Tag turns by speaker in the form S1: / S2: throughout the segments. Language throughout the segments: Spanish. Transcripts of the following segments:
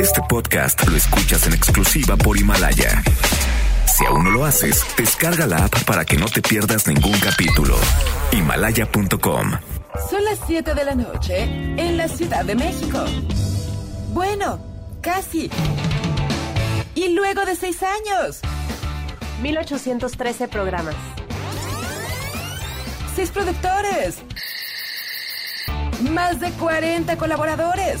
S1: Este podcast lo escuchas en exclusiva por Himalaya. Si aún no lo haces, descarga la app para que no te pierdas ningún capítulo. Himalaya.com.
S2: Son las 7 de la noche en la Ciudad de México. Bueno, casi. Y luego de seis años,
S3: 1813 programas.
S2: seis productores, más de 40 colaboradores,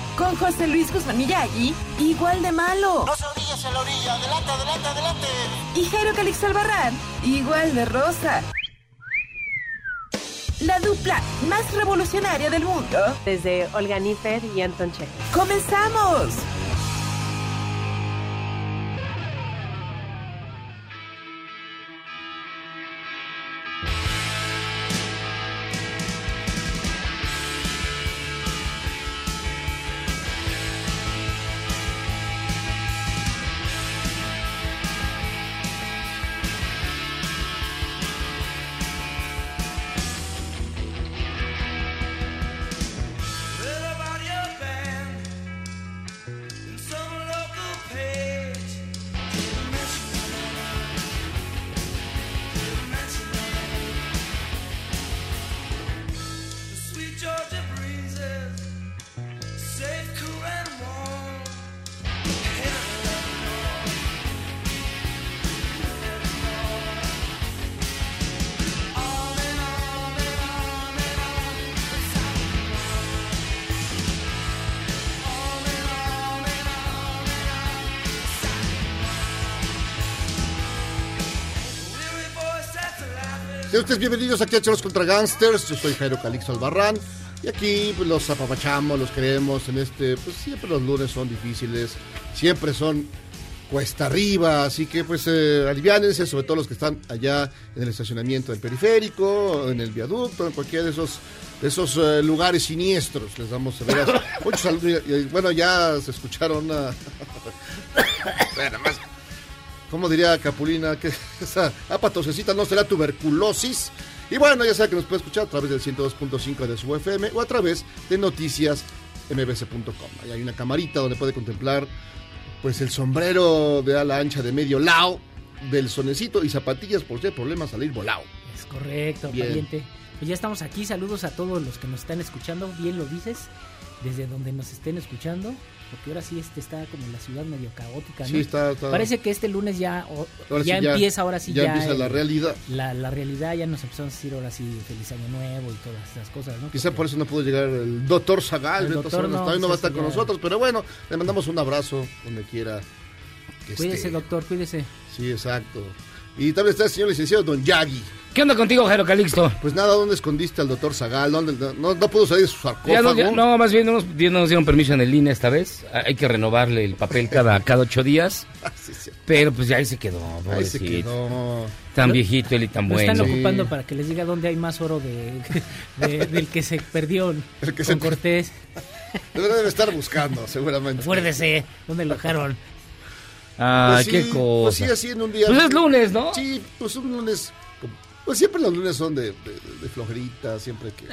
S2: con José Luis Guzmán Miyagi, igual de malo,
S4: No se orillas en la orilla, adelante, adelante, adelante.
S2: y Jairo Calix Albarrán, igual de rosa. La dupla más revolucionaria del mundo.
S3: Desde Olga Nifer y Anton Che.
S2: ¡Comenzamos!
S5: Little body of band in some local page. Didn't mention my name. Didn't mention my name. The sweet Georgia breezes, safe, cool and warm. Weary voice that's laughing.
S6: Sean ustedes bienvenidos aquí a Choros contra Gangsters. Yo soy Jairo Calixto Albarrán. Y aquí pues, los apapachamos, los queremos en este. Pues siempre los lunes son difíciles, siempre son cuesta arriba. Así que pues eh, aliviánense, sobre todo los que están allá en el estacionamiento del periférico, en el viaducto, en cualquiera de esos. de esos eh, lugares siniestros, les damos de veras, muchos saludos. Y, y, Bueno, ya se escucharon ah, a- ¿Cómo diría Capulina? Que esa apa tosecita no será tuberculosis. Y bueno, ya sabe que nos puede escuchar a través del 102.5 de su FM o a través de noticiasmbc.com. Ahí hay una camarita donde puede contemplar pues el sombrero de ala ancha de medio lado del sonecito y zapatillas por si hay problema salir volado.
S7: Es correcto,
S6: Bien.
S7: pariente. Pues ya estamos aquí, saludos a todos los que nos están escuchando, bien lo dices, desde donde nos estén escuchando, porque ahora sí este está como la ciudad medio caótica, ¿no?
S6: Sí, está, está-
S7: Parece que este lunes ya, o-
S6: ahora sí
S7: ya empieza, ahora sí ya,
S6: Ya empieza
S7: el-
S6: la realidad.
S7: la, la realidad, ya nos empezamos a decir ahora sí feliz año nuevo y todas esas cosas, ¿no?
S6: Quizá por eso no pudo llegar el doctor Zagal,
S7: El
S6: Beto
S7: doctor no,
S6: Solanas, todavía no va a
S7: pues,
S6: estar con
S7: ya.
S6: nosotros, pero bueno, le mandamos un abrazo este, donde quiera. que
S7: Cuídese,
S6: esté.
S7: doctor, cuídese.
S6: Sí, exacto. Y también está el señor licenciado Don Yagi.
S8: ¿Qué onda contigo, Jairo Calixto?
S6: Pues nada, ¿dónde escondiste al doctor Zagal? ¿Dónde- no, no- no pudo salir de su
S8: Ya
S6: sarcófago.
S8: no, ya- no, más bien no nos, no nos dieron permiso en el INE esta vez. Ah, Hay que renovarle el papel cada, cada ocho días.
S6: Ah, sí, sí.
S8: Pero pues ya ahí se quedó,
S6: Ahí se
S8: pobrecito.
S6: quedó.
S8: Tan viejito él y tan
S7: Lo
S8: bueno.
S7: están
S6: Sí.
S7: ocupando para que les diga dónde hay más oro de, de- del que se perdió
S6: El que
S7: con
S6: se-
S7: Cortés.
S6: De verdad debe estar buscando, seguramente.
S7: Acuérdese, ¿dónde lo dejaron?
S8: Ah,
S6: Pues sí,
S8: qué
S6: Pues
S8: cosa.
S6: sí, así en un día.
S8: Pues es lunes, ¿no?
S6: Sí, pues un lunes. como- Pues siempre los lunes son de, de, de flojerita, siempre hay que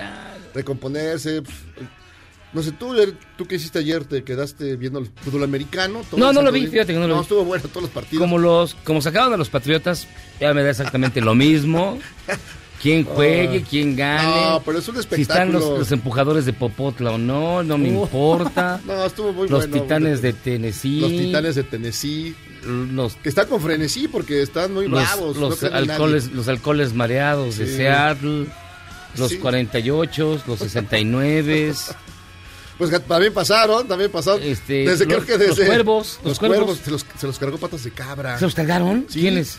S6: recomponerse. pues, No sé, tú, tú que hiciste ayer, te quedaste viendo el fútbol americano. todo
S8: No,
S6: el
S8: no lo
S6: santo
S8: vi,
S6: día?
S8: fíjate que no lo vi.
S6: estuvo bueno todos los partidos.
S8: Como los, como sacaron a los patriotas, ya me da exactamente lo mismo. Quién juegue, quién gane.
S6: Ah. No, pero es un
S8: si están
S6: espectáculo.
S8: los, los empujadores de Popotla o no, no me
S7: Uh.
S8: importa.
S6: No, estuvo muy
S8: los
S6: bueno.
S8: titanes de Tennessee.
S6: Los titanes de Tennessee.
S8: Los
S6: Que están con frenesí porque están muy
S8: los,
S6: bravos. no
S8: los
S6: creen en nadie.
S8: alcoholes, los alcoholes mareados de
S6: Sí.
S8: Seattle, los
S6: Sí.
S8: 48, los 69,
S6: Pues que también pasaron, también pasaron.
S8: Este,
S6: desde,
S8: los-
S6: creo que desde,
S8: los cuervos,
S6: Los,
S8: los
S6: cuervos.
S8: cuervos.
S6: se, los, se los cargó patas de cabra.
S8: ¿Se los cargaron?
S6: Sí.
S8: ¿Quiénes?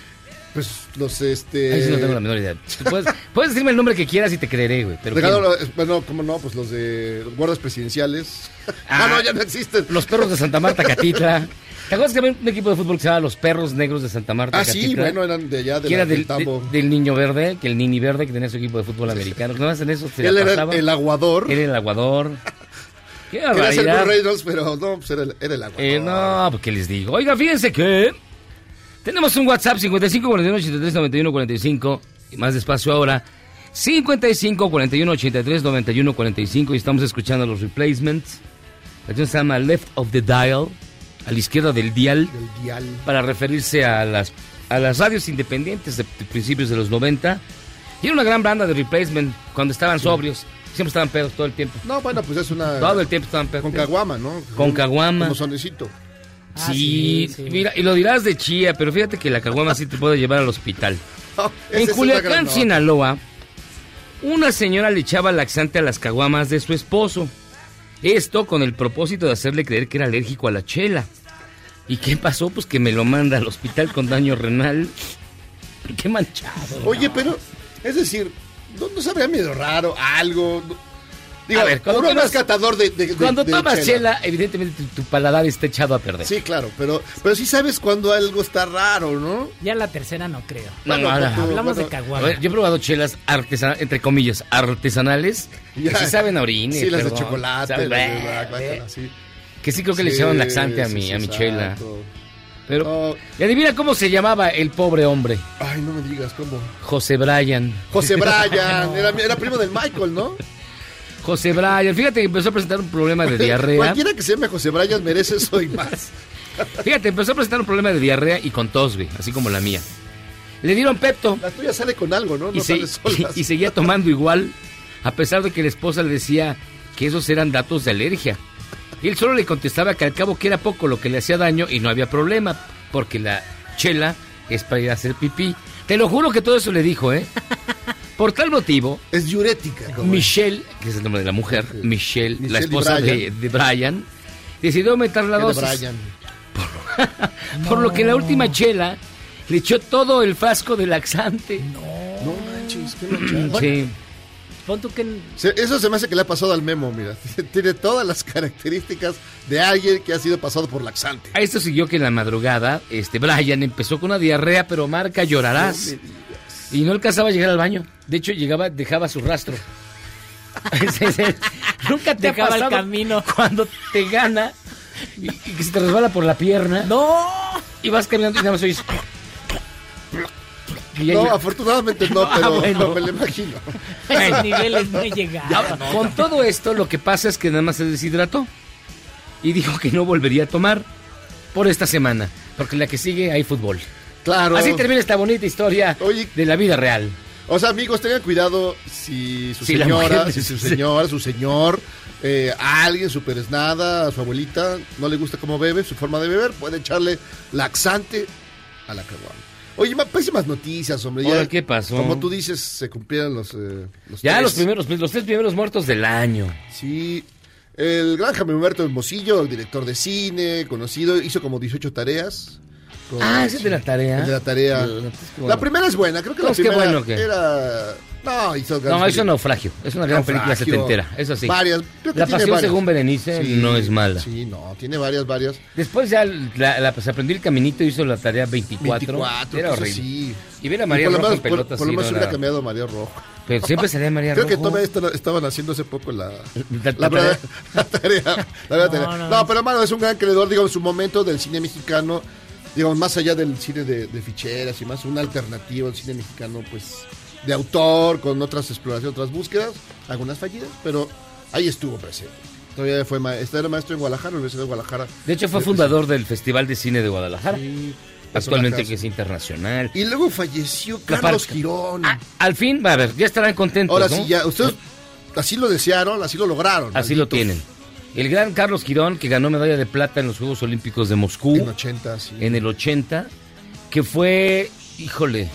S6: Pues los
S8: Ahí
S6: este.
S8: sí no tengo la menor idea. Puedes, puedes decirme el nombre que quieras y te creeré, güey. Pero
S6: dejaron
S8: ¿quién?
S6: los- bueno, cómo no, pues los de los guardas presidenciales. Ah,
S8: Ah.
S6: no, ya no existen.
S8: los perros de Santa Marta, Catitla. ¿Te acuerdas que había un equipo de fútbol que se llamaba Los Perros Negros de Santa Marta?
S6: Ah, sí,
S8: Catitla?
S6: bueno, eran de allá, de
S8: que
S6: la-
S8: era
S6: del,
S8: del,
S6: tambo.
S8: de- del niño verde, que el nini verde que tenía su equipo de fútbol americano. que Nada más en eso se
S6: Él
S8: la
S6: era
S8: pasaba.
S6: el aguador.
S8: Era el aguador. Qué
S6: Quería ser Bill
S8: barbaridad.
S6: Reynolds, pero no, pues era el, era el aguador.
S8: Eh, no, pues ¿qué les digo. Oiga, fíjense que tenemos un WhatsApp 55 41 83 91 45. y Más despacio ahora. 55 41 83 91 45. Y estamos escuchando los replacements. La canción se llama Left of the Dial. A la izquierda del dial.
S6: Del dial.
S8: para referirse a las, a las radios independientes de, de principios de los 90. Y era una gran banda de replacement cuando estaban sobrios. Siempre estaban pedos todo el tiempo.
S6: No, bueno, pues es una.
S8: Todo el tiempo estaban pedos.
S6: Con caguama, ¿no?
S8: Con caguama.
S6: Como sonecito.
S7: Ah,
S8: sí,
S7: sí, sí.
S8: mira, y lo dirás de chía, pero fíjate que la caguama sí te puede llevar al hospital.
S6: No, esa
S8: En
S6: es una gran
S8: Culiacán,
S6: nota.
S8: Sinaloa, una señora le echaba laxante a las caguamas de su esposo. Esto con el propósito de hacerle creer que era alérgico a la chela. ¿Y qué pasó? Pues que me lo manda al hospital con daño renal. ¡Qué manchado!
S6: Oye, pero, es decir, ¿no, no sabría medio raro algo? No- Digo,
S8: A ver, cuando
S6: uno no
S8: tomas-
S6: es catador de. de- de-
S8: Cuando
S6: de
S8: tomas chela, evidentemente tu, tu paladar está echado a perder.
S6: Sí, claro, pero, pero sí sabes cuando algo está raro, ¿no?
S7: Ya la tercera no creo.
S8: No,
S6: Bueno,
S8: no, ahora-
S6: pues tú-
S7: Hablamos
S6: bueno,
S7: de
S8: A
S7: caguama.
S8: ver, yo he probado chelas artesanales, entre comillas, artesanales, que
S6: Ya.
S8: sí saben a orines.
S6: Sí, las de
S8: perdón,
S6: chocolate,
S8: saben-
S6: las de guácala, sí.
S8: que sí creo que le echaron
S6: Sí,
S8: laxante a mi,
S6: sí,
S8: a mi
S6: exacto.
S8: chela. Pero,
S6: Oh.
S8: y adivina cómo se llamaba el pobre hombre,
S6: Ay, no me digas cómo.
S8: José Bryan.
S6: José Bryan, era, era primo del Michael, ¿no?
S8: José Bryan, fíjate que empezó a presentar un problema de diarrea.
S6: Cualquiera que se llame José Bryan merece eso y más.
S8: Fíjate, empezó a presentar un problema de diarrea y con tos, güey, así como la mía. Le dieron Pepto
S6: La tuya sale con algo, ¿no? No
S8: y,
S6: sale
S8: se-
S6: sola.
S8: y seguía tomando igual, a pesar de que la esposa le decía que esos eran datos de alergia. Y él solo le contestaba que al cabo que era poco lo que le hacía daño y no había problema, porque la chela es para ir a hacer pipí. Te lo juro que todo eso le dijo, ¿eh? Por tal motivo,
S6: Es diurética. como-
S8: Michelle, que es el nombre de la mujer, Michelle,
S6: Michelle
S8: la
S6: y
S8: esposa de,
S6: Brian.
S8: de Brian, decidió aumentar
S6: que
S8: la
S6: de
S8: dosis.
S6: Bryan.
S8: Por lo que la última chela le echó todo el frasco de laxante.
S6: No manches, qué manchada.
S8: Sí.
S7: Pon tú que n-
S6: Se- Eso se me hace que le ha pasado al memo, mira. Tiene todas las características de alguien que ha sido pasado por laxante.
S8: A Ah, esto siguió que en la madrugada, este Brian empezó con una diarrea, pero marca llorarás. Y no alcanzaba a llegar al baño. De hecho, llegaba, dejaba su rastro. Sí, sí. Nunca te ha
S7: Dejaba el
S8: pasado
S7: camino.
S8: cuando te gana y, y que se te resbala por la pierna.
S7: ¡No!
S8: Y vas caminando y nada más oyes. Y ya
S6: No,
S8: llega-
S6: afortunadamente no,
S8: Ah,
S6: pero
S8: bueno.
S6: no me lo imagino.
S7: A esos niveles no he llegado.
S8: Ahora, con todo esto, lo que pasa es que nada más se deshidrató. Y dijo que no volvería a tomar por esta semana. Porque la que sigue hay fútbol.
S6: Claro.
S8: Así termina esta bonita historia
S6: Oye.
S8: de la vida real.
S6: O sea, amigos, tengan cuidado si su
S8: Si la
S6: señora,
S8: mujer-
S6: si su señora, su señor, eh, a alguien, su pereznada, a su abuelita, no le gusta cómo bebe, su forma de beber, puede echarle laxante a la caguama. Oye, ma- pésimas noticias, hombre.
S8: Ahora, ¿qué pasó?
S6: Como tú dices, se cumplieron los, eh, los
S8: Ya
S6: tres.
S8: los primeros, los tres primeros muertos del año.
S6: Sí. El gran Jaime Humberto Hermosillo, el director de cine, conocido, hizo como 18 tareas. Con-
S8: Ah, ¿ese es de la tarea?
S6: El de la tarea.
S8: Eh, entonces, qué bueno.
S6: La primera es buena, creo que la
S8: Entonces, qué
S6: primera
S8: bueno que-
S6: era... No, hizo
S8: No, eso es
S6: no
S8: naufragio. Es una gran película
S6: Naufragio.
S8: setentera. Eso sí.
S6: Varias. creo que
S8: La
S6: tiene
S8: pasión
S6: varias.
S8: según Berenice no es mala.
S6: Sí, no, tiene varias, varias.
S8: Después ya la, la- se aprendió el caminito y hizo la tarea 24.
S6: 24,
S8: Era
S6: cosas
S8: horrible.
S6: así.
S8: Y ver a
S6: Y
S8: María
S6: por lo
S8: Rojo en
S6: menos- por-
S8: pelotas.
S6: Por lo
S8: sí,
S6: menos
S8: no,
S6: hubiera
S8: nada.
S6: cambiado a María Rojo.
S8: Pero siempre salía María
S6: Creo que
S8: Rojo.
S6: todavía esta- estaban haciendo hace poco la,
S8: La-
S6: la,
S8: la
S6: verdad-
S8: tarea.
S6: la tarea. la verdad tarea.
S7: No, no,
S6: No,
S7: no.
S6: pero mano, es un gran creador, digamos, en su momento del cine mexicano, digamos, más allá del cine de, de ficheras y más, una alternativa al cine mexicano, pues, de autor, con otras exploraciones, otras búsquedas, algunas fallidas, pero ahí estuvo presente. Todavía fue ma- este era maestro en Guadalajara, Universidad de Guadalajara. Eh,
S8: De hecho, fue
S6: Sí,
S8: fundador del Festival de Cine de Guadalajara.
S6: sí,
S8: actualmente que
S6: personajes.
S8: es internacional.
S6: Y luego falleció
S8: La
S6: Carlos
S8: Parca.
S6: Girón.
S8: Ah, al fin, va a ver, ya estarán contentos.
S6: Ahora
S8: ¿no?
S6: sí, ya, ustedes así lo desearon, así lo lograron.
S8: Así lo
S6: malditos.
S8: tienen. El gran Carlos Girón, que ganó medalla de plata en los Juegos Olímpicos de Moscú
S6: En 80, sí.
S8: en el 80, que fue, híjole,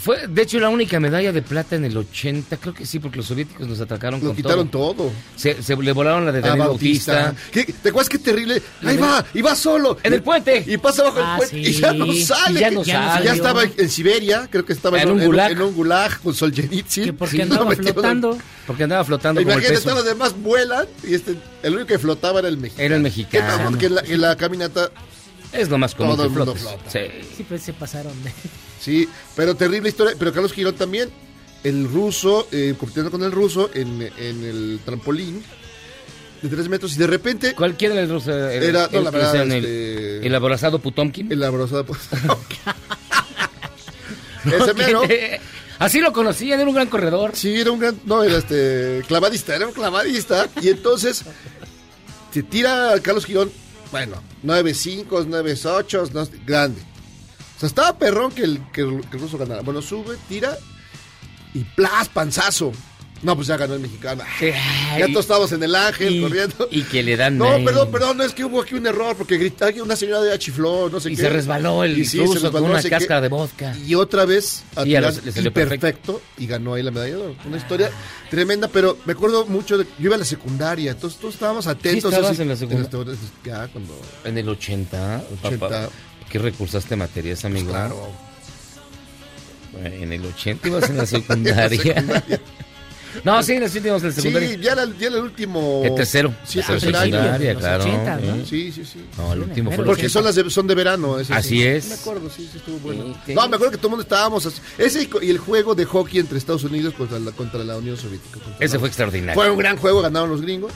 S8: fue de hecho la única medalla de plata en el 80, creo que sí, porque los soviéticos nos atacaron
S6: Lo
S8: con
S6: quitaron
S8: todo.
S6: todo.
S8: Se, se le volaron la de Daniel
S6: Ah,
S8: Bautista.
S6: ¿Qué- ¿Te acuerdas qué terrible? Ahí va, y va solo.
S8: En el puente.
S6: Y pasa bajo
S7: Ah,
S6: el puente.
S7: sí.
S6: Y ya no
S7: Y
S6: sale.
S8: ya no
S6: que-
S8: salió.
S6: ya estaba en Siberia, creo que estaba
S8: En
S6: en,
S8: un gulag.
S6: en un gulag con Solzhenitsyn.
S7: Que porque
S6: Sí, lo
S7: andaba
S6: metieron.
S7: flotando.
S8: Porque andaba flotando como el
S6: Imagínate,
S8: peso.
S6: todos los demás vuelan y este, el único que flotaba era el mexicano.
S8: Era el mexicano.
S6: Porque en la, en la caminata
S8: Es lo más común
S6: Todo
S8: que
S6: el mundo
S8: flotes.
S6: flota.
S8: Sí.
S7: Sí, pues se pasaron de...
S6: Sí, pero terrible historia. Pero Carlos Girón también. El ruso, eh, compitiendo con el ruso en, en el trampolín de tres metros. Y de repente,
S8: ¿Cuál quién era el ruso? El-
S6: Era, no,
S8: el-
S6: la verdad,
S8: o sea, en el,
S6: este-
S8: el aborazado Putomkin.
S6: el abrazado. Pues, Ese mero.
S8: Así lo conocían, era un gran corredor.
S6: Sí, era un gran. No, era este. Clavadista, era un clavadista. Y entonces. Se tira a Carlos Girón. Bueno, 9-5, 9-8, no, grande. O sea, estaba perrón que el, que el- que el ruso ganara. Bueno, sube, tira. Y plas, panzazo. No, pues ya ganó el mexicano.
S8: Ay,
S6: ya todos estábamos en el ángel
S8: y-
S6: corriendo.
S8: y que le dan
S6: No,
S8: ahí.
S6: perdón, perdón, no es que hubo aquí un error porque grita, una señora ya chifló, no sé
S8: Y
S6: qué.
S8: se resbaló el ruso con
S6: no
S8: una
S6: sé
S8: cáscara
S6: qué.
S8: de vodka.
S6: Y otra vez a
S8: Y a
S6: tirar
S8: los- le
S6: y
S8: salió
S6: perfecto, y ganó ahí la medalla de oro. Una historia tremenda, pero me acuerdo mucho de yo iba a la secundaria, entonces todos estábamos atentos
S8: estabas en la secundaria?
S6: secundaria. pues, Ya cuando
S8: En el 80, papá.
S6: 80.
S8: ¿Qué recursaste materias, amigo?
S6: Pues claro.
S8: En el 80 ibas en la secundaria. no, sí, en los últimos en la secundaria.
S6: Sí, ya era, ya era el último.
S8: El tercero.
S6: Sí,
S8: La
S6: tercer año.
S8: secundaria,
S7: los
S8: claro.
S7: 80, ¿no?
S8: ¿eh?
S6: Sí, sí, sí.
S8: No, el último fue el
S6: Porque
S8: 80.
S6: son las de, son de verano. ese
S8: Así
S6: sí.
S8: es.
S6: Me acuerdo, sí, sí estuvo
S8: Sí,
S6: bueno.
S8: sí.
S6: No, me acuerdo que todo el mundo estábamos así. Ese y co- y el juego de hockey entre Estados Unidos contra la, contra la Unión Soviética. contra
S8: Ese
S6: la-
S8: fue extraordinario.
S6: Fue un gran juego, ganaron los gringos.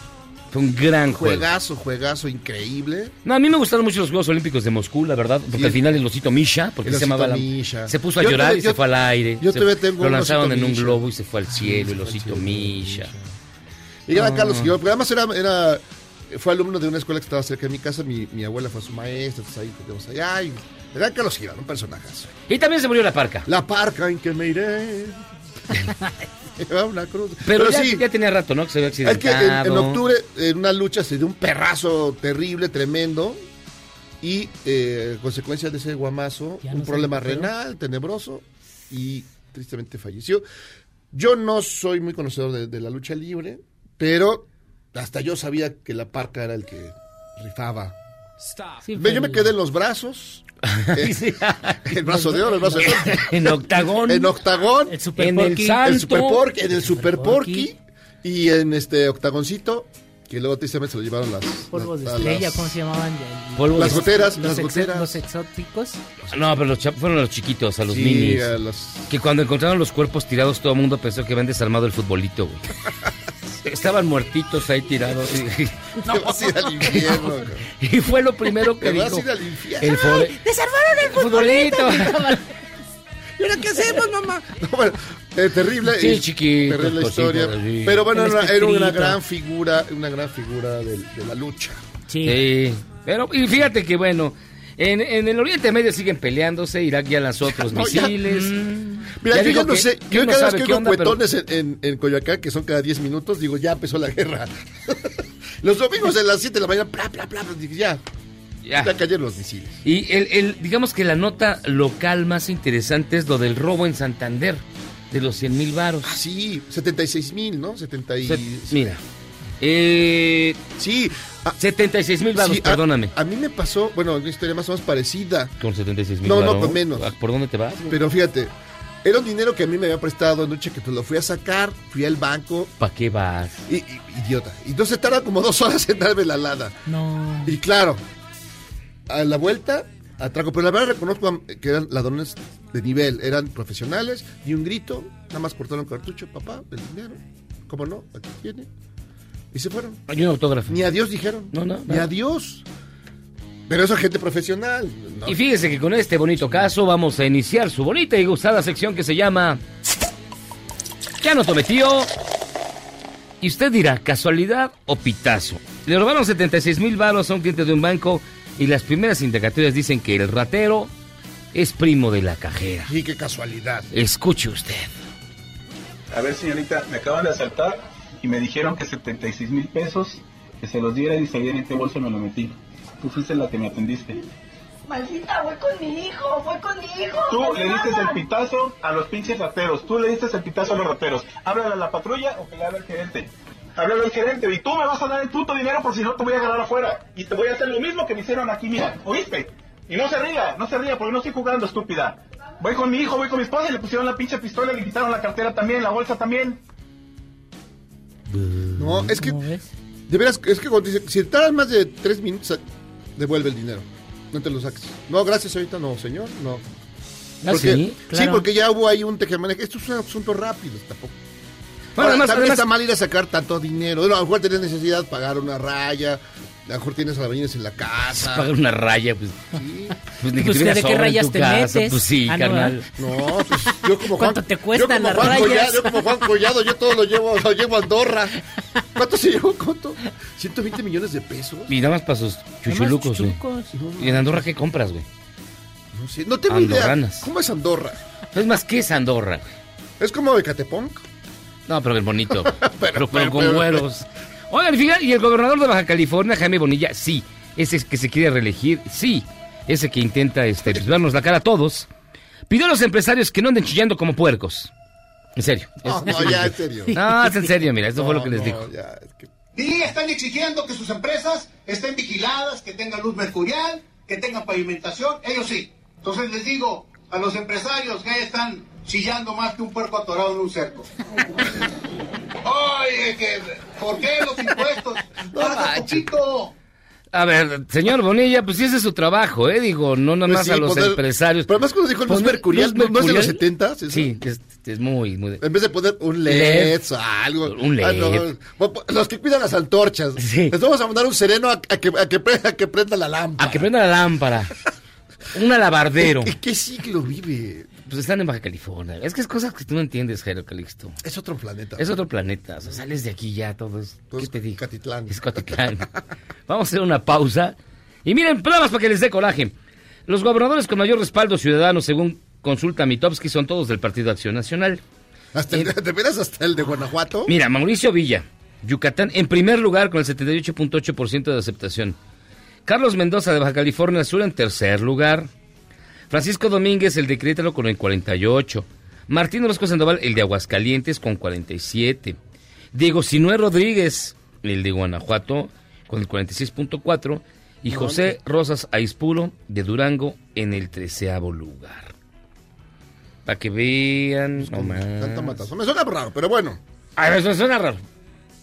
S8: Fue un gran juego.
S6: Juegazo, juegazo, increíble.
S8: No, a mí me gustaron mucho los Juegos Olímpicos de Moscú, la verdad, porque
S6: Sí.
S8: al final el osito Misha, porque
S6: El
S8: se
S6: osito
S8: llamaba la-
S6: Misha.
S8: se puso a
S6: Yo
S8: llorar
S6: todavía-
S8: y se
S6: yo-
S8: fue al aire.
S6: yo
S8: Se-
S6: todavía tengo
S8: lo
S6: un
S8: lanzaron
S6: osito
S8: en un
S6: Misha.
S8: globo y se fue al cielo
S6: se
S8: el
S6: fue al
S8: osito
S6: cielo,
S8: Misha.
S6: Y
S8: Ah.
S6: era Carlos Girón, porque además era, era, fue alumno de una escuela que estaba cerca de mi casa. Mi, mi abuela fue su maestra, entonces ahí tenemos allá. Y era Carlos Girón, un personajazo.
S8: Y también se murió la parca.
S6: La parca en que me iré. Lleva una cruz.
S8: Pero, ya, ya tenía rato, ¿no? Que se había
S6: Es que en,
S8: accidentado.
S6: en octubre, en una lucha, se dio un perrazo terrible, tremendo. Y eh, consecuencia de ese guamazo,
S7: Ya
S6: un
S7: no se
S6: problema
S7: recuperó.
S6: renal, tenebroso. Y tristemente falleció. Yo no soy muy conocedor de, de la lucha libre, pero hasta yo sabía que la parca era el que rifaba.
S7: Sí,
S6: Ve,
S7: fue
S6: Yo me
S7: el-
S6: quedé en los brazos. eh,
S8: Sí.
S6: el brazo de oro, el brazo de oro.
S8: en octagón.
S6: En octagón.
S7: El Super
S8: En el
S7: Porky.
S8: sal-
S6: El Super
S8: Tanto.
S6: Porky, en el Super
S7: Porky.
S6: Porky y en este octagoncito, que luego tristemente se lo llevaron las.
S7: Polvos de
S6: las-
S7: estrella,
S6: las-
S7: ¿cómo se llamaban? El-
S8: Polvo
S6: Las
S8: de-
S6: goteras,
S7: los
S6: las
S7: exo-
S6: goteras.
S7: Los exóticos.
S8: No, pero los chap- fueron los chiquitos, a los
S6: Sí,
S8: minis.
S6: a las-
S8: Que cuando encontraron los cuerpos tirados, todo el mundo pensó que habían desarmado el futbolito, güey. Estaban muertitos ahí tirados. y-
S6: Te vas a ir al infierno, cabrón.
S8: Y fue lo primero que
S6: Te vas a
S8: dijo.
S6: ir al infierno.
S8: El fore-
S3: ¡Desarmaron el
S8: futbolito!
S6: ¿Y ahora qué hacemos, mamá? No, bueno, eh, terrible.
S8: Sí,
S6: eh,
S8: chiquitos,
S6: Terrible
S8: cositas,
S6: historia.
S8: sí.
S6: Pero bueno,
S7: El
S6: era, era una
S7: espectrito.
S6: gran figura, una gran figura de, de la lucha.
S7: Sí.
S8: Sí. Pero, y fíjate que bueno, en, en el Oriente Medio siguen peleándose, Irak ya lanzó otros
S6: No, ya. Mm.
S8: misiles.
S6: Mira, yo ya
S8: digo
S6: no
S8: que-
S6: sé.
S8: que
S6: Yo
S8: uno
S6: cada vez
S8: sabe
S6: que
S8: qué
S6: oigo
S8: onda, pero-
S6: cuetones en, en- en Coyoacán, que son cada 10 minutos, digo, ya empezó la guerra. Los domingos a las 7 de la mañana, bla, bla, bla, dije, ya,
S8: Ya.
S6: ya cayeron los misiles.
S8: Y el, el- digamos que la nota local más interesante es lo del robo en Santander, de los 100 mil varos.
S6: Ah, sí, 76 mil, ¿no? 70 y...
S8: O sea, mira, eh,
S6: Sí. ah,
S8: 76 mil varos,
S6: sí, ah. a-
S8: perdóname.
S6: A, mí me pasó, bueno, una historia más o menos parecida.
S8: Con 76 mil
S6: No, no, con menos.
S8: ¿Por dónde te vas?
S6: Pero fíjate, era un dinero que a mí me había prestado anoche que te lo fui a sacar, fui al banco,
S8: ¿Para qué vas?
S6: y, y- idiota. Y entonces tarda como dos horas en darme la lada.
S7: No.
S6: Y claro, a la vuelta, atraco. Pero la verdad reconozco am- que eran ladrones de nivel, eran profesionales, ni un grito, nada más cortaron cartucho, papá, el dinero, ¿cómo no? Aquí tiene. Y se fueron.
S8: Hay un autógrafo.
S6: Ni adiós dijeron.
S8: No, no,
S6: Ni
S8: no.
S6: adiós. Pero eso es gente profesional. ¿no?
S8: Y fíjese que con este bonito caso vamos a iniciar su bonita y gustada sección que se llama Ya no tomé tío. Y usted dirá, ¿casualidad o pitazo? Le robaron 76 mil baros a un cliente de un banco y las primeras indicatorias dicen que el ratero es primo de la cajera.
S6: Y qué casualidad.
S8: Escuche usted.
S9: A ver, señorita, me acaban de asaltar y me dijeron que 76 mil pesos, que se los diera y se diera en este bolso me lo metí. Tú fuiste la que me atendiste.
S10: Maldita, voy con mi hijo, voy con mi hijo.
S9: Tú le diste el pitazo a los pinches rateros. Tú le diste el pitazo a los rateros. Háblale a la patrulla o que le hable al gerente. Háblale al gerente y tú me vas a dar el puto dinero por si no te voy a agarrar afuera. Y te voy a hacer lo mismo que me hicieron aquí, mira. ¿Oíste? Y no se ría, no se ría porque no estoy jugando, estúpida. Voy con mi hijo, voy con mi esposa y le pusieron la pinche pistola, le quitaron la cartera también, la bolsa también.
S6: No, es que,
S7: ¿Cómo ves?
S6: de veras, es que cuando dice, si tardas más de tres minutos, devuelve el dinero. No te lo saques. No, gracias, ahorita no, señor, no.
S8: Ah,
S6: Porque-
S8: sí,
S6: sí,
S7: claro.
S6: porque ya hubo ahí un tejemaneje. Esto es un asunto rápido, tampoco.
S8: Bueno,
S6: Ahora,
S8: además,
S6: también
S8: además-
S6: está mal ir a sacar tanto dinero. Bueno, a lo mejor tienes necesidad de pagar una raya. A lo mejor tienes albañiles en la casa.
S8: pagar una raya, pues.
S6: Sí.
S8: Pues ni que
S7: Ah. Pues, ¿de
S8: tuviera
S7: qué
S8: sobre en
S7: rayas
S8: tu
S7: te
S8: casa,
S7: metes?
S8: Pues sí,
S7: Ah, no,
S8: carnal.
S7: ¿verdad?
S6: No, pues yo como
S7: ¿Cuánto
S6: Juan,
S7: te cuestan
S6: yo como
S7: las
S6: Juan
S7: rayas?
S6: Collado, yo como Juan Collado, yo todo lo llevo, lo llevo a Andorra. ¿Cuánto se llevó? ¿Cuánto? ¿120 millones de pesos?
S8: Y nada más para sus chuchulucos, güey.
S7: chuchulucos.
S8: ¿Y en Andorra qué compras, güey?
S6: No sé, no tengo idea.
S8: Andorranas.
S6: ¿Cómo es Andorra?
S8: No es más, ¿qué es Andorra? güey?
S6: ¿Es como Ecatepunk?
S8: No, pero el bonito. pero, pero
S6: pero,
S8: con
S6: pero-
S8: güeros. Oigan, fíjate, y el gobernador de Baja California, Jaime Bonilla, sí. Ese que se quiere reelegir, sí. Ese que intenta este, pues, vernos la cara a todos. Pidió a los empresarios que no anden chillando como puercos. En serio.
S6: No,
S8: Es-
S6: no, ya, en serio.
S8: No, es en serio, mira, esto fue lo que
S6: No,
S8: les
S6: no,
S8: dijo.
S6: ya, es que-
S4: Y están exigiendo que sus empresas estén vigiladas, que tengan luz mercurial, que tengan pavimentación, ellos sí. Entonces les digo a los empresarios que ahí están chillando más que un puerco atorado en un cerco. Oye, que, ¿por qué los impuestos? Paga
S8: manches.
S4: poquito.
S8: A ver, señor Bonilla, pues sí, ese es su trabajo, ¿eh? Digo, no nada
S6: Pues
S8: más
S6: sí,
S8: a los
S6: poner-
S8: empresarios.
S6: pero además cuando dijo
S8: Pues
S6: luz mercurial, ¿no- no es de los 70s, eso?
S8: Sí, es, es muy, muy... de-
S6: En vez de poner un LED,
S8: LED.
S6: o algo.
S8: Un LED.
S6: Ah, no, bueno, Los que cuidan las antorchas.
S8: Sí.
S6: Les vamos a mandar un sereno a, a que, a, que, pre- a que prenda la lámpara.
S8: A que prenda la lámpara. Un alabardero.
S6: ¿En qué ciclo vive?
S8: Pues están en Baja California. Es que es cosas que tú no entiendes, Jairo Calixto.
S6: Es otro planeta.
S8: Es otro planeta. O sea, sales de aquí ya todo es...
S6: Todo
S8: ¿Qué
S6: es
S8: te digo?
S6: Catitlán.
S8: Es Catitlán. Vamos a hacer una pausa. Y miren, pruebas para que les dé coraje. Los gobernadores con mayor respaldo ciudadano, según consulta Mitofsky, son todos del Partido Acción Nacional.
S6: Hasta el- ¿De veras hasta el de Guanajuato?
S8: Eh. Mira, Mauricio Villa, Yucatán, en primer lugar con el 78.8% de aceptación. Carlos Mendoza de Baja California Sur en tercer lugar. Francisco Domínguez, el de Querétaro, con el 48. Martín Orozco Sandoval, el de Aguascalientes, con 47. Diego Sinué Rodríguez, el de Guanajuato, con el 46.4. Y José Rosas Aispuro, de Durango, en el treceavo lugar. Para que vean... no más.
S6: Tanta matazón. Me suena raro, pero bueno.
S8: A ver, eso Ah, suena raro.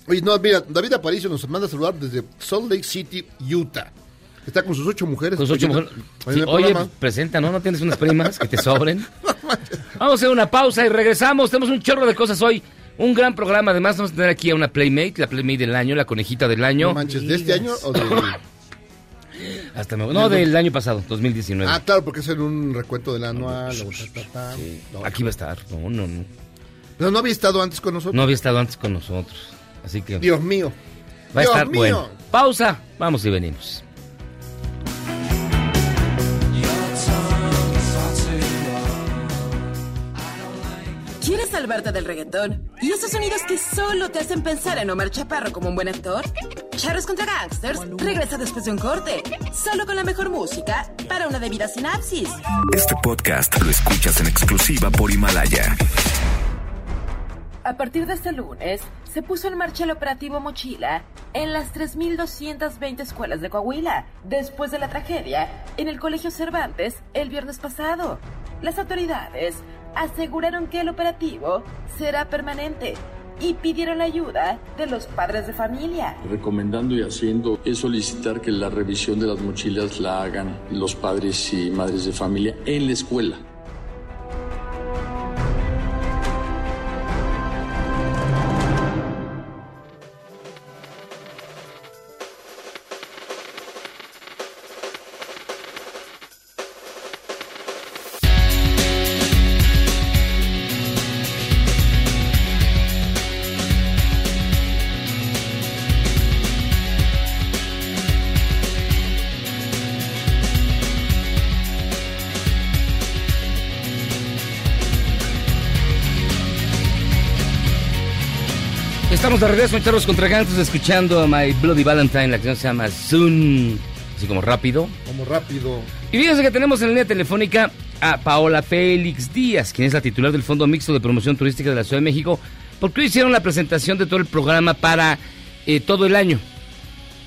S6: Oye, no, mira, David Aparicio nos manda a saludar desde Salt Lake City, Utah. Está con sus ocho mujeres.
S8: Tus ocho
S6: Oye,
S8: mujeres.
S6: oye,
S8: Sí,
S6: en el
S8: oye, pues,
S6: programa.
S8: presenta, ¿no? ¿No tienes unas primas que te sobren? Vamos a hacer una pausa y regresamos. Tenemos un chorro de cosas hoy. Un gran programa. Además, vamos a tener aquí a una Playmate, la Playmate del año, la conejita del
S6: No
S8: año.
S6: manches, ¿de este año o de...?
S8: Hasta me- No, del año pasado, 2019.
S6: Ah, claro, porque es en un recuento del anual. o ta, ta, ta. No.
S8: Aquí va a estar. No, no, no.
S6: No, no había estado antes con nosotros.
S8: No había estado antes con nosotros. Así que
S6: Pues, Dios mío.
S8: va a
S6: Dios
S8: estar
S6: mío.
S8: bueno. Pausa. Vamos y venimos.
S2: ¿Quieres salvarte del reggaetón? ¿Y esos sonidos que solo te hacen pensar en Omar Chaparro como un buen actor? Charros contra Gangsters regresa después de un corte, solo con la mejor música para una debida sinapsis.
S1: Este podcast lo escuchas en exclusiva por Himalaya.
S2: A partir de este lunes, se puso en marcha el operativo Mochila en las 3.220 escuelas de Coahuila, después de la tragedia en el Colegio Cervantes el viernes pasado. Las autoridades aseguraron que el operativo será permanente y pidieron la ayuda de los padres de familia.
S11: recomendando y haciendo es solicitar que la revisión de las mochilas la hagan los padres y madres de familia en la escuela.
S8: Estamos de regreso en Charlos contra Gangsters escuchando a My Bloody Valentine. La canción se llama Soon. Así como rápido.
S6: Como rápido.
S8: Y fíjense que tenemos en la línea telefónica a Paola Félix Díaz, quien es la titular del Fondo Mixto de Promoción Turística de la Ciudad de México, porque hoy hicieron la presentación de todo el programa para eh, todo el año,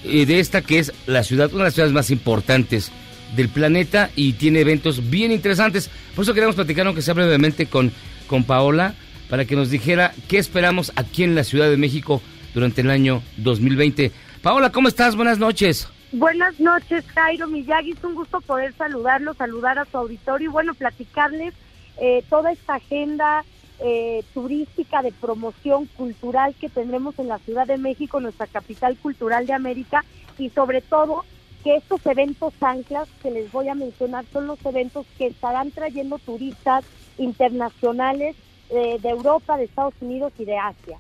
S8: eh, de esta que es la ciudad, una de las ciudades más importantes del planeta y tiene eventos bien interesantes. Por eso queríamos platicar, aunque sea brevemente, con, con Paola, para que nos dijera qué esperamos aquí en la Ciudad de México durante el año 2020. Paola, ¿cómo estás? Buenas noches.
S12: Buenas noches, Jairo Miyagi. Es un gusto poder saludarlo, saludar a su auditorio y bueno, platicarles eh, toda esta agenda eh, turística de promoción cultural que tendremos en la Ciudad de México, nuestra capital cultural de América y sobre todo que estos eventos anclas que les voy a mencionar son los eventos que estarán trayendo turistas internacionales eh, de Europa, de Estados Unidos y de Asia.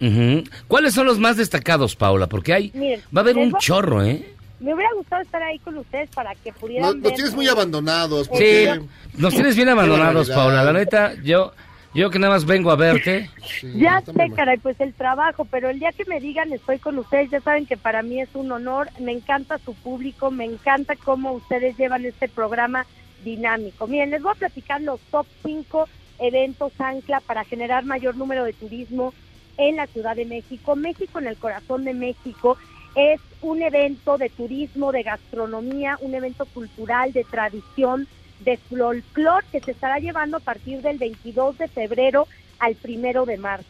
S8: Ujú. ¿Cuáles son los más destacados, Paula? Porque hay...
S12: Miren,
S8: Va a haber
S12: les
S8: un
S12: voy-
S8: chorro, ¿eh?
S12: Me hubiera gustado estar ahí con ustedes para que pudieran
S6: Nos, nos
S12: ver-
S6: tienes muy abandonados.
S8: Sí,
S6: porque-
S8: nos tienes bien
S6: Qué
S8: abandonados,
S6: barbaridad.
S8: Paula. La neta, yo, yo que nada más vengo a verte.
S12: Ya sé, caray, pues el trabajo, pero el día que me digan estoy con ustedes, ya saben que para mí es un honor, me encanta su público, me encanta cómo ustedes llevan este programa dinámico. Miren, les voy a platicar los top 5 eventos ancla para generar mayor número de turismo en la Ciudad de México. México en el corazón de México es un evento de turismo, de gastronomía, un evento cultural, de tradición, de folclor que se estará llevando a partir del 22 de febrero al 1 de marzo.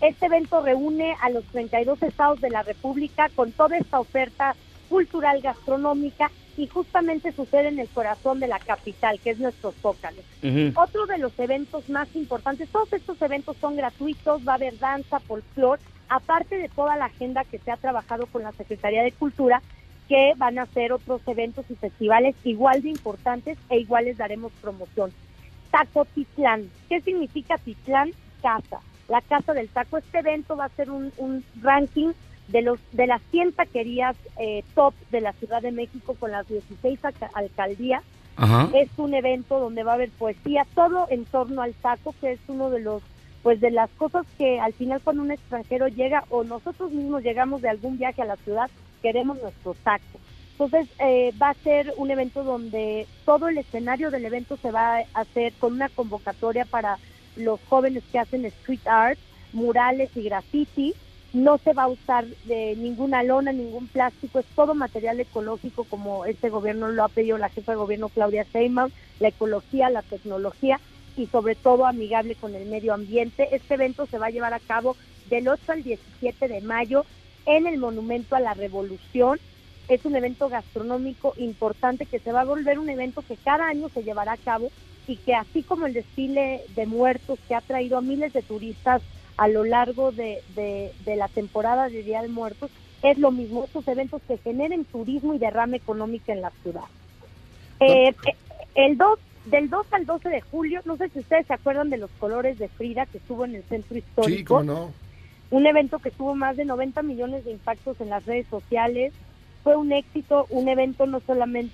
S12: Este evento reúne a los 32 estados de la República con toda esta oferta cultural gastronómica y justamente sucede en el corazón de la capital, que es nuestro Zócalo.
S5: Ujú.
S12: Otro de los eventos más importantes, todos estos eventos son gratuitos, va a haber danza, folclor, aparte de toda la agenda que se ha trabajado con la Secretaría de Cultura, que van a ser otros eventos y festivales igual de importantes e igual les daremos promoción. Taco Titlán. ¿Qué significa Titlán? Casa. La casa del taco. Este evento va a ser un, un ranking de los de las 100 taquerías eh, top de la Ciudad de México con las 16 alca- alcaldías.
S5: Ajá.
S12: Es un evento donde va a haber poesía, todo en torno al taco, que es uno de los pues de las cosas que al final cuando un extranjero llega o nosotros mismos llegamos de algún viaje a la ciudad, queremos nuestro taco. Entonces eh, va a ser un evento donde todo el escenario del evento se va a hacer con una convocatoria para los jóvenes que hacen street art, murales y graffiti. No se va a usar de ninguna lona, ningún plástico, es todo material ecológico como este gobierno lo ha pedido la jefa de gobierno Claudia Sheinbaum, la ecología, la tecnología y sobre todo amigable con el medio ambiente. Este evento se va a llevar a cabo del 8 al 17 de mayo en el Monumento a la Revolución. Es un evento gastronómico importante que se va a volver un evento que cada año se llevará a cabo y que así como el desfile de muertos que ha traído a miles de turistas a lo largo de, de- de la temporada de Día de Muertos, es lo mismo, estos eventos que generen turismo y derrama económica en la ciudad. Eh, eh, el 2, del 2 al 12 de julio, no sé si ustedes se acuerdan de los colores de Frida que estuvo en el centro histórico
S6: Sí, cómo no.
S12: un evento que tuvo más de 90 millones de impactos en las redes sociales. Fue un éxito, un evento no solamente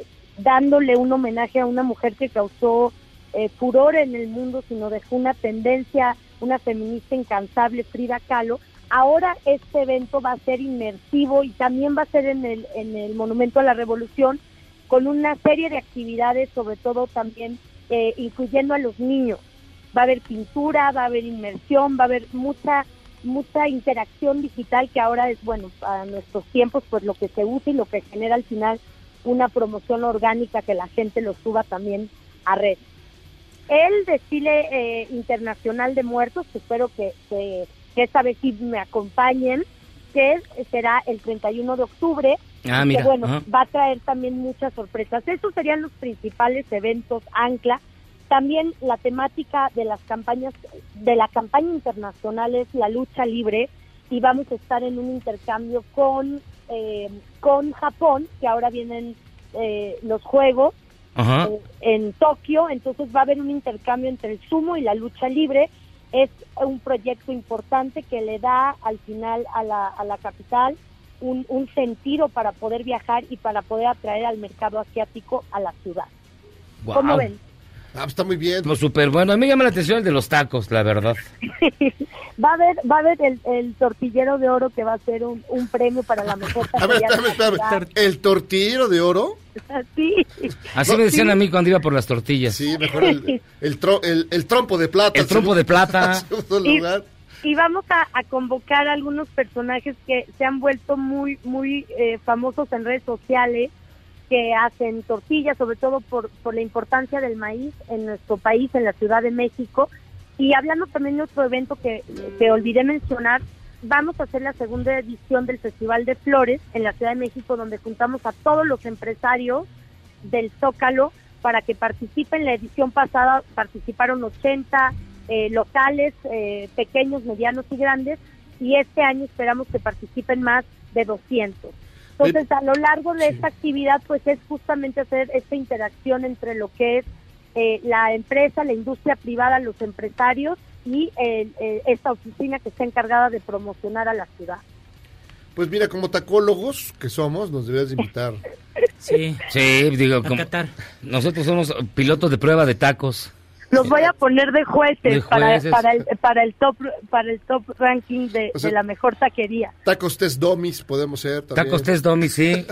S12: eh, dándole un homenaje a una mujer que causó eh, furor en el mundo, sino dejó una tendencia, una feminista incansable, Frida Kahlo. Ahora este evento va a ser inmersivo y también va a ser en el, en el Monumento a la Revolución con una serie de actividades, sobre todo también eh, incluyendo a los niños va a haber pintura, va a haber inmersión, va a haber mucha mucha interacción digital que ahora es bueno para nuestros tiempos pues lo que se usa y lo que genera al final una promoción orgánica que la gente lo suba también a red. El desfile eh, internacional de muertos, que espero que, que- que esta vez sí me acompañen, que será el 31 de octubre.
S8: Ah,
S12: y que,
S8: mira,
S12: bueno,
S8: ajá.
S12: va a traer también muchas sorpresas. Estos serían los principales eventos ancla. También la temática de las campañas, de la campaña internacional es la lucha libre y vamos a estar en un intercambio con, eh, con Japón, que ahora vienen eh, los Juegos
S5: Ajá.
S12: en Tokio, entonces va a haber un intercambio entre el sumo y la lucha libre. Es un proyecto importante que le da al final a la, a la capital un, un sentido para poder viajar y para poder atraer al mercado asiático a la ciudad. ¿Cómo
S8: Guau.
S12: ven?
S6: Ah, está muy bien.
S8: Pues súper bueno. A mí llama la atención el de los tacos, la verdad.
S12: Va a haber, va a haber el, el tortillero de oro que va a ser un, un premio para la mejor
S6: A ver,
S12: taquería de
S6: espérame,
S12: la
S6: espérame.
S12: ciudad.
S6: ¿El tortillero de oro?
S12: Sí.
S8: Así me decían a mí cuando iba por las tortillas.
S6: Sí, mejor el, el, tro- el- el trompo de plata.
S8: El trompo de plata.
S12: Y- Y vamos a, a convocar a algunos personajes que se han vuelto muy, muy eh, famosos en redes sociales, que hacen tortillas, sobre todo por, por la importancia del maíz en nuestro país, en la Ciudad de México. Y hablando también de otro evento que, que olvidé mencionar, vamos a hacer la segunda edición del Festival de Flores en la Ciudad de México, donde juntamos a todos los empresarios del Zócalo para que participen. La edición pasada participaron 80 eh, locales, eh, pequeños, medianos y grandes, y este año esperamos que participen más de 200. Entonces, a lo largo de esta actividad, pues es justamente hacer esta interacción entre lo que es eh, la empresa, la industria privada, los empresarios y eh, eh, esta oficina que está encargada de promocionar a la ciudad.
S6: Pues mira, como tacólogos que somos, nos deberías de invitar.
S7: Sí.
S8: Sí, digo, como- nosotros somos pilotos de prueba de tacos.
S12: Los voy a poner de jueces,
S8: De
S12: para,
S8: jueces.
S12: para, el, para el top para el top ranking de,
S6: O sea-
S12: de la mejor taquería.
S6: Tacos test dummies podemos ser también.
S8: Tacos test dummy, sí.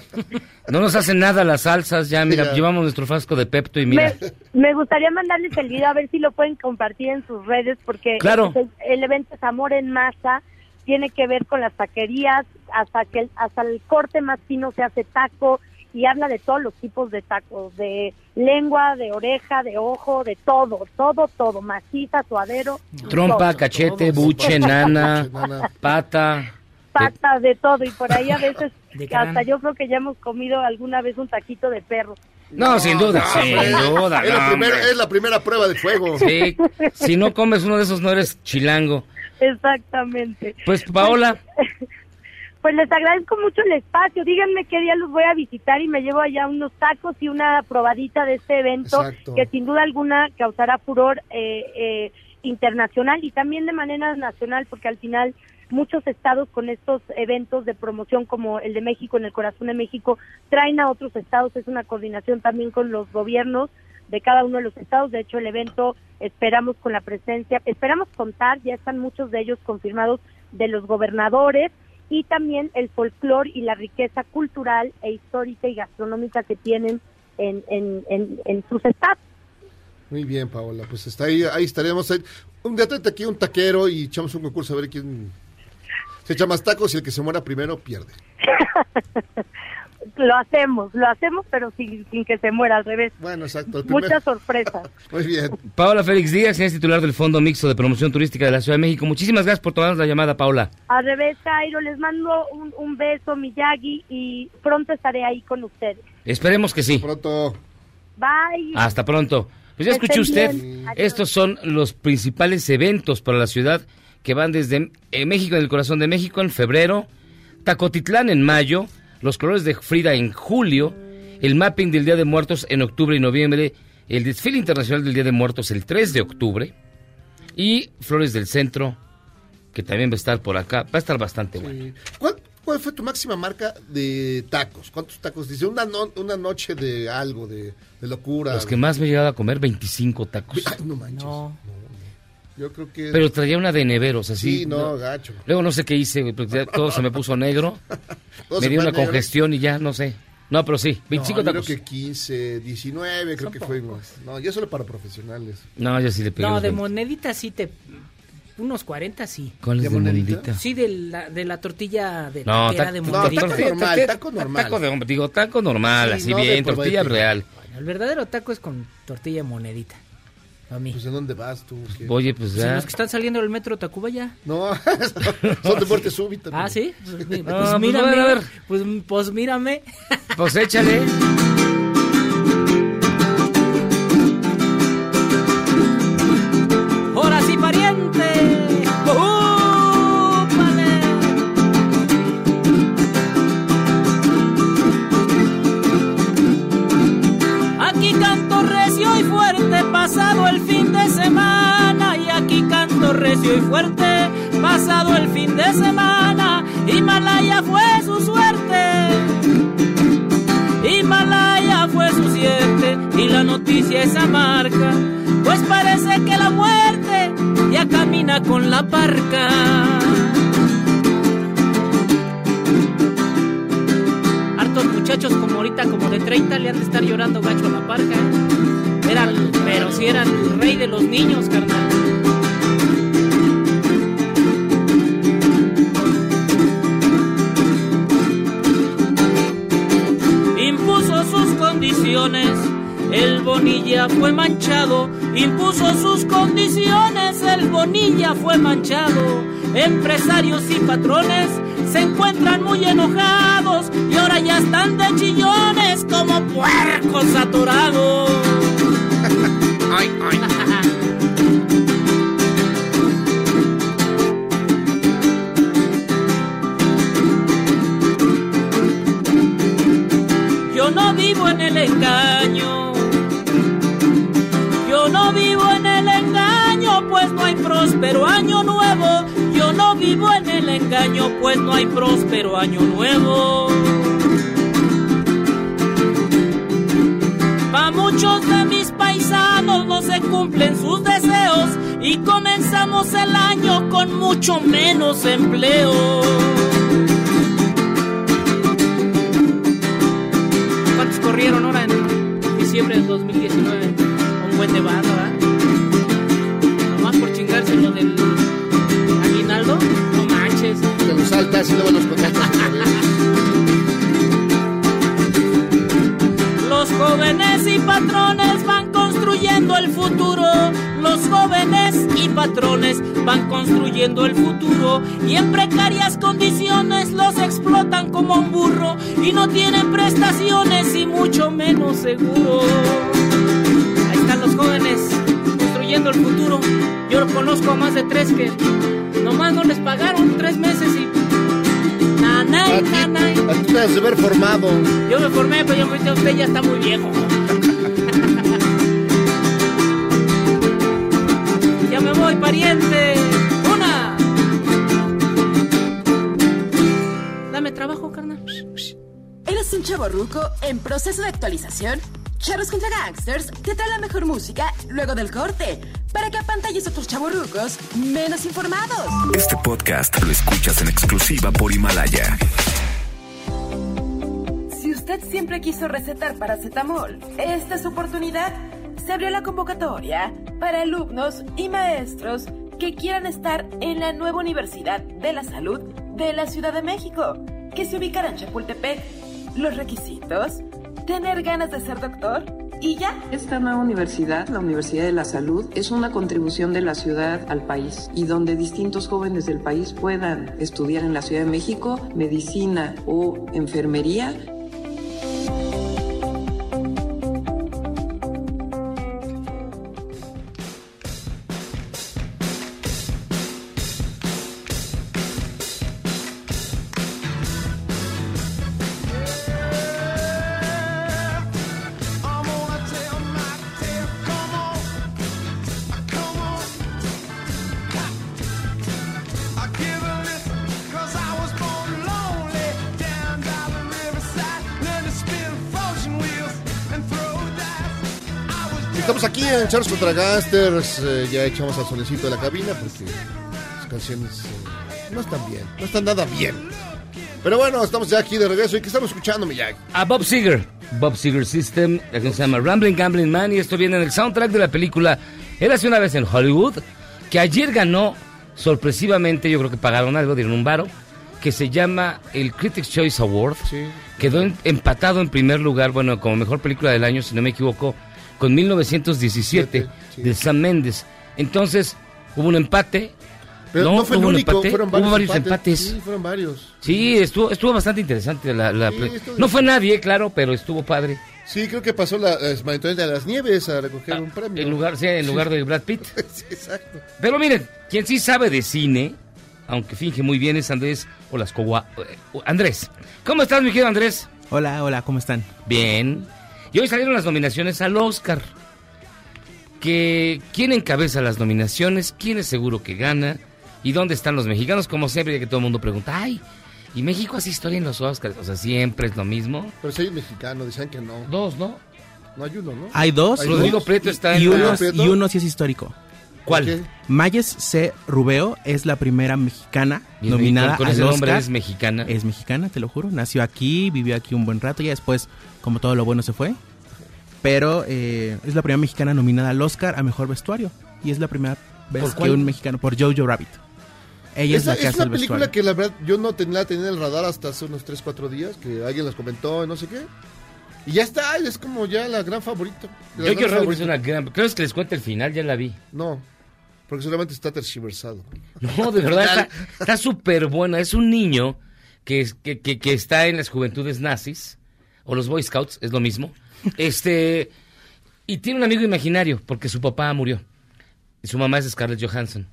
S8: No nos hacen nada las salsas, ya, mira,
S6: Ya.
S8: llevamos nuestro frasco de Pepto y mira.
S12: Me, me gustaría mandarles el video a ver si lo pueden compartir en sus redes porque
S8: Claro.
S12: este es- el evento es Amor en Masa, tiene que ver con las taquerías, hasta que el- hasta el corte más fino se hace taco y habla de todos los tipos de tacos, de lengua, de oreja, de ojo, de todo, todo, todo, maciza, suadero,
S8: Trompa,
S12: todo.
S8: cachete, buche, nana, pata.
S12: patas, de todo y por ahí a veces
S8: De carán.
S12: hasta yo creo que ya hemos comido alguna vez un taquito de perro.
S8: No, sin duda,
S6: no,
S8: sin
S6: hombre.
S8: duda.
S6: Ah, Es
S8: no,
S6: la, primera,
S8: hombre.
S6: es la primera prueba de fuego.
S8: Sí, si no comes uno de esos no eres chilango.
S12: Exactamente.
S8: Pues, Paola,
S12: Pues les agradezco mucho el espacio. Díganme qué día los voy a visitar y me llevo allá unos tacos y una probadita de este evento
S13: Exacto.
S12: que sin duda alguna causará furor eh, eh, internacional y también de manera nacional porque al final muchos estados con estos eventos de promoción como el de México en el corazón de México traen a otros estados. Es una coordinación también con los gobiernos de cada uno de los estados. De hecho, el evento esperamos con la presencia, esperamos contar, ya están muchos de ellos confirmados, de los gobernadores y también el folclore y la riqueza cultural e histórica y gastronómica que tienen en, en, en, en sus estados.
S6: Muy bien, Paola. Pues está ahí, ahí estaremos. Ahí- Un día tráete aquí un taquero y echamos un concurso a ver quién se echa más tacos y el que se muera primero pierde.
S12: Lo hacemos, lo hacemos, pero sin, sin que se muera, al revés.
S6: Bueno, exacto.
S12: Muchas sorpresas.
S6: Muy bien.
S8: Paola Félix Díaz, es titular del Fondo Mixto de Promoción Turística de la Ciudad de México. Muchísimas gracias por tomarnos la llamada, Paola.
S12: Al revés, Cairo, les mando un, un beso, Miyagi, y pronto estaré ahí con ustedes.
S8: Esperemos que sí.
S6: Pronto.
S12: Bye.
S8: Hasta pronto. Pues ya
S12: Que
S8: escuchó usted,
S12: estén bien. Adiós.
S8: estos son los principales eventos para la ciudad que van desde eh, México en el corazón de México en febrero, Tacotitlán en mayo, Los Colores de Frida en julio, el mapping del Día de Muertos en octubre y noviembre, el desfile internacional del Día de Muertos el 3 de octubre y Flores del Centro, que también va a estar por acá, va a estar bastante bueno.
S6: ¿Cuál, cuál fue tu máxima marca de tacos? ¿Cuántos tacos? Dice una, no- una noche de algo, de, de locura.
S8: Los que más me he llegado a comer, 25 tacos.
S6: Ay, no manches. Yo creo que.
S8: Pero traía una de neveros, así.
S6: Sí, no, gacho.
S8: Luego no sé qué hice, güey, porque ya todo se me puso negro.
S6: Todo
S8: me
S6: se
S8: dio
S6: fue
S8: una
S6: negro.
S8: congestión y ya, no sé. No, pero sí, 25
S6: No, yo
S8: tacos.
S6: Creo que 15, 19, creo que fuimos. No, yo solo para profesionales.
S8: No, yo sí le pegué.
S7: No,
S8: los
S7: de
S8: 20.
S7: monedita sí te... Unos 40 sí.
S8: ¿Cuál es de monedita?
S7: Sí, de la, de la tortilla de
S8: No,
S7: taquera
S8: ta-
S7: de
S8: no,
S7: monedita.
S8: taco normal, taco normal. Taco de hombre, digo, taco normal,
S7: Sí,
S8: así
S7: no de
S8: bien,
S7: por
S8: tortilla
S7: veinte.
S8: real.
S7: El verdadero taco es con tortilla de monedita. A mí.
S6: Pues en dónde vas tú.
S8: Oye, pues
S7: Pues en
S8: ya.
S7: los que están saliendo del metro Tacubaya.
S6: No, son de muerte súbita.
S7: Ah, sí. Pues, mi-
S8: No,
S7: pues
S8: pues,
S7: mírame.
S8: bueno, a ver.
S7: Pues, pues mírame.
S8: Pues échale.
S7: Ahora sí, pariente. ¡Ujúpale! Aquí canto recio y fuerte pasado el fin de semana y aquí canto recio y fuerte pasado el fin de semana Himalaya fue su suerte Himalaya fue su siete y la noticia esa marca, pues parece que la muerte ya camina con la parca. Hartos muchachos como ahorita, como de 30, le han de estar llorando gacho a la parca. ¿eh? Era el- pero si era el rey de los niños, carnal. impuso sus condiciones. El Bonilla fue manchado impuso sus condiciones, el Bonilla fue manchado. Empresarios y patrones se encuentran muy enojados y ahora ya están de chillones como puercos atorados.
S13: Ay, ay.
S7: Yo no vivo en el engaño. Yo no vivo en el engaño, pues no hay próspero año nuevo. Yo no vivo en el engaño, pues no hay próspero año nuevo. Pa' muchos de mis paisanos no se cumplen sus deseos y comenzamos el año con mucho menos empleo. ¿Cuántos corrieron ahora en diciembre del 2019? Un buen de banda, ¿verdad? Nomás por chingarse lo del aguinaldo, no manches.
S6: Te los saltas y luego los contactas. otra vez.
S7: Los jóvenes y patrones van construyendo el futuro. Los jóvenes y patrones van construyendo el futuro. Y en precarias condiciones los explotan como un burro. Y no tienen prestaciones y mucho menos seguro. Ahí están los jóvenes construyendo el futuro. Yo conozco a más de tres que nomás no les pagaron tres meses y.
S6: A
S7: Nanay,
S6: ti-
S7: nanay.
S6: a ti te has de haber formado.
S7: Yo me formé, pero yo me dice, usted ya está muy viejo. ya me voy, pariente. Una. Dame trabajo, carnal.
S14: ¿Eres un chavo ruco en proceso de actualización? Charros contra Gangsters te trae la mejor música luego del corte para que apantalles a tus chavorrucos menos informados.
S1: Este podcast lo escuchas en exclusiva por Himalaya.
S2: Si usted siempre quiso recetar paracetamol, esta es su oportunidad. Se abrió la convocatoria para alumnos y maestros que quieran estar en la nueva Universidad de la Salud de la Ciudad de México, que se ubicará en Chapultepec. Los requisitos, tener ganas de ser doctor y ya.
S15: Esta nueva universidad, la Universidad de la Salud, es una contribución de la ciudad al país y donde distintos jóvenes del país puedan estudiar en la Ciudad de México medicina o enfermería.
S5: I'm gonna tell my tale. Come on, come on. I give a listen 'cause I was born lonely. Down by the riverside, learn to spin fortune wheels and throw dice.
S6: Estamos aquí en Charles contra Gangsters. eh, ya echamos al solecito de la cabina porque las canciones eh, no están bien, no están nada bien. Pero bueno, estamos ya aquí de regreso. ¿Y qué estamos escuchando, Miyagi?
S8: A Bob Seger. Bob Seger System, la canción se llama Rambling Gambling Man y esto viene en el soundtrack de la película Érase una vez en Hollywood, que ayer ganó sorpresivamente, yo creo que pagaron algo, dieron un varo, que se llama el Critics Choice Award. Quedó en- empatado en primer lugar, bueno, como mejor película del año, si no me equivoco, con 1917 de Sam Mendes. Entonces, hubo un empate.
S6: Pero no, fue el
S8: hubo un
S6: único,
S8: empate,
S6: fueron
S8: hubo
S6: varios,
S8: varios empates.
S6: Sí, fueron varios.
S8: Sí, estuvo, estuvo bastante interesante la... la play-
S6: estuvo
S8: no fue nadie, claro, pero estuvo padre.
S6: Sí, creo que pasó la eh, María Antonieta de las Nieves a recoger un premio.
S8: Ah, En lugar, sí, en lugar
S6: Sí.
S8: de Brad Pitt.
S6: Sí, exacto.
S8: Pero miren, quien sí sabe de cine, aunque finge muy bien, es Andrés Olascoa. eh, Andrés, ¿cómo estás, mi querido Andrés?
S16: Hola, hola, ¿cómo están?
S8: Bien. Y hoy salieron las nominaciones al Oscar. Que, ¿Quién encabeza las nominaciones? ¿Quién es seguro que gana? ¿Y dónde están los mexicanos? Como siempre, ya que todo el mundo pregunta, ay, ¿y México hace historia en los Oscars? O sea, siempre es lo mismo.
S6: Pero si hay un mexicano, decían que no.
S8: Dos, ¿no?
S6: No hay uno, ¿no?
S16: Hay dos.
S8: Rodrigo Prieto está en
S16: y
S8: la-
S16: uno,
S8: Prieto.
S16: y uno sí es histórico.
S8: ¿Cuál? ¿Qué?
S16: Mayes C. Rubeo es la primera mexicana
S8: Y el
S16: nominada
S8: mexicano con
S16: al
S8: ese nombre
S16: Oscar.
S8: es mexicana.
S16: Es mexicana, te lo juro. Nació aquí, vivió aquí un buen rato. Ya después, como todo lo bueno, se fue. Pero eh, es la primera mexicana nominada al Oscar a Mejor Vestuario. Y es la primera vez
S6: ¿Por
S16: que
S6: cuál?
S16: un mexicano... Por Jojo Rabbit. Ella es
S6: Esa-
S16: la que hace el
S6: una película
S16: vestuario.
S6: que la verdad yo no tenía, la tenía en el radar hasta hace unos 3, 4 días, que alguien las comentó, no sé qué. Y ya está, es como ya la gran favorita. La
S8: Yo
S6: gran
S8: quiero que es
S6: favorita.
S8: una gran. ¿Crees que les cuente el final? Ya la vi.
S6: No, porque solamente está tergiversado.
S8: No, de verdad, está- está súper buena. Es un niño que, es- que, que- que está en las juventudes nazis, o los Boy Scouts, es lo mismo. Este, y tiene un amigo imaginario, porque su papá murió. Y su mamá es Scarlett Johansson.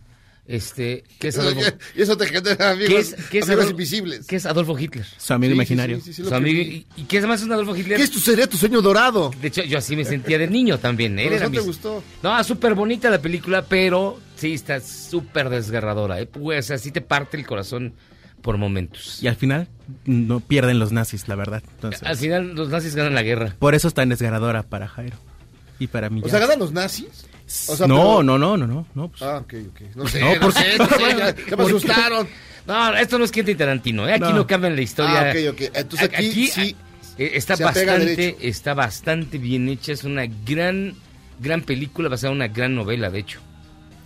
S8: Este, que es Adolfo,
S6: Y eso te genera amigos,
S8: que es- que es
S6: amigos
S8: Adol-
S6: invisibles.
S8: que es Adolfo Hitler.
S16: Su amigo
S6: Sí, sí,
S16: imaginario.
S6: sí, sí, sí, lo
S8: Su amigo- y, y que además es un Adolfo Hitler.
S6: ¿Qué es tu, sería tu sueño dorado?
S8: De hecho, yo así me sentía de niño también. ¿eh?
S6: Pero
S8: Era
S6: no te
S8: mis-
S6: gustó.
S8: No, ah, súper bonita la película, pero sí está súper desgarradora. ¿eh? Pues así te parte el corazón por momentos.
S16: Y al final no pierden los nazis, la verdad. Entonces,
S8: Al final los nazis ganan la guerra.
S16: por eso es tan desgarradora para Jairo. Y para mí.
S6: O
S16: ya.
S6: sea, ¿ganan los nazis? O sea,
S16: no,
S6: pero-
S16: no, no, no, no, no. pues,
S6: Ah, ok, ok. No sé,
S16: No,
S6: no,
S16: por-
S6: sé, no sé, ya, ya me
S8: ¿Por qué?
S6: asustaron.
S8: No, esto no es Quentin Tarantino, ¿eh? aquí no,
S6: No.
S8: cambian la
S6: Ah,
S8: historia.
S6: ok, ok. Entonces
S8: A-
S6: aquí sí
S8: a- eh, está
S6: se apega
S8: bastante,
S6: derecho.
S8: está bastante bien hecha, es una gran, gran película basada en una gran novela, de hecho.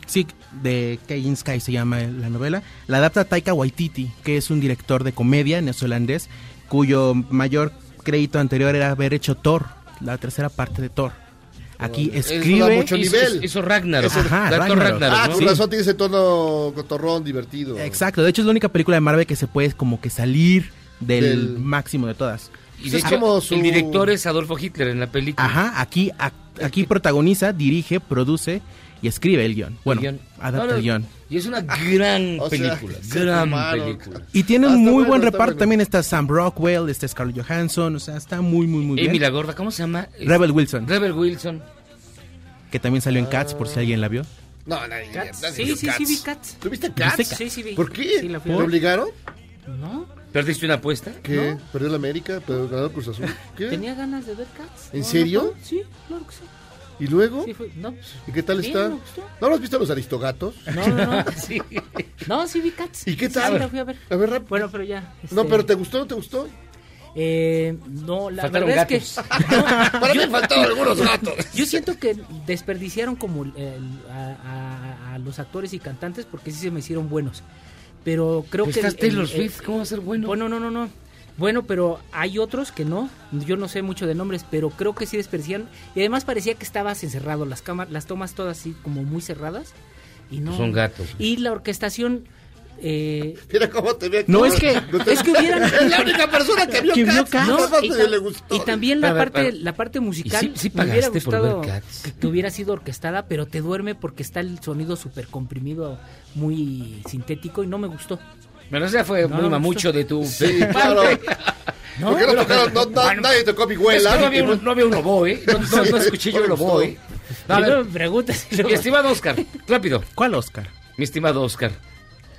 S16: Sí, de Kajin Sky se llama la novela. La adapta Taika Waititi, que es un director de comedia neozelandés, cuyo mayor crédito anterior era haber hecho Thor, la tercera parte de Thor. Aquí
S6: Órale. Eso da
S16: escribe.
S6: mucho
S8: Hizo-
S6: nivel.
S8: hizo Ragnarok.
S16: Ajá,
S8: Doctor
S16: Ragnarok.
S8: Ragnarok,
S6: Ah,
S8: ¿no?
S6: con
S8: Sí.
S6: razón tiene ese tono cotorrón divertido.
S16: Exacto, de hecho es la única película de Marvel que se puede como que salir del,
S6: Del-
S16: máximo de todas.
S8: Y
S6: Pues
S8: de
S6: es
S8: hecho,
S6: como su-
S8: el director es Adolfo Hitler en la película.
S16: Ajá, aquí, a- aquí protagoniza, dirige, produce y escribe el guión. Bueno,
S8: guión.
S16: adapta
S8: No, no,
S16: el guión.
S8: Y es una gran
S6: Ah, O sea,
S8: película,
S6: se
S8: gran
S6: fumaron.
S8: película.
S16: Y tiene
S6: Ah,
S16: un
S6: está
S16: muy
S6: bueno,
S16: buen
S6: está
S16: reparto.
S6: bueno.
S16: También está Sam Rockwell, está Scarlett Johansson. O sea, está muy, muy, muy
S8: Amy
S16: bien.
S8: la gorda, ¿cómo se llama?
S16: Rebel Wilson,
S8: Rebel Wilson.
S16: que también salió en Cats, por si alguien la vio.
S6: No, nadie.
S8: Cats.
S6: nadie
S8: Sí,
S6: vio
S8: sí, sí, vi Cats.
S6: ¿Tú viste Cats?
S16: ¿Viste Cats?
S8: Sí, sí, vi.
S6: Pues ¿Por qué?
S8: Sí, la fui a
S6: ¿Te
S8: ver.
S6: obligaron?
S8: ¿No? ¿Perdiste una apuesta?
S6: ¿Qué? ¿Perdió la América? ¿Perdió ganó el Cruz Azul? ¿Qué?
S3: Tenía ganas de ver Cats.
S6: ¿En
S3: No,
S6: serio?
S3: no, sí, claro que sí.
S6: ¿Y luego?
S3: Sí, fue- no, pues,
S6: ¿Y qué tal
S3: bien,
S6: está?
S3: me gustó.
S6: ¿No los viste a los aristogatos?
S3: No, no, no.
S8: Sí.
S3: No, sí vi Cats.
S6: ¿Y qué
S3: Sí,
S6: tal?
S3: la fui a ver.
S6: A ver, rap-
S3: Bueno, pero ya.
S6: No,
S3: este,
S6: pero ¿te gustó o no te gustó?
S3: eh, no, la
S8: Faltaron
S3: verdad es
S8: gatos.
S3: que. no,
S6: Para mí faltaron algunos gatos.
S3: Yo siento que desperdiciaron como eh, a, a- a los actores y cantantes porque sí se me hicieron buenos. Pero creo
S8: Pues
S3: que. el-
S8: estás Taylor
S3: el- el-
S8: Swift, ¿cómo va a ser bueno?
S3: Bueno, no, no, no. Bueno, pero hay otros que no. Yo no sé mucho de nombres, pero creo que sí desperdiciaron. Y además parecía que estabas encerrado. Las, cámaras, las tomas todas así como muy cerradas. Y no.
S8: Pues Son gatos.
S3: Y la orquestación. eh,
S6: Mira cómo te ve.
S3: No, es que- es que hubieran-
S6: Es la única persona que vio
S16: Que vio
S6: Cats.
S16: Cats.
S3: no,
S6: Nada más
S3: y,
S6: le-
S3: ta-
S6: le gustó.
S3: y también la
S8: A ver,
S3: parte,
S8: a ver.
S3: la parte musical
S8: ¿Y sí- sí
S3: me hubiera
S8: pagaste por ver
S3: gustado
S8: Cats?
S3: que, que hubiera sido orquestada, pero te duerme porque está el sonido súper comprimido, muy sintético y no me gustó.
S8: Bueno, esa fue
S3: No,
S8: muy
S3: no,
S8: mamucho de tu.
S6: Sí, claro.
S8: No,
S6: ¿Por qué no
S8: pero-
S6: tocaron? No, no,
S8: Bueno,
S6: nadie tocó mi
S8: Es que
S6: huela.
S8: no había un, no había un oboe, ¿eh? no, no- no escuché yo el oboe. No, a ver,
S3: Primero me preguntas y luego-
S8: mi estimado Oscar, rápido,
S16: ¿Cuál Oscar?
S8: mi estimado Oscar.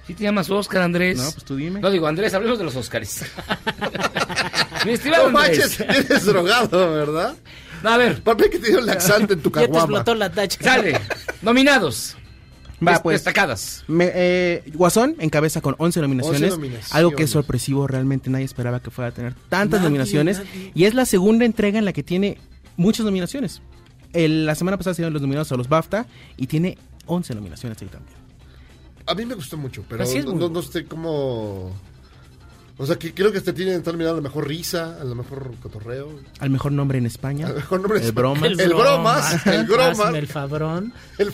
S8: Si te llamas Oscar, Andrés.
S16: No, pues tú dime.
S8: No digo, Andrés, hablemos de los Oscars. mi estimado
S6: No manches,
S8: Andrés.
S6: eres drogado, ¿verdad?
S8: No, a ver,
S6: Papá que te dio laxante en tu
S3: ya te
S6: caguama.
S3: explotó la tacha.
S8: sale. Nominados.
S16: Va,
S8: Des-
S16: pues.
S8: Destacadas.
S16: Me- eh, Guasón encabeza con 11 nominaciones,
S6: 11 nominaciones.
S16: Algo que es sorpresivo, realmente nadie esperaba que fuera a tener tantas nominaciones. Y es la segunda entrega en la que tiene muchas nominaciones. El- la semana pasada se dieron los nominados a los BAFTA y tiene 11 nominaciones ahí también.
S6: A mí me gustó mucho, pero
S3: Así es,
S6: no,
S3: muy
S6: no-
S3: bueno.
S6: no sé cómo... O sea, que creo que este tiene que mirar a la mejor risa, a la mejor cotorreo.
S16: Al mejor nombre en España.
S6: Al mejor nombre en
S16: el
S6: España.
S16: broma.
S6: El bromas, el bromas.
S3: hazme el fabrón,
S6: El-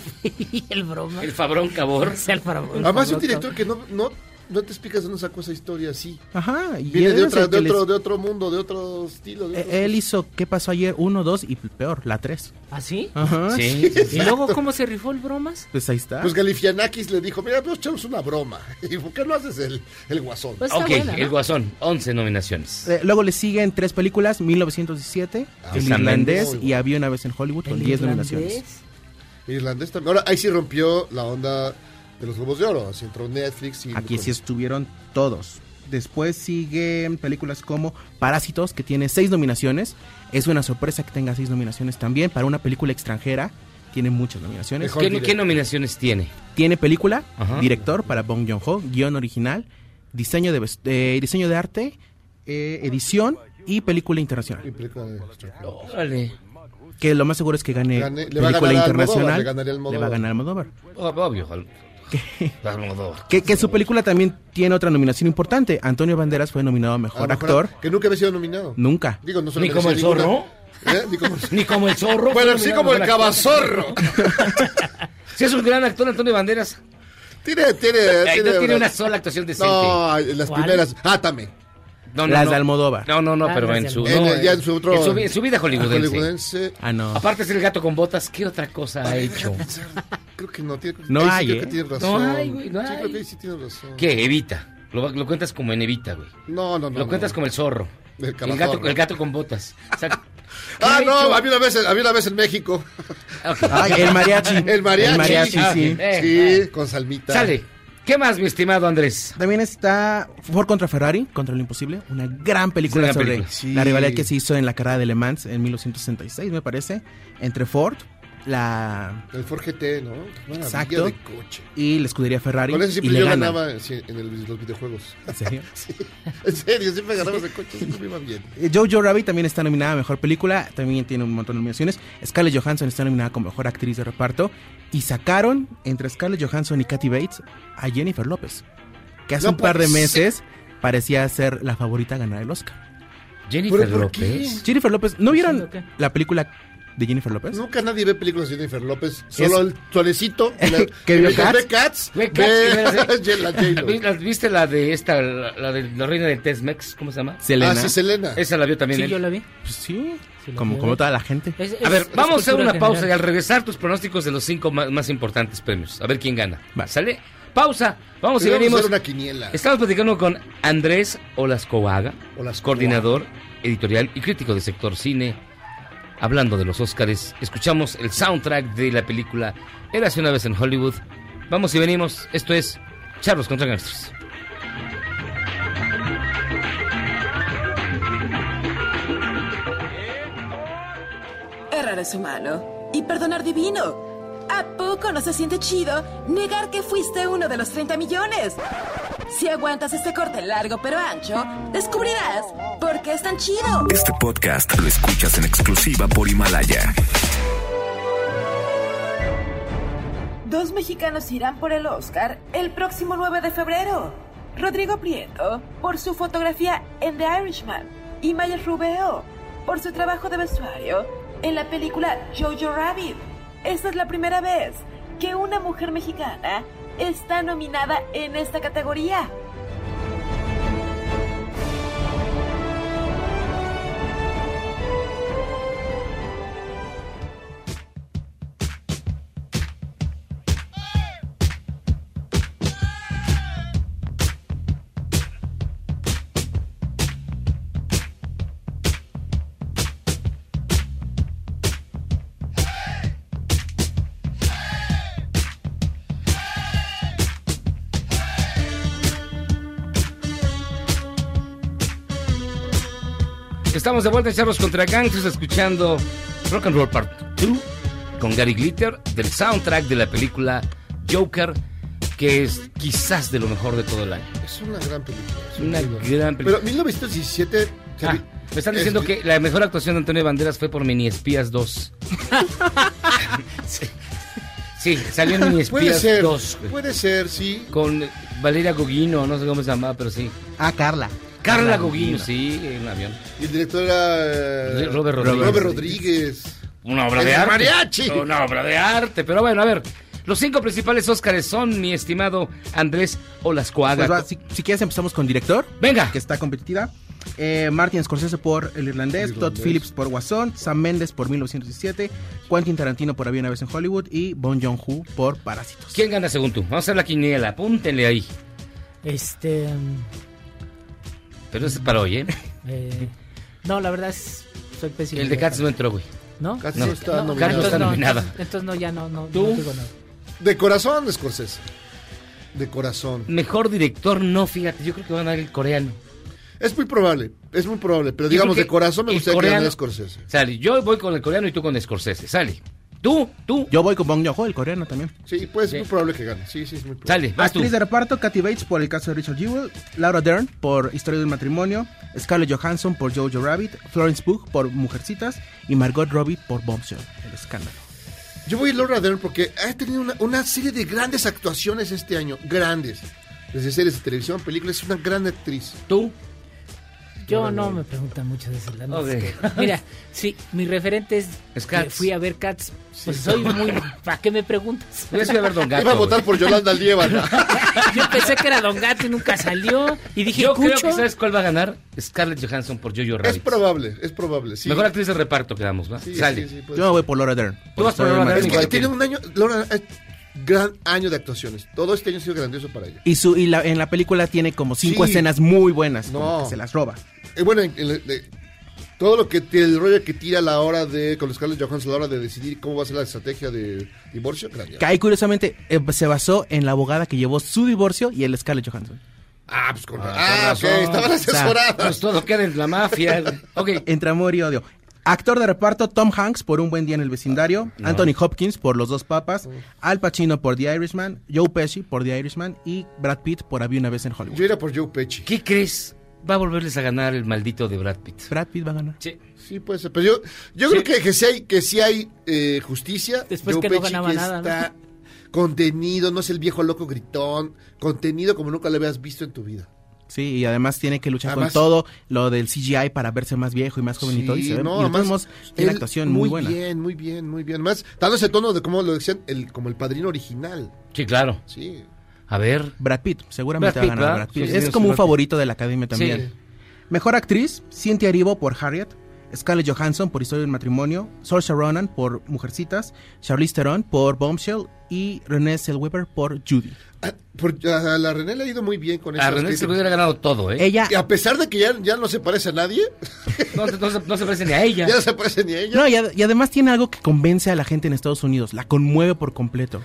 S3: el broma,
S8: El Fabrón Cabor.
S3: Hazme el fabrón.
S6: Además, es un director que no, no, no te explicas de dónde sacó esa historia así.
S16: Ajá. Y
S6: Viene
S16: él
S6: de,
S16: es
S6: otra-
S16: el
S6: de
S16: que les-
S6: otro, de otro mundo, de otro estilo. de otro-
S16: eh, Él hizo ¿Qué pasó ayer? 1, 2 y peor, la 3.
S3: ¿Así?
S16: Ajá.
S8: Sí, sí, sí.
S3: ¿Y luego cómo se rifó el bromas?
S16: Pues ahí está.
S6: Pues Galifianakis le dijo, mira, pues echamos una broma. ¿Y por qué no haces el, el guasón?
S3: Pues está
S8: Ok,
S3: buena,
S8: El
S3: ¿no?
S8: Guasón, 11 nominaciones.
S16: Eh, luego le siguen tres películas, 1917, El Irlandés
S6: Ah, Muy bueno.
S16: y Había una vez en Hollywood con
S3: El
S16: 10
S3: irlandés.
S16: nominaciones.
S6: Irlandés también. Ahora, ahí sí rompió la onda de los Globos de Oro. Así entró Netflix y...
S16: Aquí sí estuvieron todos. Después siguen películas como Parásitos, que tiene seis nominaciones. Es una sorpresa que tenga seis nominaciones también. Para una película extranjera, tiene muchas nominaciones.
S6: Mejor
S8: ¿Qué,
S6: director.
S8: qué nominaciones tiene?
S16: Tiene película,
S8: Ajá.
S16: director para Bong Joon-ho, guión original, diseño de, vest- eh, diseño de arte, eh, edición y película internacional.
S6: Y película de-
S8: Órale.
S16: que lo más seguro es que gane,
S6: Gane- le va a
S16: película
S6: ganar a Almodóvar,
S16: internacional.
S6: le ganaría a
S16: va
S6: Almodóvar.
S16: a ganar Almodóvar.
S8: Obvio, ojalá.
S6: Ah,
S16: Que, que su película también tiene otra nominación importante. Antonio Banderas fue nominado a
S6: A lo
S16: mejor
S6: mejor
S16: actor.
S6: Que nunca había sido nominado.
S16: Nunca.
S6: Digo, no se
S16: Ni
S6: lo
S16: como
S6: merecía
S16: el
S6: ninguna. ¿Eh? Ni como, el zorro. Bueno, sí, como el cabazorro.
S8: Si es un gran actor, Antonio Banderas.
S6: Tiene, tiene,
S8: Ay, no tiene una sola actuación decente.
S6: No, las
S8: ¿Cuál?
S6: primeras. Ah, Átame.
S8: No, no, no. No, no, no,
S6: Ah,
S8: pero
S6: las
S8: en
S6: de
S8: su.
S6: Almodóvar.
S8: no,
S6: En el- ya en su otro-
S8: vi- en su vida hollywoodense.
S6: hollywoodense.
S16: Ah, no.
S8: Aparte es el gato con botas, ¿qué otra cosa ha hecho?
S6: Creo que no tiene.
S8: No
S6: ahí sí
S8: hay,
S6: creo
S8: ¿eh?
S6: que tiene
S8: No
S6: razón.
S8: hay, güey, no
S6: Sí, creo
S8: hay.
S6: que ahí sí tiene razón.
S8: ¿Qué? Evita. Lo, lo cuentas como en Evita, güey.
S6: No, no, no.
S8: Lo cuentas como el zorro. El,
S6: cabazorro.
S8: gato, el gato con botas. O sea,
S6: Ah,
S8: ¿qué ha
S6: no,
S8: hecho?
S6: había una vez, había una vez en México.
S8: Ay, el mariachi.
S6: El mariachi.
S8: El mariachi,
S6: Ah,
S8: sí.
S6: Sí,
S8: Eh,
S6: con salmita.
S8: Sale. ¿Qué más, mi estimado Andrés?
S16: También está Ford contra Ferrari, Contra lo Imposible, una gran película
S8: Es una gran
S16: sobre
S8: película. Sí.
S16: la rivalidad que se hizo en la carrera de Le Mans en 1966, me parece, entre Ford, la...
S6: El Ford GT, ¿no? Qué maravilla
S16: Exacto.
S6: de coche.
S16: Y la escudería Ferrari.
S6: Con ese
S16: y
S6: siempre
S16: le
S6: yo
S16: gana.
S6: ganaba sí, en el- los videojuegos.
S16: ¿En serio?
S6: Sí, en serio, siempre ganaba ese coche, siempre me iba bien.
S16: Eh, Jojo Rabbit también está nominada a Mejor Película, también tiene un montón de nominaciones. Scarlett Johansson está nominada como Mejor Actriz de Reparto. Y sacaron entre Scarlett Johansson y Kathy Bates a Jennifer López, que hace
S6: No
S16: un par de
S6: puede ser.
S16: meses parecía ser la favorita a ganar el Oscar.
S8: Jennifer ¿Pero por qué? López.
S16: Jennifer López, ¿no vieron la película de Jennifer López?
S6: Nunca nadie ve películas de Jennifer López, solo
S16: Es-
S6: el solecito. la-
S16: Que vio
S6: ve
S16: Cats.
S6: Ve Cats.
S8: Ve Cats,
S6: Ve
S8: y
S6: la
S8: ve-
S6: J-Lo.
S8: ¿Vi- la- ¿Viste la de esta, la, la de la reina del Tex-Mex? ¿Cómo se llama?
S16: Selena.
S6: Ah, sí, Selena.
S8: Esa la vio también.
S16: Sí,
S8: él.
S16: yo la
S17: vi.
S16: Pues sí,
S17: la
S16: como,
S17: veo.
S16: como toda la gente.
S17: Es-
S8: A ver,
S17: es
S8: vamos a hacer
S17: cultura
S8: una pausa y al
S17: general.
S8: regresar tus pronósticos de los cinco ma- más, importantes premios. A ver quién gana. ¿Sale? Pausa. Vamos
S6: Vamos
S8: y
S6: a
S8: venimos.
S6: hacer una quiniela.
S8: Estamos platicando con Andrés Olascoaga,
S6: Olascoaga.
S8: coordinador editorial y crítico del sector cine. Hablando de los Óscares, escuchamos el soundtrack de la película Érase una vez en Hollywood. Vamos y venimos. Esto es Charlos contra Gangsters.
S14: Errar es humano y perdonar divino. ¿A poco no se siente chido negar que fuiste uno de los 30 millones? Si aguantas este corte largo pero ancho, descubrirás por qué es tan chido.
S1: Este podcast lo escuchas en exclusiva por Himalaya.
S2: Dos mexicanos irán por el Oscar el próximo 9 de febrero. Rodrigo Prieto por su fotografía en The Irishman y Maya Rubeo por su trabajo de vestuario en la película Jojo Rabbit. Esta es la primera vez que una mujer mexicana está nominada en esta categoría.
S8: Estamos de vuelta en Charlos contra Gangsters escuchando Rock and Roll Part 2 con Gary Glitter del soundtrack de la película Joker, que es quizás de lo mejor de todo el año.
S6: Es una gran película. es
S8: Una
S6: película.
S8: gran película.
S6: Pero 1917. se
S8: Ah,
S6: vi-
S8: me están diciendo
S6: es-
S8: que la mejor actuación de Antonio Banderas fue por Mini Espías 2. sí. Sí, salió en Mini
S6: Puede
S8: Espías
S6: ser.
S8: 2. güey.
S6: Puede ser, sí.
S8: Con Valeria Gugino, no sé cómo se llamaba, pero sí.
S16: Ah, Carla.
S8: Carla Gugino, sí, en un avión.
S6: Y el director era. eh,
S8: Robert Rodríguez.
S6: Robert Rodríguez.
S8: Una obra de
S6: El
S8: arte.
S6: mariachi.
S8: Una obra de arte. Pero bueno, a ver. Los cinco principales Óscares son mi estimado Andrés Olascuaga.
S16: Pues va, si, si quieres empezamos con director.
S8: Ah, Venga.
S16: Que está competitiva. Eh, Martin Scorsese por El Irlandés,
S6: El
S16: Todd
S6: Irlandés.
S16: Phillips por Guasón, Sam Mendes por 1917, Quentin Tarantino por Había una vez en Hollywood y Bon Joon-ho por Parásitos.
S8: ¿Quién gana según tú? Vamos a hacer la quiniela, apúntenle ahí.
S17: Este. mm,
S8: Pero ese es para hoy, ¿eh?
S17: eh, no, la verdad es. Soy pésimo.
S8: El de Cats no entró, güey.
S17: ¿No?
S6: Cats
S8: no,
S6: no está
S8: Cats
S6: nominado.
S8: no está
S17: no,
S8: nominada.
S17: entonces- entonces no, ya no, no,
S6: ¿Tú?
S17: no digo nada.
S6: De corazón, Scorsese. De corazón.
S8: Mejor director, no, fíjate. Yo creo que va a ganar el coreano.
S6: Es muy probable, es muy probable. Pero
S8: Yo
S6: digamos,
S8: creo
S6: de
S8: que
S6: corazón me
S8: el
S6: gustaría que
S8: coreano-
S6: ganara Scorsese.
S8: Sale, yo voy con el coreano y tú con Scorsese. Sale. ¿Tú? ¿Tú?
S16: Yo voy con Bong Joon-ho, el coreano también.
S6: Sí, pues es muy probable que gane. Sí, sí, es muy probable.
S8: Sale, vas tú.
S16: Actriz de reparto, Kathy Bates por El caso de Richard Jewell, Laura Dern por Historia de un matrimonio, Scarlett Johansson por Jojo Rabbit, Florence Pugh por Mujercitas y Margot Robbie por Bombshell, El escándalo.
S6: Yo voy a Laura Dern porque ha tenido una, una serie de grandes actuaciones este año. Grandes. Desde series de televisión, películas. Es una gran actriz.
S8: ¿Tú?
S17: Yo no me preguntan mucho de ese lado.
S8: Ok.
S17: Es que- Mira, sí, mi referente es.
S8: Es
S17: que
S8: Cats.
S17: Fui a ver Cats. Pues soy muy. ¿Para qué me preguntas?
S8: Yo fui a ver Don Gato.
S6: Iba a votar por Yolanda Lieva.
S17: Yo pensé que era Don Gato y nunca salió. Y dije,
S8: Yo creo
S17: Cucho.
S8: que ¿sabes cuál va a ganar? Scarlett Johansson por Jojo
S6: Es
S8: Rabbit.
S6: probable, es probable. Sí.
S8: Mejor actriz de reparto quedamos, ¿va?
S6: Sí,
S8: Sale.
S6: sí, pues. sí, puede
S16: Yo me
S6: ser.
S16: voy por Laura Dern.
S8: Tú vas por
S16: Historia de un
S8: Laura Dern,
S16: matrimonio.
S6: Es que tiene un año, Laura, es gran año de actuaciones. Todo este año ha sido grandioso para ella.
S16: Y, su, y la- en la película tiene como cinco
S6: Sí.
S16: escenas muy buenas, como
S6: No.
S16: que se las roba.
S6: Eh, bueno, en- en la- de- todo lo que el rollo que tira a la hora de con Scarlett Johansson a la hora de decidir cómo va a ser la estrategia de divorcio, grandioso.
S16: Que ahí, curiosamente, eh, se basó en la abogada que llevó su divorcio y el Scarlett Johansson.
S6: Ah, pues con
S8: Ah,
S6: Ah, ok,
S8: con razón.
S6: estaban asesoradas.
S8: Pues todo queda en la mafia. ok.
S16: Entre amor y odio. Actor de reparto Tom Hanks por Un buen día en el vecindario,
S6: Ah,
S8: No.
S16: Anthony Hopkins por Los dos papas, Al Pacino por The Irishman, Joe Pesci por The Irishman y Brad Pitt por Había una vez en Hollywood.
S6: Yo iría por Joe Pesci.
S8: ¿Qué crees? Va a volverles a ganar el maldito de Brad Pitt.
S16: Brad Pitt va a ganar.
S8: Sí.
S6: Sí, puede ser. Pero yo, yo creo que, que sí hay, que sí hay eh, justicia.
S17: Después
S6: Joe
S17: que no
S6: Pesci
S17: ganaba nada, ¿no?
S6: está contenido, no es el viejo loco gritón. Contenido como nunca lo habías visto en tu vida.
S16: Sí, y además tiene que luchar
S6: Además-
S16: con todo lo del CGI para verse más viejo y más joven y todo. Y se ve- y de todos
S6: además,
S16: modos, tiene
S6: él
S16: actuación muy, buena.
S6: Muy bien, muy bien, muy bien. Más dando ese tono de como lo decían, el, como el padrino original.
S8: Sí, claro.
S6: Sí.
S8: A ver.
S16: Brad Pitt, seguramente
S8: Brad Pitt,
S16: va a ganar
S8: ¿verdad?
S16: Brad Pitt.
S8: Sí,
S16: es
S8: sí,
S16: como
S8: sí,
S16: un
S8: Brad
S16: favorito de la academia también.
S8: Sí.
S16: Mejor actriz, Cynthia Erivo por Harriet, Scarlett Johansson por Historia del matrimonio, Saoirse Ronan por Mujercitas, Charlize Theron por Bombshell y Renée Zellweger por Judy.
S6: Ah, por- a, a la René le ha ido muy bien con eso.
S8: A René se le hubiera ganado todo, ¿eh?
S16: Ella,
S6: a pesar de que ya, ya no se parece a nadie,
S8: No, no se- no se parece ni a ella.
S6: ya, no se parece ni a ella.
S16: no, y, ad- y además tiene algo que convence a la gente en Estados Unidos, la conmueve por completo.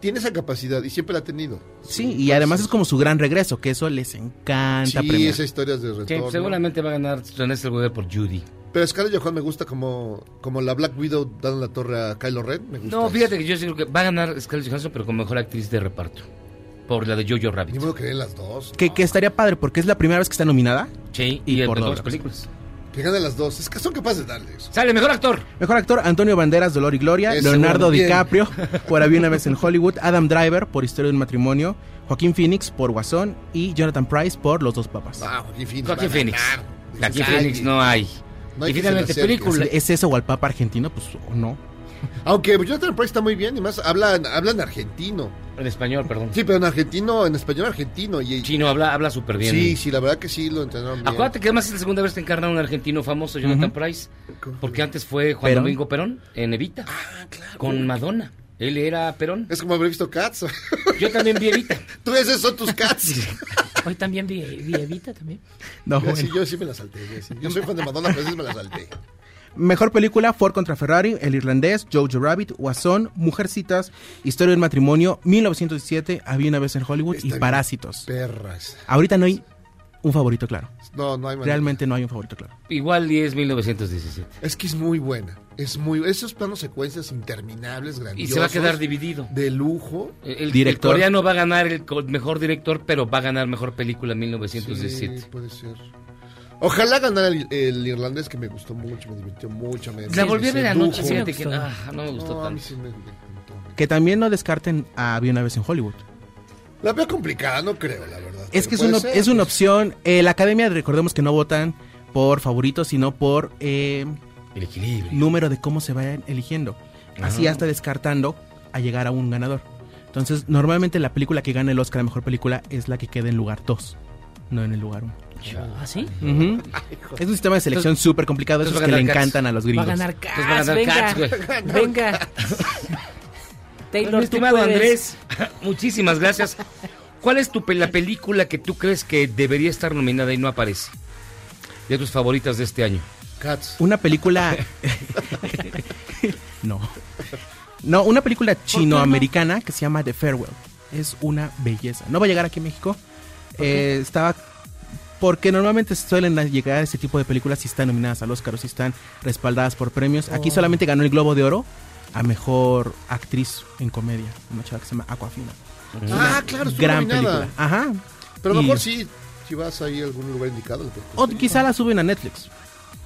S6: Tiene esa capacidad y siempre la ha tenido.
S16: Sí, y además es como su gran regreso, que eso les encanta
S6: pues Sí,
S16: premiar.
S6: esas historias de
S8: Sí,
S6: retorno.
S8: seguramente va a ganar René Zellweger por Judy.
S6: Pero Scarlett Johansson me gusta como, como la Black Widow dando la torre a Kylo Ren. Me gusta
S8: No,
S6: eso.
S8: fíjate que yo sí creo que va a ganar Scarlett Johansson, pero con mejor actriz de reparto. Por la de Jojo
S6: Ni
S8: Rabbit.
S6: modo que den las dos.
S16: Que, que estaría padre porque es la primera vez que está nominada.
S8: Sí,
S16: Y
S8: y,
S16: por
S8: por
S16: Laura
S8: dos películas.
S6: Que ganen las dos. Es que son capaces de darle eso.
S8: Sale, mejor actor.
S16: Mejor actor, Antonio Banderas, Dolor y Gloria,
S6: Ese
S16: Leonardo
S6: bueno, bien.
S16: DiCaprio, por Había una vez en Hollywood, Adam Driver, por Historia de un matrimonio, Joaquín Phoenix, por Guasón, y Jonathan Price, por Los dos papas.
S6: Ah, Joaquín Phoenix.
S8: Joaquín
S6: va a
S8: Phoenix.
S6: ganar.
S8: Joaquín
S6: Nadie.
S8: Phoenix no hay.
S6: No hay que se le
S8: y finalmente,
S6: acerque.
S8: película.
S16: ¿Es eso o al papa argentino? Pues o no.
S6: Aunque Jonathan Price está muy bien y más hablan, hablan argentino.
S8: En español, perdón.
S6: Sí, pero en argentino, en español argentino. Y,
S8: Chino habla, habla súper bien.
S6: sí, sí, la verdad que sí lo entrenaron bien.
S8: Acuérdate que además es la segunda vez que encarna un argentino famoso, Jonathan Price, porque antes fue Juan
S16: Perón.
S8: Domingo Perón en Evita, con Madonna. Él era Perón.
S6: Es como haber visto Cats.
S8: Yo también vi Evita.
S6: Tú esos son tus Cats.
S17: Hoy también vi, vi Evita también.
S16: No,
S6: yo, sí,
S16: bueno.
S6: yo sí me la salté. Yo, sí. Yo soy fan de Madonna, pero sí me la salté.
S16: Mejor película, Ford contra Ferrari, El Irlandés, Jojo Rabbit, Guasón, Mujercitas, Historia del matrimonio, 1917, Había una vez en Hollywood
S6: Está
S16: y
S6: bien.
S16: Parásitos.
S6: Perras.
S16: Ahorita no hay un favorito claro.
S6: No, no hay manera.
S16: Realmente no hay un favorito claro.
S8: Igual y es 1917.
S6: Es que es muy buena. Es muy. Esos planos secuencias interminables,
S8: Y
S6: grandiosos.
S8: se va a quedar dividido.
S6: De lujo.
S8: El- El,
S16: Director.
S8: el coreano va a ganar el co- mejor director, pero va a ganar mejor película
S6: Sí,
S8: 1917.
S6: puede ser. Ojalá ganara el, el irlandés que me gustó mucho, me divirtió mucho. Me,
S8: La volví a ver
S6: sedujo.
S8: anoche, fíjate que
S17: gustó.
S8: ah, no me gustó
S6: No, a mí
S8: tanto.
S6: sí me- me encantó.
S16: Que también no descarten a Había una vez en Hollywood.
S6: La veo complicada, no creo, la verdad.
S16: Es
S6: pero
S16: que es
S6: puede
S16: una,
S6: ser,
S16: es una
S6: pues.
S16: opción. Eh, la academia, recordemos que no votan por favoritos, sino por eh,
S8: El equilibrio.
S16: número de cómo se vayan eligiendo. Así hasta descartando a llegar a un ganador. Entonces, normalmente la película que gana el Oscar a mejor película es la que queda en lugar 2, no en el lugar 1.
S17: ¿Ah, sí?
S16: Es un sistema de selección súper complicado, esos
S8: entonces va
S16: que
S8: a
S16: le
S8: ganar Cats.
S16: encantan a los
S17: Va
S16: gringos.
S17: a ganar
S8: Entonces va a
S17: Cats.
S8: ganar
S17: Venga.
S8: Cats, güey.
S17: venga.
S8: Mi
S17: Taylor, tú
S8: estimado
S17: puedes.
S8: Andrés, muchísimas gracias. ¿Cuál es tu, pe- la película que tú crees que debería estar nominada y no aparece? De tus favoritas de este año.
S6: Cats.
S16: Una película... no. No, una película chinoamericana que se llama The Farewell. Es una belleza. No va a llegar aquí a México. Eh, estaba... Porque normalmente suelen llegar este
S6: Oh.
S16: tipo de películas si están nominadas al Oscar o si están respaldadas por premios. Aquí solamente ganó el Globo de Oro a mejor actriz en comedia. Una chava que se llama Aquafina. Es
S6: Ah,
S16: una
S6: claro, estuvo
S16: Gran
S6: nominada.
S16: película. Ajá.
S6: Pero a lo
S16: Y-
S6: mejor sí, si vas ahí a algún lugar indicado. pues le puedes
S16: O
S6: conseguir.
S16: quizá la suben a Netflix.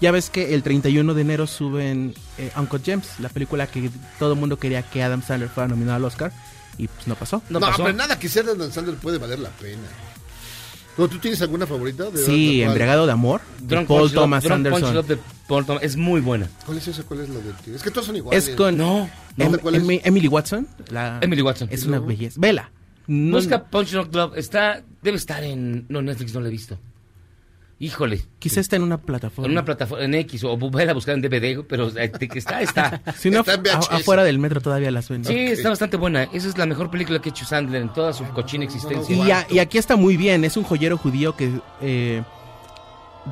S16: Ya ves que el 31 de enero suben eh, Uncle James, la película que todo el mundo quería que Adam Sandler fuera nominado al Oscar. Y pues no pasó.
S6: No, pero nada que sea de Dan Sandler puede valer la pena. Pero, ¿Tú tienes alguna favorita? De
S16: Sí,
S6: verdad, cuál?
S16: Embriagado de Amor, de
S8: Drunk
S16: Paul
S8: Punch Love-
S16: Thomas
S8: Drunk Punch
S16: Anderson.
S8: Love de Paul Thomas. Es muy buena.
S6: ¿Cuál es esa? ¿Cuál es la del tío? Es que todos son iguales.
S16: Es con
S6: No,
S16: Em-
S6: ¿cuál es?
S16: Em- Emily Watson. la-
S8: Emily Watson.
S16: Es una belleza. Vela. No-
S8: Busca Punch Drunk Love. Está, debe estar en... No, Netflix no la he visto. Híjole.
S16: Quizá está en una plataforma.
S8: En una plataforma, en X, o vaya a buscar en DVD, pero eh, de que está, está.
S16: Si no, a- afuera del metro todavía las ven.
S8: Sí, está bastante buena. Esa es la mejor película que ha hecho Sandler en toda su cochina existencia.
S16: Y, a- y aquí está muy bien, es un joyero judío que eh,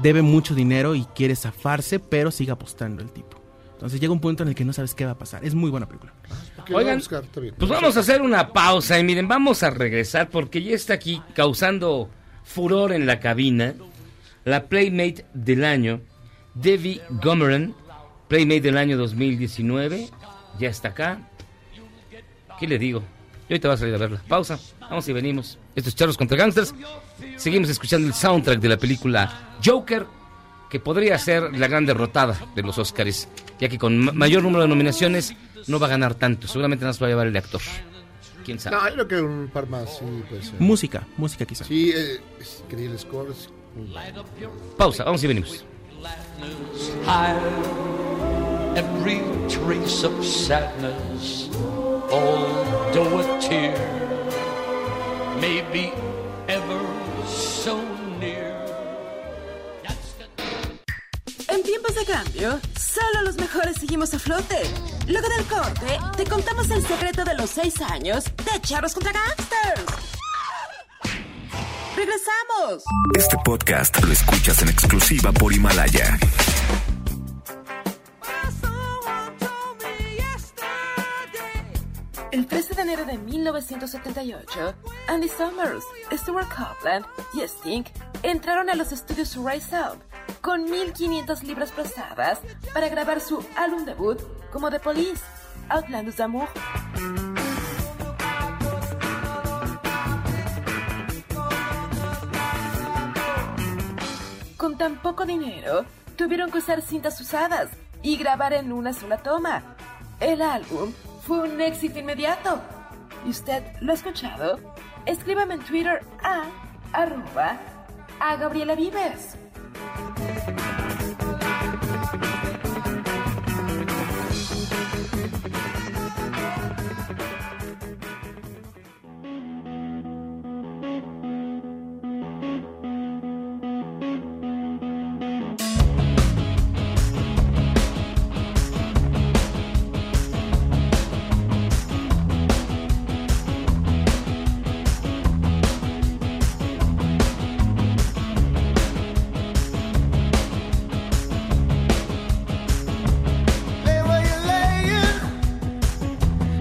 S16: debe mucho dinero y quiere zafarse, pero sigue apostando el tipo. Entonces llega un punto en el que no sabes qué va a pasar. Es muy buena película.
S6: ¿Qué lo voy a
S8: Oigan,
S6: buscar? Está bien.
S8: Pues vamos a hacer una pausa y miren, vamos a regresar porque ya está aquí causando furor en la cabina la Playmate del año, Debbie Gomeran, Playmate del año 2019, ya está acá. ¿Qué le digo? Yo ahorita voy a salir a verla. Pausa, vamos y venimos. Estos charros contra gangsters. Seguimos escuchando el soundtrack de la película Joker, que podría ser la gran derrotada de los Oscars, ya que con ma- mayor número de nominaciones no va a ganar tanto. Seguramente nos va a llevar el actor. ¿Quién sabe?
S6: No, yo creo que un par más. Sí, puede ser.
S16: eh. Música, música quizá.
S6: Sí, eh, es increíble score. es-
S8: Pausa, vamos y venimos.
S18: higher. Every trace of sadness, although a tear may be ever so near.
S14: En tiempos de cambio, solo los mejores seguimos a flote. Luego del corte, te contamos el secreto de los seis años de Charros contra Gangsters. ¡Ah! ¡Regresamos!
S1: Este podcast lo escuchas en exclusiva por Himalaya.
S2: El 13 de enero de 1978, Andy Summers, Stuart Copeland y Sting entraron a los estudios Rise Up con 1.500 libras prestadas para grabar su álbum debut como The Police, Outlandus d'Amour. Con tan poco dinero, tuvieron que usar cintas usadas y grabar en una sola toma. El álbum fue un éxito inmediato. ¿Y usted lo ha escuchado? Escríbame en Twitter a arroba a Gabriela Vives.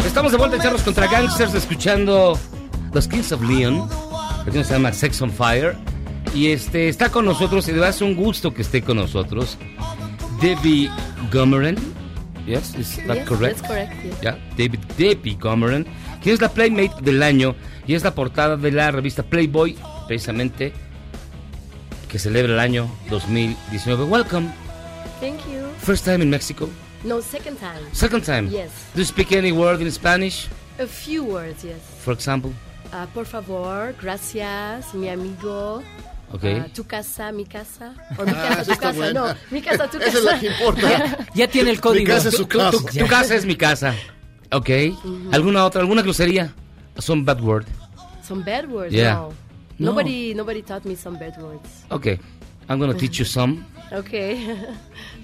S8: Estamos de vuelta en Charros contra Gangsters escuchando Los Kings of Leon, la canción se llama Sex on Fire. Y este está con nosotros, y de verdad es un gusto que esté con nosotros. Debbie Gomeran. Yes, is that
S19: Yes,
S8: correct?
S19: that's correct, yes.
S8: Yeah, David Debbie Gomeran, quien es la Playmate del año y es la portada de la revista Playboy, precisamente, que celebra el año 2019. Welcome,
S19: Thank you.
S8: first time in Mexico,
S19: No, second time.
S8: second time.
S19: Yes.
S8: Do you speak any word in Spanish,
S19: A few words, yes.
S8: for example?
S19: Uh, por favor, gracias, mi amigo.
S8: Okay.
S19: Uh, tu casa, mi casa. O mi
S6: Ah,
S19: casa,
S6: esa
S19: tu
S6: está
S19: casa.
S6: buena.
S19: No, mi casa, tu
S6: Esa
S19: casa.
S6: es la que importa.
S8: Ya tiene el código.
S6: Mi casa es su
S8: Tu- tu-
S6: casa.
S8: Tu, tu casa es mi casa. Ok. ¿Alguna otra? ¿Alguna grosería? Some bad word.
S19: Some bad words.
S8: Yeah.
S19: No.
S8: No.
S19: Nobody, nobody taught me some bad words.
S8: Ok. I'm going to teach you some.
S19: Okay.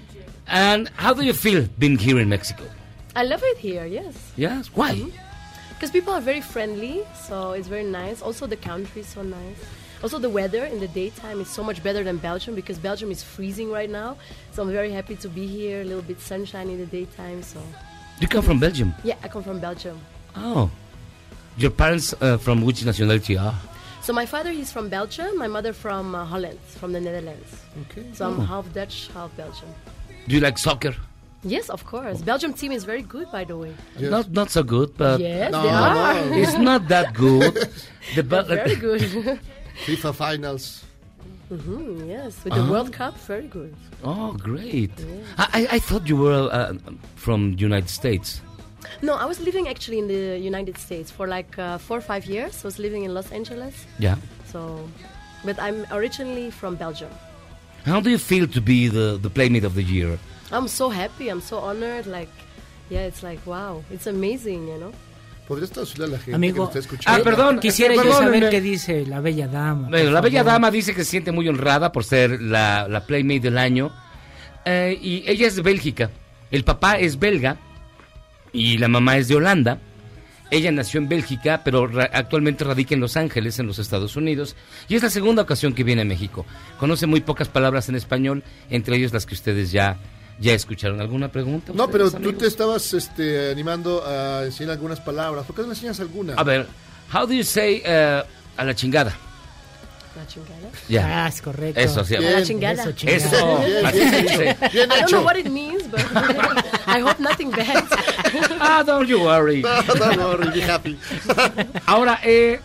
S8: And how do you feel being here in Mexico?
S19: I love it here. Yes.
S8: Yes. Why?
S19: Because Hmm? people are very friendly, so it's very nice. Also, the country is so nice. Also, the weather in the daytime is so much better than Belgium because Belgium is freezing right now. So I'm very happy to be here. A little bit sunshine in the daytime. So
S8: You come from Belgium.
S19: yeah, I come from Belgium.
S8: Oh. Your parents uh, from which nationality are?
S19: So my father he's from Belgium. My mother from uh, Holland, from the Netherlands.
S6: Okay.
S19: So I'm
S8: Oh.
S19: half Dutch, half Belgian.
S8: Do you like soccer?
S19: Yes, of
S8: Oh.
S19: course. Belgium team is very good, by the way.
S8: Not not so good, but
S19: Yes, No, they are. no.
S8: it's not that good. The Bel-
S19: Very good.
S6: FIFA Finals.
S19: hmm yes, with the
S8: Ah.
S19: World Cup, very good.
S8: Oh, great! I, I I thought you were uh, from United States.
S19: No, I was living actually in the United States for like uh, four or five years. I was living in Los Angeles.
S8: Yeah.
S19: So, but I'm originally from Belgium.
S8: How do you feel to be the the playmate of the year?
S19: I'm so happy. I'm so honored. Like, yeah, it's like wow, it's amazing. You know.
S6: ¿Podrías traducirle a la gente que
S17: Amigo.
S6: nos está escuchando?
S17: Ah, perdón. Quisiera yo saber
S8: perdónenme.
S17: qué dice la bella dama.
S8: Bueno,
S17: por
S8: la bella
S17: favor.
S8: dama dice que se siente muy honrada por ser la, la Playmate del año. Eh, y ella es de Bélgica. El papá es belga y la mamá es de Holanda. Ella nació en Bélgica, pero ra- actualmente radica en Los Ángeles, en los Estados Unidos. Y es la segunda ocasión que viene a México. Conoce muy pocas palabras en español, entre ellas las que ustedes ya, ya escucharon. ¿Alguna pregunta?
S6: No, pero
S8: ustedes,
S6: tú
S8: amigos?
S6: te estabas este, animando a enseñar algunas palabras. ¿Por qué no enseñas alguna?
S8: A ver, how do you say eh, a la chingada?
S19: La chingada.
S8: Ya.
S17: Ah, es correcto.
S8: Eso, sí.
S19: La chingada.
S17: Eso, chingada.
S8: Eso.
S17: Bien,
S8: Así
S17: bien
S8: se
S17: hecho.
S8: dice.
S19: I don't know what it means, but I hope nothing bad.
S8: Ah, don't you worry.
S6: don't worry, be happy.
S8: Ahora, eh,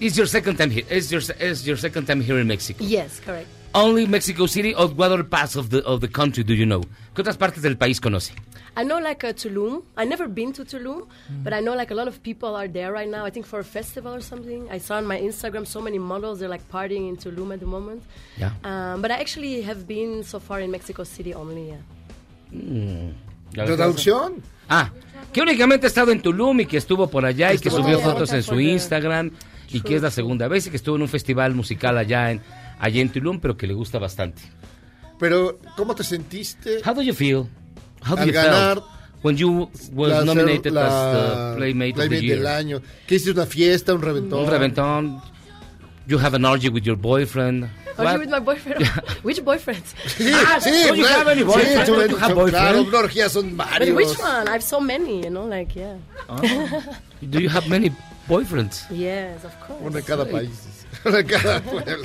S8: it's your second time here. It's your, it's your second time here in Mexico.
S19: Yes, correct.
S8: Only Mexico City or what other parts of the, of the country do you know? ¿Qué otras partes del país conoce?
S19: I know like uh, Tulum. I never been to Tulum, but I know like a lot of people are there right now. I think for a festival or something. I saw on my Instagram so many models. They're like partying in Tulum at the moment.
S8: Yeah.
S19: Um, but I actually have been so far in Mexico City only. Yeah.
S8: Mm.
S6: ¿Traducción?
S8: Ah, que únicamente ha estado en Tulum y que estuvo por allá y que
S6: Estuvo
S8: subió
S6: por allá.
S8: fotos en su Instagram y que es la segunda vez y que estuvo en un festival musical allá en, allá en Tulum, pero que le gusta bastante.
S6: Pero, ¿cómo te sentiste?
S8: How do you feel? How do
S6: Al
S8: you felt
S6: ganar
S8: when you was
S6: La-
S8: nominated
S6: la-
S8: as the Playmate, of the
S6: Playmate
S8: Year?
S6: del año. ¿Qué hiciste? ¿Una fiesta? ¿Un reventón?
S8: Un reventón. You have an orgy with your boyfriend.
S19: Are you
S8: What?
S19: with my boyfriend? Which boyfriend?
S6: Sí,
S8: Ah,
S6: sí,
S8: don't you
S6: claro,
S8: have any
S6: sí,
S8: boyfriend?
S6: son-
S8: Don't you have
S6: son-
S8: boyfriend?
S6: Claro, una orgía son
S19: But
S6: varios.
S19: which one? I have so many. You know, like yeah.
S8: Oh. Do you have many boyfriends?
S19: Yes, of course.
S6: Uno en cada país. Uno en cada pueblo.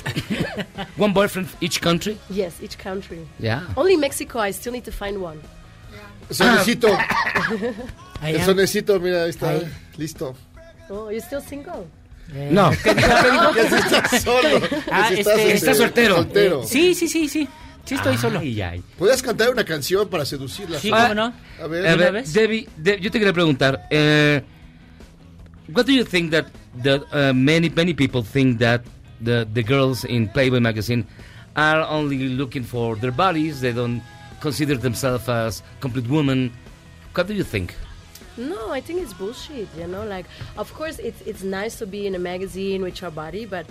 S8: One boyfriend each country?
S19: Yes, each country.
S8: Yeah.
S19: Only Mexico. I still need to find one.
S6: Sonecito.
S17: I
S6: El
S17: am-
S6: sonecito, mira, ahí está. Listo.
S19: Oh, you're still single?
S8: No.
S6: Que si estás solo. que
S17: Eh. Ah,
S6: si
S17: este,
S6: este,
S17: ¿estás soltero?
S6: soltero.
S17: Sí, sí, sí, sí. Sí, estoy solo.
S8: Ay, ay.
S6: ¿Podrías cantar una canción para seducirla?
S17: Sí,
S6: Ah,
S17: cómo no.
S6: A
S8: A
S6: ver.
S8: ver,
S17: vez?
S8: Debbie, Deb- yo te quería preguntar. eh, what do you think that that uh, many many people think that the the girls in Playboy magazine are only looking for their bodies? They don't consider themselves as complete women. What do you think?
S19: No, I think it's bullshit. You know, like of course it's it's nice to be in a magazine with your body, but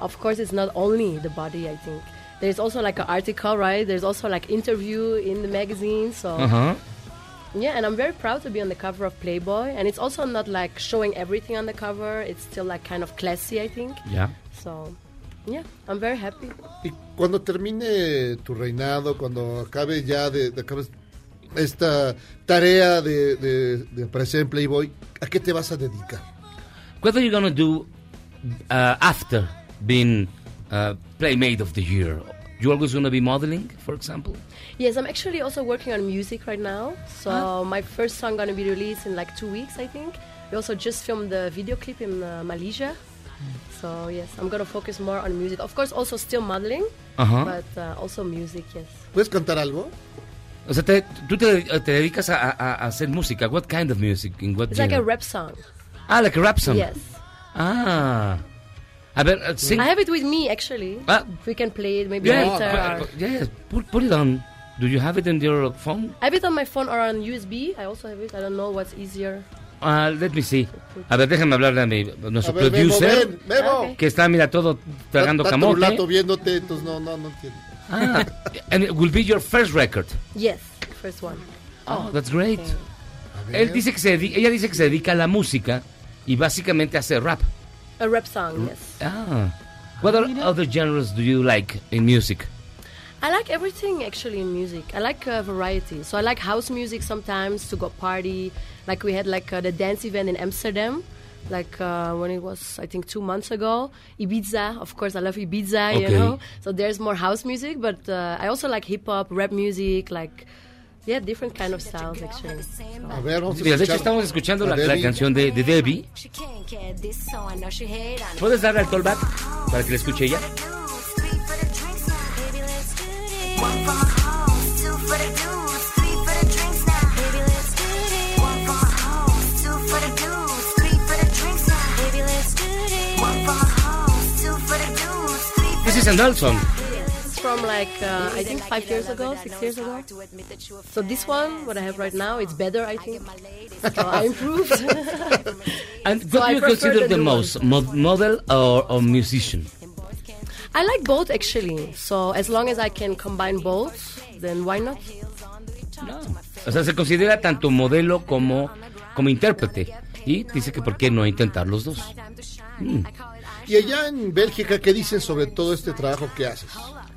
S19: of course it's not only the body. I think there's also like an article, right? There's also like interview in the magazine. So
S8: Uh-huh.
S19: yeah, and I'm very proud to be on the cover of Playboy, and it's also not like showing everything on the cover. It's still like kind of classy, I think.
S8: Yeah.
S19: So yeah, I'm very happy.
S6: Y cuando termine tu reinado, cuando acabe ya de, de- acabes esta tarea de, de, de aparecer en Playboy, ¿a qué te vas a dedicar?
S8: What are you gonna do uh, after being uh, Playmate of the Year? You always gonna be modeling, for example?
S19: Yes, I'm actually also working on music right now. So
S8: Uh-huh.
S19: my first song gonna be released in like two weeks, I think. We also just filmed the video clip in uh, Malaysia.
S8: Hmm.
S19: So yes, I'm gonna focus more on music. Of course, also still modeling,
S8: Ajá.
S19: but uh, also music. Yes.
S6: ¿Puedes cantar algo?
S8: O sea, te- tú te, eh, te dedicas a, a- a hacer música. What kind of music? In what
S19: It's like a
S8: genre?
S19: rap song.
S8: Ah, like a rap song.
S19: Yes.
S8: Ah. A ver, uh, sing.
S19: I have it with me actually.
S8: Ah.
S19: We can play it maybe
S8: yeah,
S19: later.
S8: but-
S19: or-
S8: but- yeah, put, put it on. Do you have it in your phone?
S19: I have it on my phone or on USB. I also have it. I don't know what's easier.
S8: Ah, let me see. A ver, déjame hablarle a mi a
S6: A
S8: nuestro
S6: ver, Memo,
S8: producer.
S6: ven,
S19: Ah,
S6: Memo.
S8: Que está, mira, todo tragando
S6: Está- está
S8: camote.
S6: Turlato viéndote, entonces no, no, no entiendo.
S8: Ah, and it will be your first record.
S19: Yes, first one.
S8: Oh, that's great. Él dice que se dedi- ella dice que se dedica a la música y básicamente hace rap.
S19: A rap song. Yes.
S8: Ah. What are other genres do you like in music?
S19: I like everything actually in music. I like uh, variety. So I like house music sometimes to go party. Like we had like uh, the dance event in Amsterdam, like uh, when it was I think two months ago. Ibiza, of course, I love Ibiza. You
S8: Okay.
S19: know, so there's more house music, but uh, I also like hip hop, rap music, like Yeah, different kind of styles actually. So-
S6: A ver, vamos a
S8: Mira, de hecho
S6: escuchar
S8: estamos escuchando
S6: a
S8: la, la
S6: Debbie.
S8: canción de, de Debbie. ¿Puedes darle al callback para que la escuche ella? This is an old song.
S19: It's from like uh, I think five years ago, six years ago. So this one, what I have right now, it's better. I think so I improved.
S8: And
S19: So
S8: what
S19: I
S8: do you
S19: prefer
S8: consider
S19: the
S8: the
S19: new
S8: most, mod- model or, or musician?
S19: I like both actually. So as long as I can combine both, then why not?
S8: O sea, se considera tanto modelo como, como intérprete. Y dice que por qué no intentar los dos. Mm.
S6: Y allá en Bélgica, ¿qué dicen sobre todo este trabajo que haces?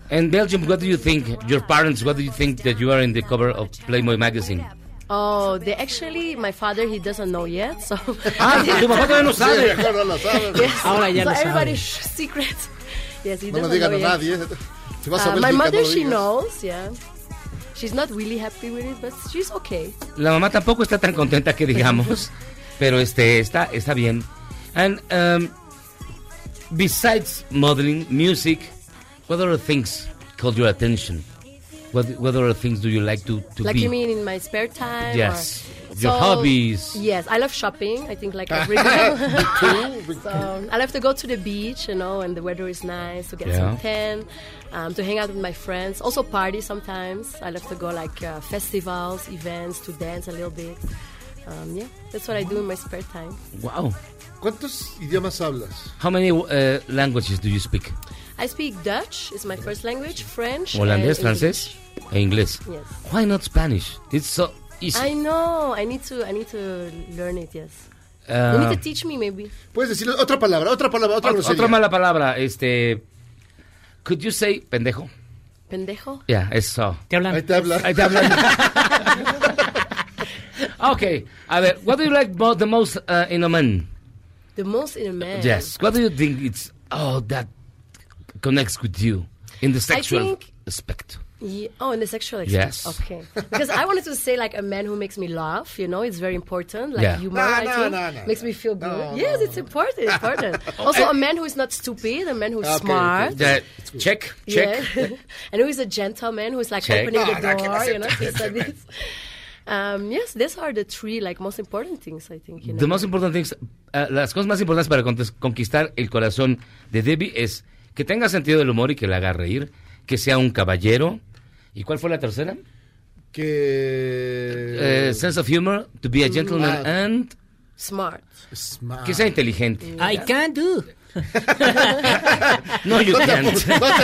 S8: And Belgium, what do you think? Your parents, what do you think that you are in the cover of Playboy magazine?
S19: Oh, they actually, my father he doesn't know yet. So
S8: Ah, tu papá todavía no sabe.
S6: Sí, ahora lo sabe.
S19: Yes.
S6: Ahora ya
S19: so
S6: lo sabe.
S19: everybody's secret. Yes, he
S6: No le
S19: doesn't
S6: digan
S19: know
S6: a
S19: yet.
S6: nadie. Si vas
S19: Uh,
S6: a
S19: my
S6: Bélgica, no
S19: mother,
S6: lo
S19: she
S6: digas.
S19: knows, yeah. She's not really happy with it, but she's okay.
S8: La mamá tampoco está tan contenta que digamos, pero este está está bien. And um, besides modeling, music, what other things caught your attention? What what other things do you like to to
S19: like
S8: be?
S19: you mean in my spare time?
S8: Yes.
S19: or-
S8: Your hobbies.
S19: Yes, I love shopping. I think like every so I love to go to the beach, you know, when the weather is nice to get
S8: Yeah.
S19: some tan, um, to hang out with my friends. Also party sometimes. I love to go like uh, festivals, events, to dance a little bit. Um, yeah, that's what I do in my spare time.
S8: Wow.
S6: ¿Cuántos idiomas hablas?
S8: How many uh, languages do you speak?
S19: I speak Dutch. It's my first language. French.
S8: Holandés,
S19: and English.
S8: francés e inglés.
S19: Yes.
S8: Why not Spanish? It's so easy.
S19: I know. I need to. I need to learn it. Yes.
S8: Uh,
S19: you need to teach me, maybe.
S6: Puedes decir otra palabra, otra palabra, otra
S8: Ot-
S6: grosería.
S8: otra mala palabra, este Could you say pendejo?
S19: Pendejo.
S8: Yeah, eso.
S17: Te hablan.
S6: Ahí te hablan.
S8: Ahí te hablan. okay, a ver, what do you like about the most uh, in a man?
S19: The most in a man.
S8: Yes, what do you think it's oh that connects with you in the sexual
S19: think-
S8: aspect?
S19: Ye- oh, in the sexual
S8: Yes.
S19: experience. Okay. Because I wanted to say like a man who makes me laugh. You know, it's very important. Like
S8: Yeah.
S19: humor,
S8: No,
S19: I
S8: no,
S19: think,
S8: no, no,
S19: makes me feel good. yes, it's important. It's important.
S8: Oh,
S19: also, a
S8: I-
S19: man who is not stupid, a man who's
S6: Ah,
S8: Okay, okay.
S19: Oh, smart.
S8: Yeah, check, check.
S19: Yeah. and who is a gentleman who's like
S8: Check.
S19: opening the
S8: No, no, ¿qué va
S19: door.
S8: a ser
S19: you know, things like this. Um, yes, these are the three like most important things I think. You know.
S8: The most important things, uh, las cosas más importantes para contes- conquistar el corazón de Debbie es que tenga sentido del humor y que la haga reír, que sea un caballero. ¿Y cuál fue la tercera?
S6: Que...
S8: Eh, sense of humor, to be a gentleman
S6: Ah.
S8: and
S19: Smart.
S6: Smart.
S8: que sea inteligente.
S17: I can do.
S8: No, you
S6: no te,
S8: can't.
S6: apu- no te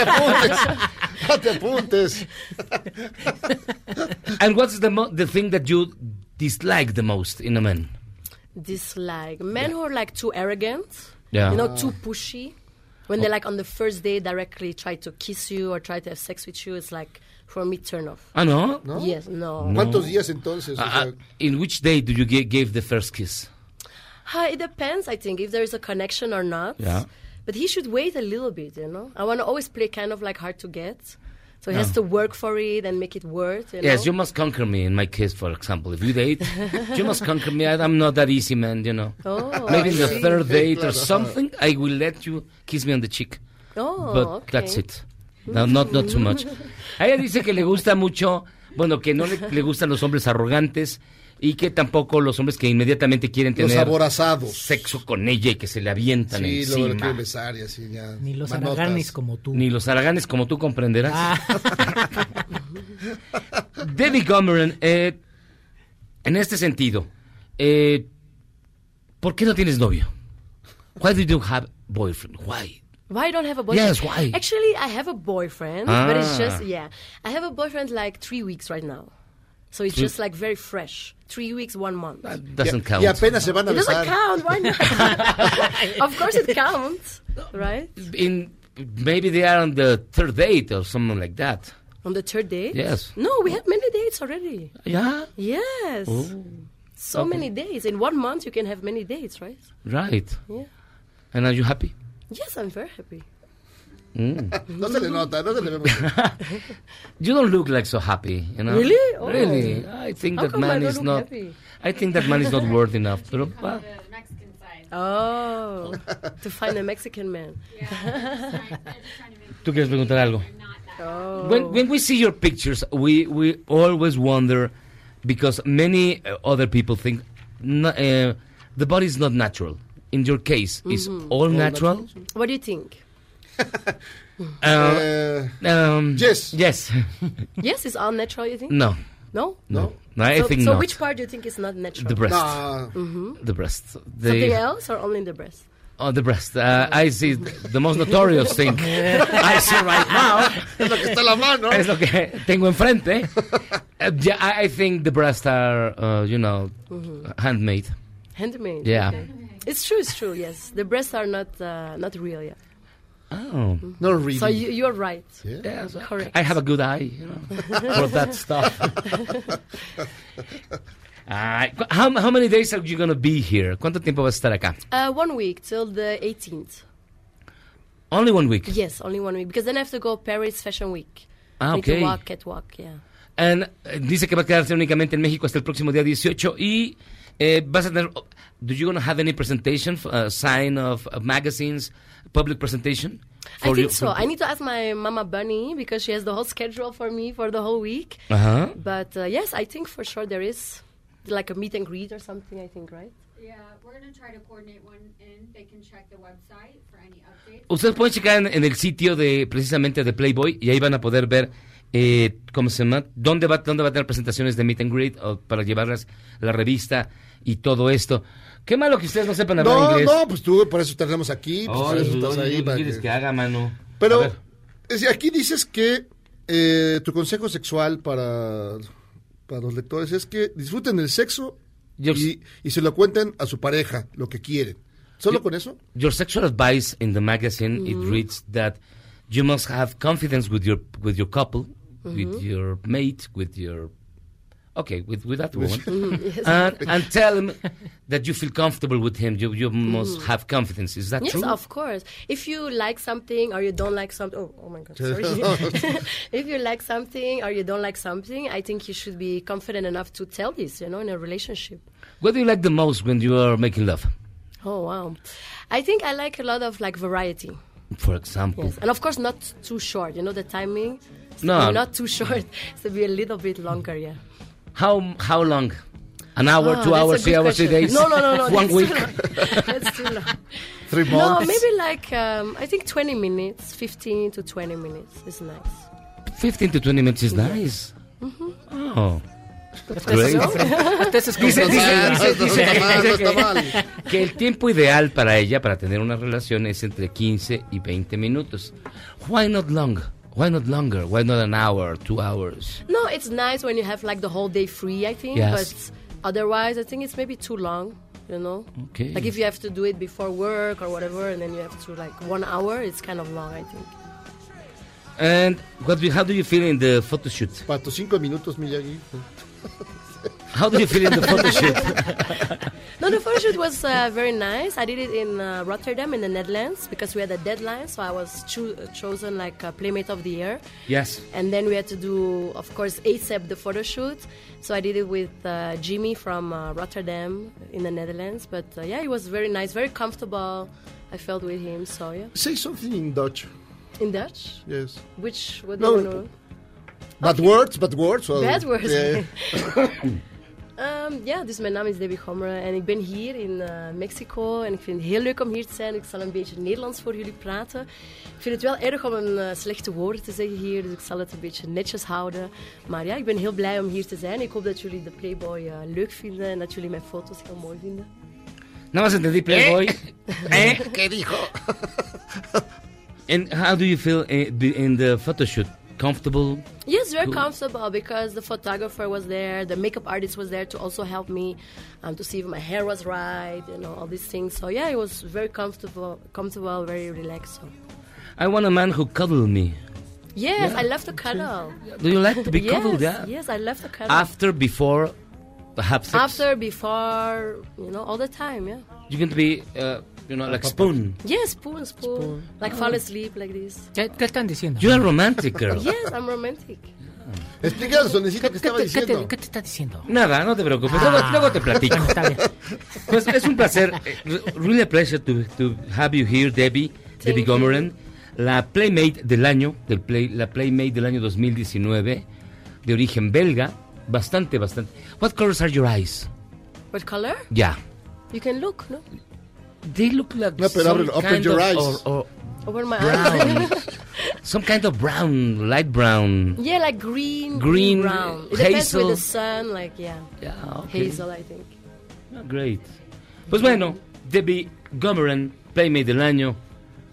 S6: apuntes. No te apuntes.
S8: And what's the mo- the thing that you dislike the most in a man?
S19: dislike men who are like too arrogant
S8: Yeah. Oh.
S19: you know
S8: Ah.
S19: too pushy when they like on the first day directly try to kiss you or try to have sex with you it's like for me turn off
S8: Ah, no.
S19: yes no
S6: ¿Cuántos días entonces? O
S8: Ah,
S6: sea,
S8: ah, in which day do you gi- give the first kiss?
S19: Ha, it depends i think if there is a connection or not
S8: Yeah.
S19: but he should wait a little bit you know i want to always play kind of like hard to get so he has
S8: Yeah.
S19: to work for it and make it worth you
S8: Yes,
S19: know
S8: you must conquer me in my kiss, for example. If you date, you must conquer me. I- I'm not that easy, man, you know.
S19: Oh,
S8: Maybe
S19: I
S8: in the
S6: Ah,
S19: see.
S8: third date
S19: Claro.
S8: or something, I will let you kiss me on the cheek.
S19: Oh,
S8: But
S19: okay.
S8: that's it. No, not, not too much. A ella dice que le gusta mucho, bueno, que no le, le gustan los hombres arrogantes y que tampoco los hombres que inmediatamente quieren
S6: Los
S8: tener
S6: aborazados.
S8: sexo con ella y que se le avientan
S6: sí, luego le
S8: encima.
S6: quieren besar y así ya.
S8: Ni los
S6: manotas.
S8: haraganes
S17: como tú.
S8: Ni los haraganes como tú comprenderás.
S6: Ah.
S8: Debbie Gomeran, eh, en este sentido, eh, ¿por qué no tienes novio? Why do you have boyfriend? Why?
S19: Why I don't have a boyfriend?
S8: Yes, why?
S19: Actually, I have a boyfriend, but it's
S8: Ah.
S19: just yeah. I have a boyfriend like three weeks right now, so it's
S8: Three-
S19: just like very fresh. Three weeks, one month.
S8: Doesn't count.
S6: Y apenas se van a
S19: it doesn't
S6: besar.
S19: count. Why not? of course, it counts, right?
S8: In maybe they are on the third date or something like that.
S19: On the third date.
S8: Yes.
S19: No, we had many dates already.
S8: Yeah.
S19: Yes.
S8: Oh,
S19: So
S8: Okay.
S19: many dates in one month. You can have many dates, right?
S8: right.
S19: Yeah.
S8: And are you happy?
S19: Yes, I'm very happy.
S8: Mm.
S6: No se le nota, no se le ve muy bien.
S8: You don't look like so happy, you know.
S6: Really? Oh.
S8: Really. I think
S6: How
S8: that
S6: come I
S8: man
S6: don't
S8: is
S6: look
S8: not.
S6: happy?
S8: I think that man is not worth enough. Pero, ah,
S19: Oh, to find a Mexican man.
S8: tú quieres preguntar algo.
S19: oh.
S8: When when we see your pictures, we we always wonder because many uh, other people think no, uh, the body is not natural. In your case, is
S19: Mhm.
S8: all, natural?
S19: What do you think?
S8: Uh, um, yes. Yes.
S19: Yes, it's all natural, you think?
S8: no.
S19: No?
S8: No. No, I
S19: so,
S8: think
S19: so
S8: not.
S19: which part do you think is not natural?
S8: The breast.
S19: hmm
S8: The breast. The,
S19: Something else or only the breast?
S8: Oh, the breast. Uh, I see the most notorious thing. I see right now.
S6: Es lo que está en la mano.
S8: Es lo que tengo enfrente. Uh, yeah, I, I think the breasts are, uh, you know,
S19: Mhm.
S8: handmade.
S19: Handmade.
S8: Yeah.
S19: okay. It's true, it's true, yes. The breasts are not uh, not real, yeah.
S8: Oh.
S6: Not
S19: Mm-hmm. So you, you're right.
S6: Yeah.
S19: Correct.
S8: I have a good eye, you know, for that stuff. Ay, cu- how, how many days are you going to be here? ¿Cuánto tiempo vas a estar acá?
S19: Uh, one week till the 18th.
S8: Only one week.
S19: Yes, only one week. Because then I have to go Paris Fashion Week.
S8: Ah,
S19: Need to
S8: okay.
S19: walk, catwalk, yeah.
S8: And, eh, dice que va a quedarse únicamente en México hasta el próximo día 18 y eh, vas a tener... Do you gonna have any presentation, uh, sign of uh, magazines, public presentation?
S19: I
S8: for
S19: think
S8: you-
S19: so.
S8: for-
S19: I need to ask my mama Bunny because she has the whole schedule for me for the whole week.
S8: Ajá.
S19: But uh, yes, I think for sure there is like a meet and greet or something. I think, right?
S20: Yeah, we're gonna try to coordinate one in. They can check the website for any updates.
S8: Ustedes pueden checar en, en el sitio de precisamente de Playboy y ahí van a poder ver eh, cómo se llama, dónde va, dónde va a tener presentaciones de meet and greet o para llevarlas la revista y todo esto. Qué malo que ustedes no sepan hablar
S6: No,
S8: inglés.
S6: no, pues tú, por eso te tenemos aquí. Pues, por
S8: Ay,
S6: eso estás
S8: oye,
S6: ahí.
S8: ¿qué
S6: para
S8: quieres
S6: que-
S8: que haga, mano? A
S6: Pero
S8: ver.
S6: es decir, aquí dices que eh, tu consejo sexual para, para los lectores es que disfruten el sexo y, y se lo cuenten a su pareja lo que quieren. ¿Solo con eso?
S8: Your sexual advice in the magazine it
S19: Mm-hmm.
S6: Mhm.
S8: reads that you must have confidence with your with your couple, with
S19: Mm-hmm.
S6: Mhm.
S8: your mate, with your okay, with, with that
S6: With-
S8: woman,
S6: Mhm, yes.
S8: and, and tell him that you feel comfortable with him. You you must
S20: Mm.
S19: Mhm.
S8: have confidence. Is that
S19: yes,
S8: true?
S19: of course. If you like something or you don't like something, oh, oh my God, sorry. if you like something or you don't like something, I think you should be confident enough to tell this. You know, in a relationship.
S8: What do you like the most when you are making love?
S19: Oh wow, I think I like a lot of like variety.
S8: For example,
S19: Yes, and of course not too short. You know the timing.
S8: No.
S19: not too short. So be a little bit longer. Yeah.
S8: how how long? An hour,
S19: Ah,
S8: two
S19: that's
S8: hours,
S19: a
S8: three
S19: good
S8: hours, three
S19: question.
S8: days?
S19: No, no, no, no.
S8: One
S19: that's
S8: week,
S19: Too long. That's too long.
S8: three
S19: No, maybe like um, I think 20 minutes, 15 to 20 minutes is nice.
S8: Fifteen to twenty minutes is nice.
S19: Mhm.
S8: Oh. That's
S17: Ustedes-
S8: great.
S17: ustedes con-
S8: Dice,
S17: No está
S8: dice,
S17: mal,
S8: dice,
S17: no
S8: dice,
S17: está mal, no
S8: dice
S17: está
S8: que- que el tiempo ideal para ella para tener una relación es entre 15 y 20 minutos. Why not long? Why not longer? Why not an hour, two hours?
S19: No, it's nice when you have like the whole day free. I think,
S8: Yes.
S19: but otherwise, I think it's maybe too long. You know,
S8: Okay.
S19: like if you have to do it before work or whatever, and then you have to like one hour, it's kind of long. I think.
S8: And what do, how do you feel in the photo shoot?
S6: Para tus cinco minutos, Miyagi.
S8: How do you feel in the photo shoot?
S19: No, the photo shoot was uh, very nice. I did it in uh, Rotterdam in the Netherlands because we had a deadline, so I was cho- chosen like a playmate of the year.
S8: Yes.
S19: And then we had to do, of course, ASAP the photo shoot. So I did it with uh, Jimmy from uh, Rotterdam in the Netherlands. But uh, yeah, it was very nice, very comfortable. I felt with him, so yeah.
S6: Say something in Dutch.
S19: In Dutch,
S6: Yes.
S19: which what
S6: No,
S19: do you know?
S6: Bad words, bad words. eh, or-
S19: Bad words.
S6: Yeah.
S19: Um, ja, dus mijn naam is Debbie Gommeren en ik ben hier in eh, Mexico en ik vind het heel leuk om hier te zijn. Ik zal een beetje Nederlands voor jullie praten. Ik vind het wel erg om een eh, slechte woorden te zeggen hier, dus ik zal het een beetje netjes houden. Maar ja, ik ben heel blij om hier te zijn. Ik hoop dat jullie de Playboy eh, leuk vinden en dat jullie mijn foto's heel mooi vinden.
S8: Nada más entendí Playboy.
S6: ¿Eh? ¿Qué dijo?
S8: And how do you feel eh, be- in the photo shoot? Comfortable?
S19: Yes, very
S8: Good.
S19: comfortable because the photographer was there, the makeup artist was there to also help me um, to see if my hair was right, you know, all these things. So yeah, it was very comfortable, comfortable, very relaxed. So.
S8: I want a man who cuddle me.
S19: Yes,
S8: Yeah,
S19: I love to cuddle.
S8: Do you like to be
S19: yes,
S8: cuddled? Yeah.
S19: Yes, I love to cuddle.
S8: After, before, perhaps
S19: After, before, you know, all the time, yeah.
S8: you're going to be uh, You know, like spoon.
S19: Yeah, spoon, spoon. Like fall asleep, like this.
S7: ¿Qué, qué están diciendo?
S8: You're a romantic Oh. girl.
S19: Yes, I'm romantic.
S6: Explícanos, necesito que
S7: ¿Qué
S6: estaba
S7: te, qué te-
S6: diciendo.
S7: qué te está diciendo?
S8: Nada, no te preocupes. Luego, luego te platico. Pues es un placer. eh, re- Really a pleasure to, to have you here, Debbie. Debbie Gomeran. La Playmate del año, del play, la Playmate del año 2019, de origen belga. Bastante, bastante. What colors are your eyes?
S19: What color?
S8: Yeah.
S19: You can look, no?
S8: They look like
S6: No, pero
S8: some
S6: abre- open
S8: kind
S6: your
S8: of-
S6: eyes.
S8: or- or
S19: Over my
S8: brown.
S19: eyes.
S8: some kind of brown, light brown.
S19: yeah, like green,
S8: Green,
S19: brown. It depends
S8: hazel.
S19: with the sun, like yeah.
S8: Yeah, okay.
S19: Hazel, I think.
S8: Ah, Great. Pues bueno, Debbie Gomeran, Playmate del año,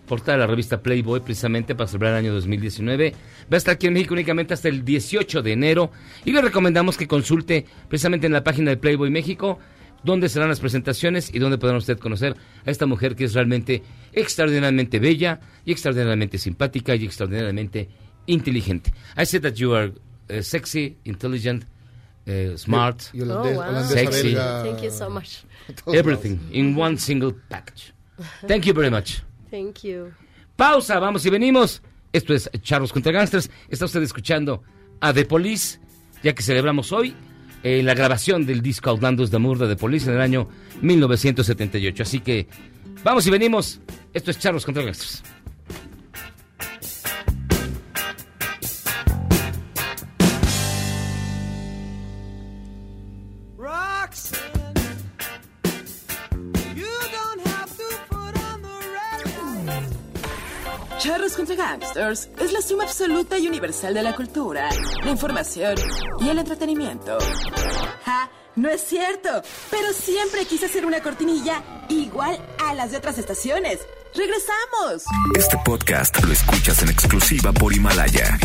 S8: portada de la revista Playboy precisamente para celebrar el año 2019. Va a estar aquí en México únicamente hasta el 18 de enero y le recomendamos que consulte precisamente en la página de Playboy México dónde serán las presentaciones y dónde podrá usted conocer a esta mujer que es realmente extraordinariamente bella y extraordinariamente simpática y extraordinariamente inteligente. I said that you are eh, sexy, intelligent, eh, smart,
S6: Y- y holandés- Oh, wow. holandesa
S8: sexy,
S6: belga.
S19: Thank you so much.
S8: Everything in one single package. Thank you very much.
S19: Thank you.
S8: Pausa, vamos y venimos. Esto es Charlos contra Gangsters. Está usted escuchando a The Police, ya que celebramos hoy eh, la grabación del disco Outlandos de Amor de The Police en el año 1978. Así que vamos y venimos. Esto es Charlos contra Gangsters.
S5: Roxanne, you don't have to put on the red.
S21: Charros contra Gangsters es la suma absoluta y universal de la cultura, la información y el entretenimiento. ¡Ja! No es cierto, pero siempre quise hacer una cortinilla igual a las de otras estaciones. ¡Regresamos!
S1: Este podcast lo escuchas en exclusiva por Himalaya.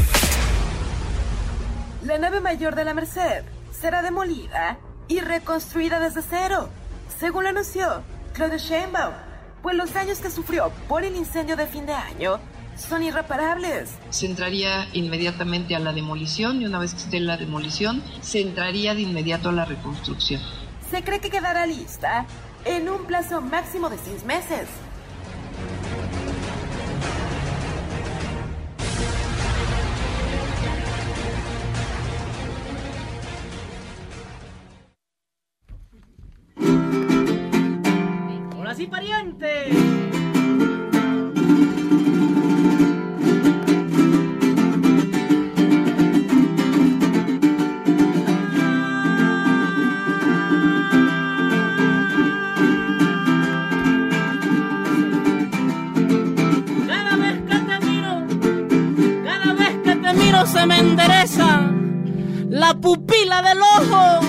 S2: La nave mayor de la Merced será demolida y reconstruida desde cero, según lo anunció Claudio Sheinbaum, pues los daños que sufrió por el incendio de fin de año son irreparables.
S22: se entraría inmediatamente a la demolición y una vez que esté la demolición, se entraría de inmediato a la reconstrucción.
S2: Se cree que quedará lista en un plazo máximo de seis meses.
S7: Ahora sí, pariente.
S23: Cada vez que te miro,
S7: Cada vez que te miro se me endereza la pupila del ojo,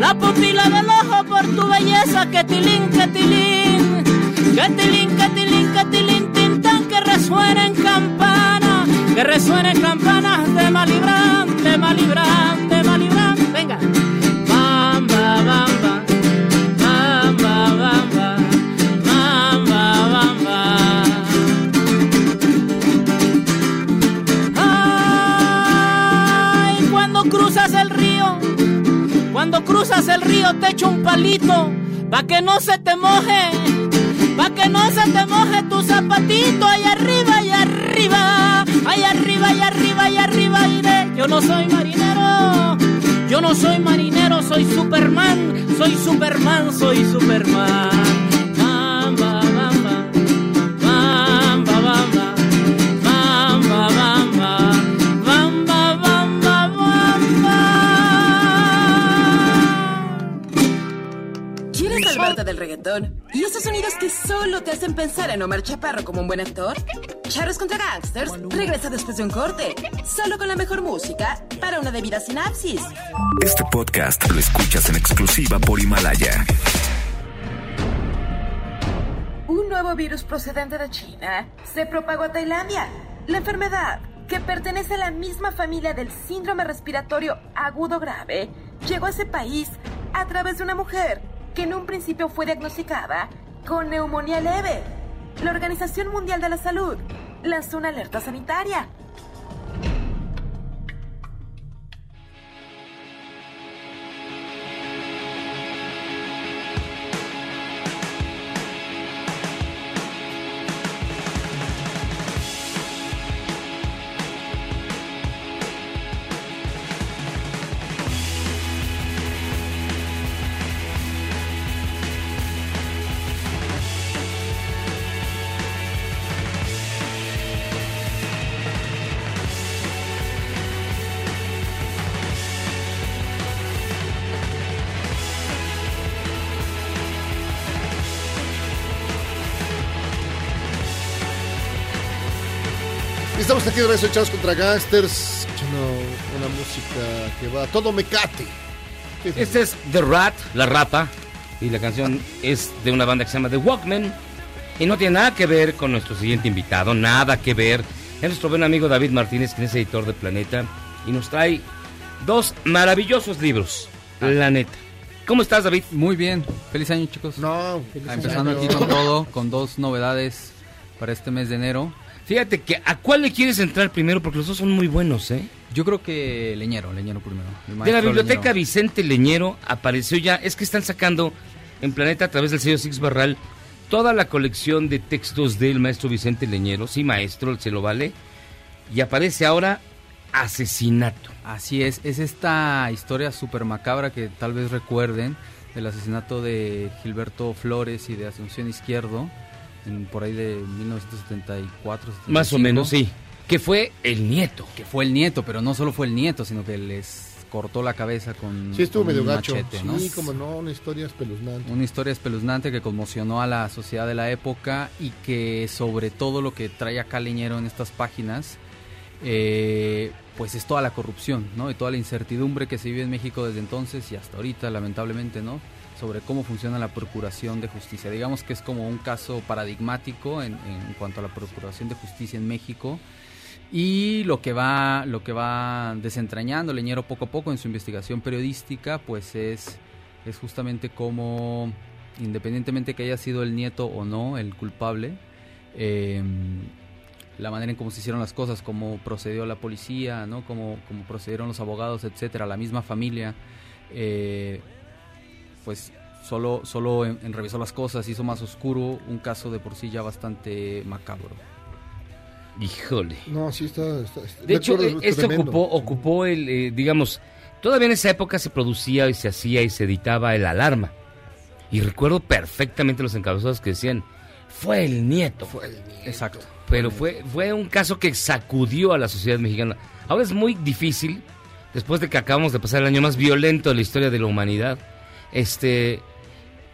S7: la pupila del ojo por tu belleza, que tilín, que tilín, que tilín, que tilín, que tilín, tintán, que resuenen campanas, que resuenen campanas de Malibrán, de Malibrán, de Malibrán, venga. Bamba, bamba, bamba, bamba, bamba, bamba. Ay, cuando cruzas el río, cuando cruzas el río te echo un palito, pa' que no se te moje, pa' que no se te moje tu zapatito, allá arriba, allá arriba, allá arriba, allá arriba, allá arriba iré. Yo no soy marinero, yo no soy marinero, soy Superman, soy Superman, soy Superman. Bamba, bamba, bamba, bamba. Bamba, bamba, bamba, bamba, bamba.
S21: ¿Quieres salvarte del reggaetón? ¿Y esos sonidos que solo te hacen pensar en Omar Chaparro como un buen actor? Charros contra Gangsters regresa después de un corte, solo con la mejor música para una debida sinapsis.
S1: Este podcast lo escuchas en exclusiva por Himalaya.
S2: Un nuevo virus procedente de China se propagó a Tailandia. La enfermedad, que pertenece a la misma familia del síndrome respiratorio agudo grave, llegó a ese país a través de una mujer que en un principio fue diagnosticada con neumonía leve. La Organización Mundial de la Salud lanzó una alerta sanitaria.
S6: Estamos aquí de regreso en Chavos contra Gangsters. Escuchando una música que va a todo mecate.
S8: Este es The Rat, la rapa, y la canción es de una banda que se llama The Walkmen. Y no tiene nada que ver con nuestro siguiente invitado, nada que ver. Es nuestro buen amigo David Martínez, quien es editor de Planeta, y nos trae dos maravillosos libros. Planeta. ¿Cómo estás, David?
S24: Muy bien. Feliz año, chicos.
S6: No,
S24: Empezando aquí con todo, con dos novedades para este mes de enero.
S8: Fíjate que, ¿a cuál le quieres entrar primero? Porque los dos son muy buenos, ¿eh?
S24: Yo creo que Leñero, Leñero primero. el
S8: De la
S24: maestro
S8: biblioteca
S24: Leñero.
S8: Vicente Leñero apareció ya, es que están sacando en Planeta a través del sello Six Barral toda la colección de textos del maestro Vicente Leñero, sí maestro, se lo vale, y aparece ahora Asesinato.
S24: Así es, es esta historia súper macabra que tal vez recuerden del asesinato de Gilberto Flores y de Asunción Izquierdo, en- por ahí de 1974.
S8: Más
S24: 75.
S8: o menos, sí. Que fue el nieto.
S24: Que fue el nieto, pero no solo fue el nieto, sino que les cortó la cabeza con,
S6: Sí, estuvo
S24: con
S6: medio
S24: un
S6: gacho.
S24: machete,
S6: sí,
S24: ¿no?
S6: como no, una historia espeluznante.
S24: Una historia espeluznante que conmocionó a la sociedad de la época y que sobre todo lo que trae acá Leñero en estas páginas, eh, pues es toda la corrupción, ¿no? Y toda la incertidumbre que se vive en México desde entonces y hasta ahorita, lamentablemente, ¿no? Sobre cómo funciona la Procuración de Justicia. Digamos que es como un caso paradigmático en, en cuanto a la Procuración de Justicia en México y lo que va lo que va desentrañando Leñero poco a poco en su investigación periodística pues es es justamente como independientemente que haya sido el nieto o no el culpable eh, la manera en cómo se hicieron las cosas cómo procedió la policía no cómo, cómo procedieron los abogados etcétera la misma familia eh, pues solo solo en- en revisó las cosas hizo más oscuro un caso de por sí ya bastante macabro
S8: híjole
S6: No, sí está. está- está-
S8: De hecho,
S24: eh,
S6: recuerdo,
S8: este
S6: tremendo.
S8: ocupó, ocupó el, eh, digamos, todavía en esa época se producía y se hacía y se editaba el alarma. Y recuerdo perfectamente los encabezados que decían, fue el nieto. Fue el nieto.
S24: Exacto.
S8: Pero fue, fue un caso que sacudió a la sociedad mexicana. Ahora es muy difícil, después de que acabamos de pasar el año más violento de la historia de la humanidad, este,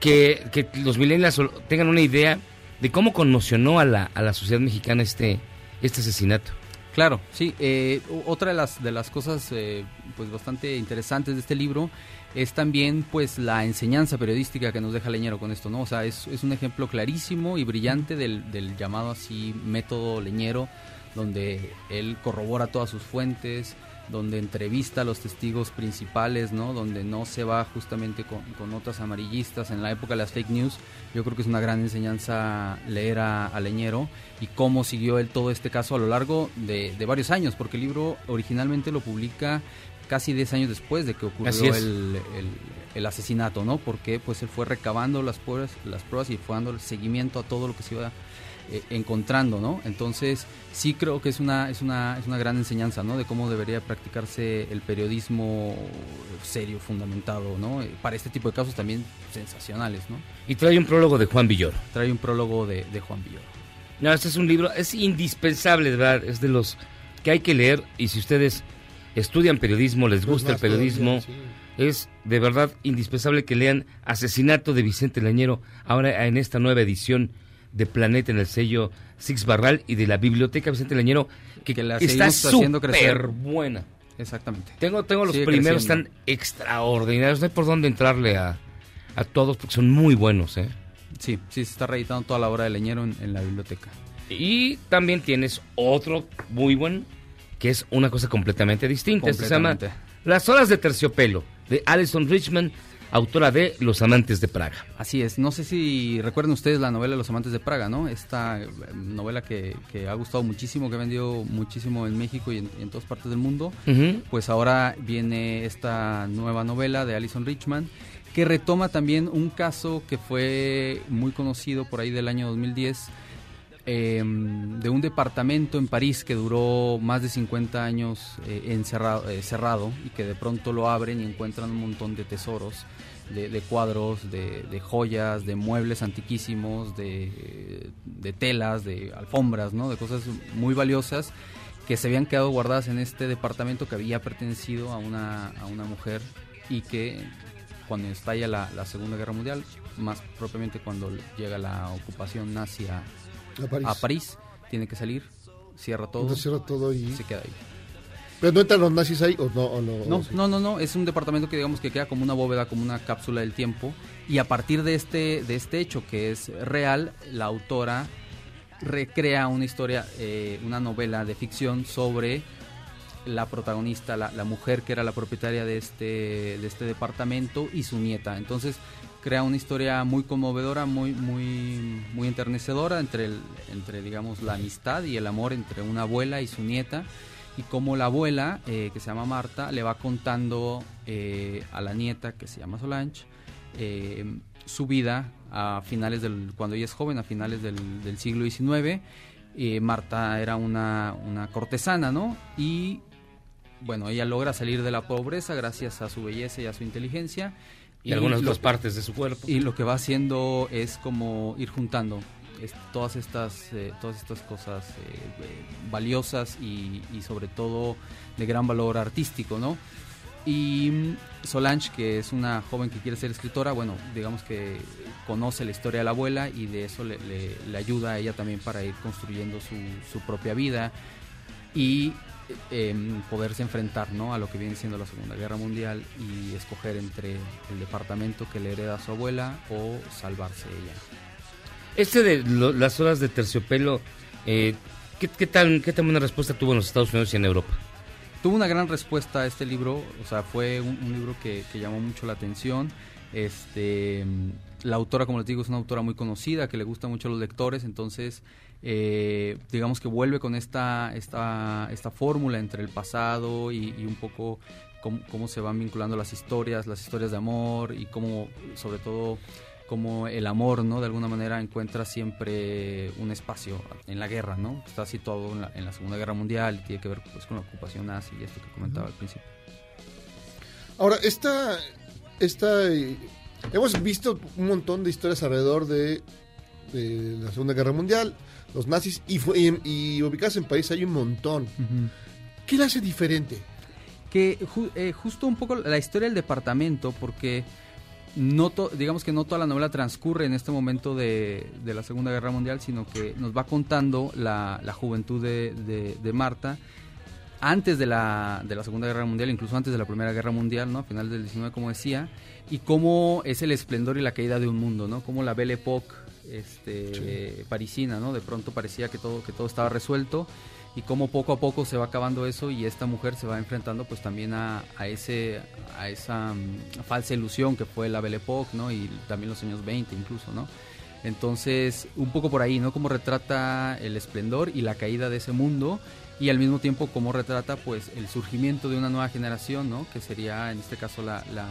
S8: que, que los millennials tengan una idea de cómo conmocionó a la, a la sociedad mexicana este, este asesinato.
S24: Claro, sí. eh, o- otra de las de las cosas eh, pues bastante interesantes de este libro es también pues la enseñanza periodística que nos deja Leñero con esto, ¿no? O sea, es, es un ejemplo clarísimo y brillante del, del llamado así método Leñero, donde él corrobora todas sus fuentes, donde entrevista a los testigos principales, ¿no? Donde no se va justamente con, con notas amarillistas en la época de las fake news. Yo creo que es una gran enseñanza leer a, a Leñero y cómo siguió él todo este caso a lo largo de, de varios años, porque el libro originalmente lo publica casi 10 años después de que
S8: Así
S24: ocurrió
S8: es.
S24: el, el- el asesinato, ¿no? Porque pues él fue recabando las pruebas, las pruebas y fue dando el seguimiento a todo lo que se iba eh, encontrando, ¿no? Entonces, sí creo que es una, es una, es una gran enseñanza, ¿no? De cómo debería practicarse el periodismo serio, fundamentado, ¿no? Eh, Para este tipo de casos también sensacionales, ¿no?
S8: Y trae un prólogo de Juan Villoro.
S24: Trae un prólogo de, de Juan Villoro.
S8: No, este es un libro, es indispensable, de verdad, es de los que hay que leer y si ustedes estudian periodismo, les
S6: Pues
S8: gusta el
S6: más todavía,
S8: periodismo,
S6: sí.
S8: es de verdad indispensable que lean Asesinato de Vicente Lañero, ahora en esta nueva edición de Planeta en el sello Six Barral y de la Biblioteca Vicente Lañero, que,
S24: la
S8: está
S24: seguimos haciendo
S8: súper
S24: crecer.
S8: buena.
S24: Exactamente.
S8: Tengo, tengo los
S24: Sigue
S8: primeros,
S24: creciendo.
S8: están extraordinarios, no hay por dónde entrarle a, a todos porque son muy buenos, ¿eh?
S24: Sí, sí, se está reeditando toda la obra de Leñero en, en la biblioteca.
S8: Y también tienes otro muy buen, que es una cosa completamente distinta. Este se llama
S24: Completamente.
S8: Las horas de terciopelo, de Alison Richmond, autora de Los amantes de Praga.
S24: Así es, no sé si recuerdan ustedes la novela Los Amantes de Praga, ¿no? Esta eh, novela que, que ha gustado muchísimo, que ha vendido muchísimo en México y en, y en todas partes del mundo.
S8: Ujú.
S24: Pues ahora viene esta nueva novela de Alison Richman, que retoma también un caso que fue muy conocido por ahí del año 2010, eh, de un departamento en París que duró más de 50 años eh, encerrado, eh, cerrado y que de pronto lo abren y encuentran un montón de tesoros, de, de cuadros, de, de joyas, de muebles antiquísimos, de, eh, de telas, de alfombras, ¿no? de cosas muy valiosas que se habían quedado guardadas en este departamento que había pertenecido a una, a una mujer y que cuando estalla la, la Segunda Guerra Mundial, más propiamente cuando llega la ocupación nazi a,
S6: A París.
S24: a París, tiene que salir cierra todo.
S6: Entonces cierra todo y-
S24: Se queda ahí.
S6: Pero no entran los nazis ahí o no. O no, o
S24: No,
S6: sí.
S24: no, no, no. Es un departamento que digamos que queda como una bóveda, como una cápsula del tiempo. Y a partir de este, de este hecho que es real, la autora recrea una historia, eh, una novela de ficción sobre la protagonista, la, la mujer que era la propietaria de este, de este departamento y su nieta. Entonces crea una historia muy conmovedora, muy, muy, muy enternecedora entre, el- entre digamos, la amistad y el amor entre una abuela y su nieta y como la abuela, eh, que se llama Marta, le va contando eh, a la nieta, que se llama Solange, eh, su vida a finales del, cuando ella es joven, a finales del, del siglo XIX. Eh, Marta era una, una cortesana, ¿no? Y bueno, ella logra salir de la pobreza gracias a su belleza y a su inteligencia.
S8: Y algunas
S24: lo-
S8: otras partes de su cuerpo.
S24: Y lo que va haciendo es como ir juntando es- todas, estas, eh, todas estas cosas eh, eh, valiosas y, y sobre todo de gran valor artístico, ¿no? Y mm, Solange, que es una joven que quiere ser escritora, bueno, digamos que conoce la historia de la abuela y de eso le, le- le ayuda a ella también para ir construyendo su, su propia vida y eh, em, poderse enfrentar ¿no? a lo que viene siendo la Segunda Guerra Mundial y escoger entre el departamento que le hereda a su abuela o salvarse ella.
S8: Este de lo- las horas de terciopelo, eh, ¿qué, qué tan, ¿qué tan buena respuesta tuvo en los Estados Unidos y en Europa?
S24: Tuvo una gran respuesta a este libro, o sea, fue un, un libro que, que llamó mucho la atención. Este, mm, la autora, como les digo, es una autora muy conocida, que le gusta mucho a los lectores, entonces eh, digamos que vuelve con esta, esta, esta fórmula entre el pasado y, y un poco cómo, cómo se van vinculando las historias, las historias de amor y cómo, sobre todo, cómo el amor, ¿no? De alguna manera encuentra siempre un espacio en la guerra, ¿no? Está situado en la, en la Segunda Guerra Mundial y tiene que ver pues, con la ocupación nazi y esto que comentaba al principio.
S6: Ahora, esta, esta, eh, hemos visto un montón de historias alrededor de, de la Segunda Guerra Mundial, los nazis, y, fue- y, y ubicadas en país hay un montón.
S8: Mm-hmm.
S6: ¿Qué la hace diferente?
S24: que ju- eh, justo un poco la historia del departamento, porque no to- digamos que no toda la novela transcurre en este momento de, de la Segunda Guerra Mundial, sino que nos va contando la, la juventud de, de- de Marta antes de la, de la Segunda Guerra Mundial, incluso antes de la Primera Guerra Mundial, ¿no? A final del 19, como decía, y cómo es el esplendor y la caída de un mundo, ¿no? Como la Belle Époque este,
S3: Sí.
S24: eh, parisina, ¿no? De pronto parecía que todo, que todo estaba resuelto y cómo poco a poco se va acabando eso y esta mujer se va enfrentando pues también a, a ese, a esa mm, falsa ilusión que fue la Belle Époque, ¿no? Y también los años 20 incluso, ¿no? Entonces, un poco por ahí, ¿no? Cómo retrata el esplendor y la caída de ese mundo y al mismo tiempo cómo retrata pues el surgimiento de una nueva generación, ¿no? Que sería en este caso la, la,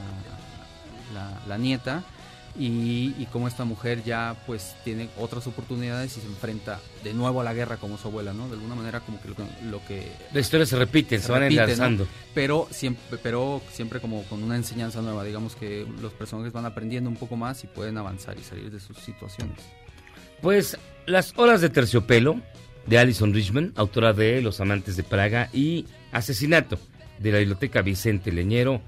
S24: la- la nieta y, y cómo esta mujer ya pues tiene otras oportunidades y se enfrenta de nuevo a la guerra como su abuela, ¿no? De alguna manera como que lo, que- lo que...
S8: La historia se repite, se van
S24: ¿no?
S8: enlazando.
S24: Pero siempre, pero siempre como con una enseñanza nueva, digamos que los personajes van aprendiendo un poco más y pueden avanzar y salir de sus situaciones.
S8: Pues Las Horas de Terciopelo, de Alison Richmond, autora de Los Amantes de Praga y Asesinato, de la Biblioteca Vicente Leñero,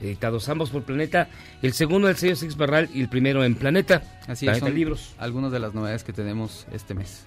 S8: editados ambos por Planeta, el segundo del sello Six Barral y el primero en Planeta.
S24: Así es,
S8: Planeta
S24: son
S8: Libre.
S24: algunas de las novedades que tenemos este mes.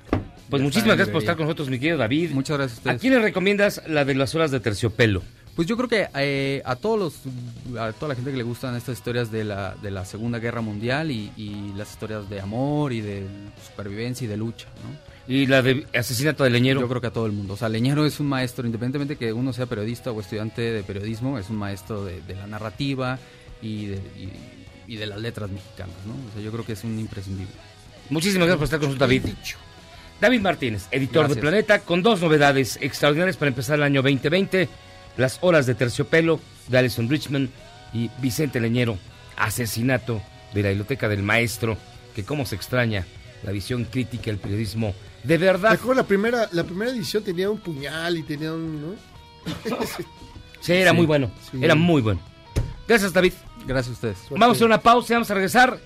S8: Pues
S24: Ya
S8: muchísimas
S24: está en
S8: gracias por
S24: librería.
S8: estar con nosotros, mi querido David.
S24: Muchas gracias a ustedes.
S8: ¿A quién le recomiendas la de las horas de terciopelo?
S24: Pues yo creo que eh, a todos los, a toda la gente que le gustan estas historias de la, de la Segunda Guerra Mundial y, y las historias de amor y de supervivencia y de lucha, ¿no?
S8: Y la de asesinato de Leñero.
S24: Yo creo que a todo el mundo. O sea, Leñero es un maestro, independientemente que uno sea periodista o estudiante de periodismo, es un maestro de, de la narrativa y de, y- y de las letras mexicanas, ¿no? O sea, yo creo que es un imprescindible.
S8: Muchísimas gracias por estar con nosotros, David. David Martínez, editor de
S24: Gracias.
S8: Planeta, con dos novedades extraordinarias para empezar el año 2020. Las horas de terciopelo de Alison Richmond y Vicente Leñero, asesinato de la biblioteca del maestro, que cómo se extraña la visión crítica del periodismo. De verdad.
S6: Mejor la primera, la primera edición tenía un puñal y tenía un, ¿no?
S8: Sí, era
S6: Sí,
S8: muy bueno.
S6: sí.
S8: Era muy bueno. Gracias, David.
S24: Gracias a ustedes.
S8: Vamos a una pausa y vamos a regresar.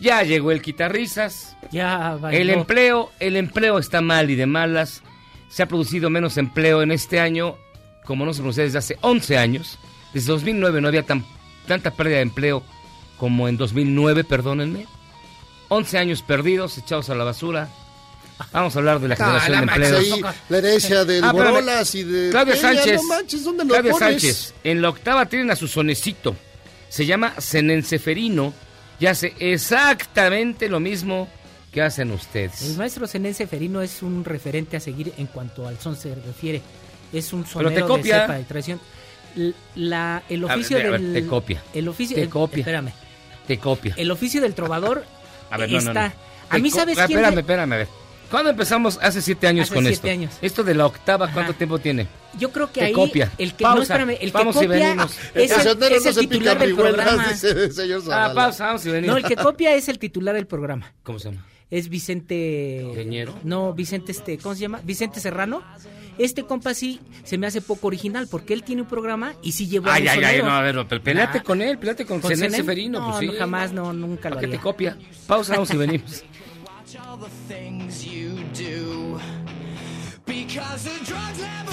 S8: Ya llegó el quitarrisas.
S7: Ya,
S8: El
S7: bailó.
S8: empleo, el empleo está mal y de malas. Se ha producido menos empleo en este año, como no se producía desde hace 11 años. Desde 2009 no había tan- tanta pérdida de empleo como en 2009, perdónenme. 11 años perdidos, echados a la basura. Vamos a hablar de la generación de empleos.
S6: Ahí, Ah, la herencia del
S8: Ah, espérame.
S6: Borolas y de
S8: Claudia
S6: Peña,
S8: Sánchez.
S6: No manches, ¿dónde lo
S8: Claudia
S6: pones?
S8: Sánchez. En la octava tienen a su sonecito. Se llama Cenenceferino y hace exactamente lo mismo que hacen ustedes.
S3: El maestro Cenense Ferino es un referente a seguir en cuanto al son se refiere. Es un
S8: Pero te
S3: sonero de
S8: copia.
S3: cepa de tradición. L- La, el
S8: A ver,
S3: oficio
S8: a ver,
S3: del...
S8: te copia.
S3: El oficio...
S8: Te
S3: el-
S8: copia.
S3: Espérame.
S8: Te copia.
S3: El oficio del trovador
S8: A ver, no, no,
S3: está...
S8: no.
S3: A
S8: Te
S3: mí,
S8: co-
S3: ¿sabes
S8: Ah,
S3: quién?
S8: Espérame,
S3: le-
S8: espérame, a ver. ¿Cuándo empezamos? Hace siete años
S3: Hace
S8: con
S3: siete
S8: esto.
S3: años.
S8: Esto de la octava, ¿cuánto tiempo tiene?
S3: Yo creo que
S8: Te
S3: ahí
S8: copia.
S3: el que
S8: Pausa.
S3: no espérame, el que
S8: Vamos y
S3: copia
S8: venimos.
S3: es
S8: El
S3: el,
S8: sonero
S3: es
S8: no
S3: el
S8: se pica
S3: titular del
S8: vihuelas,
S3: programa.
S8: dice el señor Zavala. Ah, pausa, vamos y venimos.
S3: No, el que copia es el titular del programa.
S8: ¿Cómo se llama?
S3: Es Vicente
S8: ¿Leñero?
S3: No, Vicente este, ¿cómo se llama? Vicente Serrano. Este compa sí se me hace poco original porque él tiene un programa y sí llevó a
S8: Ay,
S3: un
S8: ay, ay,
S3: sonero.
S8: no, a ver, pe- peleate
S3: Ah,
S8: con él, peleate con,
S3: ¿Con
S8: Zenén
S3: Zenén?
S8: Seferino.
S3: No,
S8: pues sí.
S3: no, jamás, no, nunca lo
S8: ¿Para qué
S3: haría.
S8: te copia? Pausa, vamos y venimos.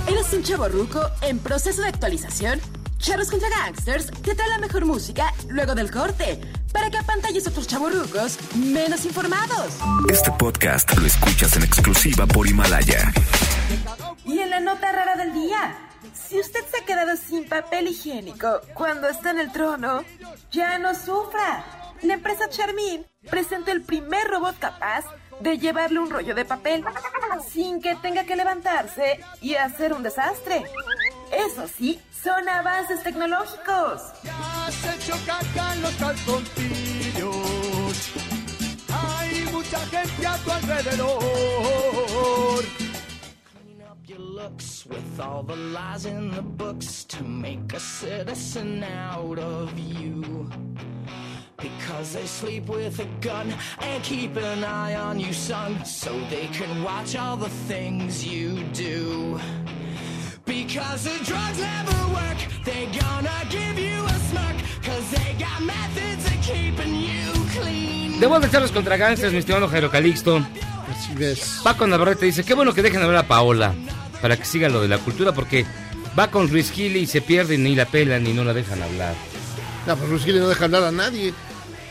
S14: ¿Eres un chavo ruco en proceso de actualización? Charros contra Gangsters te trae la mejor música luego del corte para que apantalles a otros chavos rucos menos informados.
S1: Este podcast lo escuchas en exclusiva por Himalaya.
S2: Y en la nota rara del día, si usted se ha quedado sin papel higiénico cuando está en el trono, ya no sufra. La empresa Charmin presentó el primer robot capaz de llevarle un rollo de papel sin que tenga que levantarse y hacer un desastre. Eso sí, son avances tecnológicos.
S5: Se chocan los calzoncillos. Hay mucha gente a tu alrededor.
S25: looks with all the lies in the books to make a citizen out of you. Because they sleep with a gun and keep an eye on you, son, so they can watch all the things you do. Because the drugs never work, they gonna give you a smirk, cause they got methods of keeping you clean.
S8: Debo de charlas contra gangsters, mi estimado Jairo Calixto. Así es. Paco Navarrete dice, qué bueno que dejen hablar a Paola para que siga lo de la cultura, porque va con Ruiz Gil y se pierde, ni la pelan, y no la dejan hablar.
S6: No, pues Ruiz Gil no deja hablar a nadie.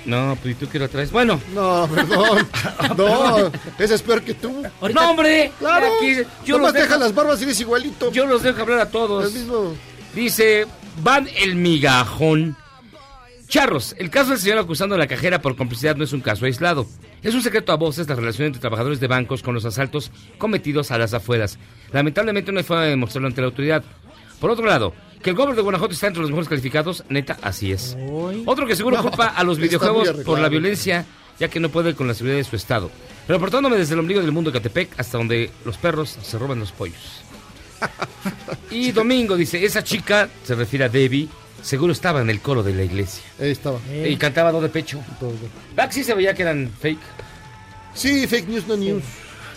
S8: No, pues ¿y tú qué lo traes? Bueno.
S6: No, perdón. no, ese es peor que tú.
S8: No, hombre.
S6: Claro.
S8: Aquí,
S6: yo
S8: los
S6: Nomás
S8: dejo-
S6: deja las barbas y eres igualito.
S8: Yo los dejo hablar a todos.
S6: El mismo.
S8: Dice, van el migajón. Charros, el caso del señor acusando a la cajera por complicidad no es un caso aislado. Es un secreto a voces la relación entre trabajadores de bancos con los asaltos cometidos a las afueras. Lamentablemente no hay forma de demostrarlo ante la autoridad. Por otro lado, que el gobierno de Guanajuato está entre los mejores calificados, neta, así es. Otro que seguro
S6: No,
S8: culpa a los
S6: está muy
S8: videojuegos
S6: arreglado.
S8: por la violencia, ya que no puede con la seguridad de su estado. Reportándome desde el ombligo del mundo de Catepec hasta donde los perros se roban los pollos. Y Domingo dice, esa chica, se refiere a Debbie, seguro estaba en el coro de la iglesia.
S6: Ahí estaba.
S8: Y cantaba dos de pecho. Baxi se veía que eran fake.
S6: Sí, fake news, no news.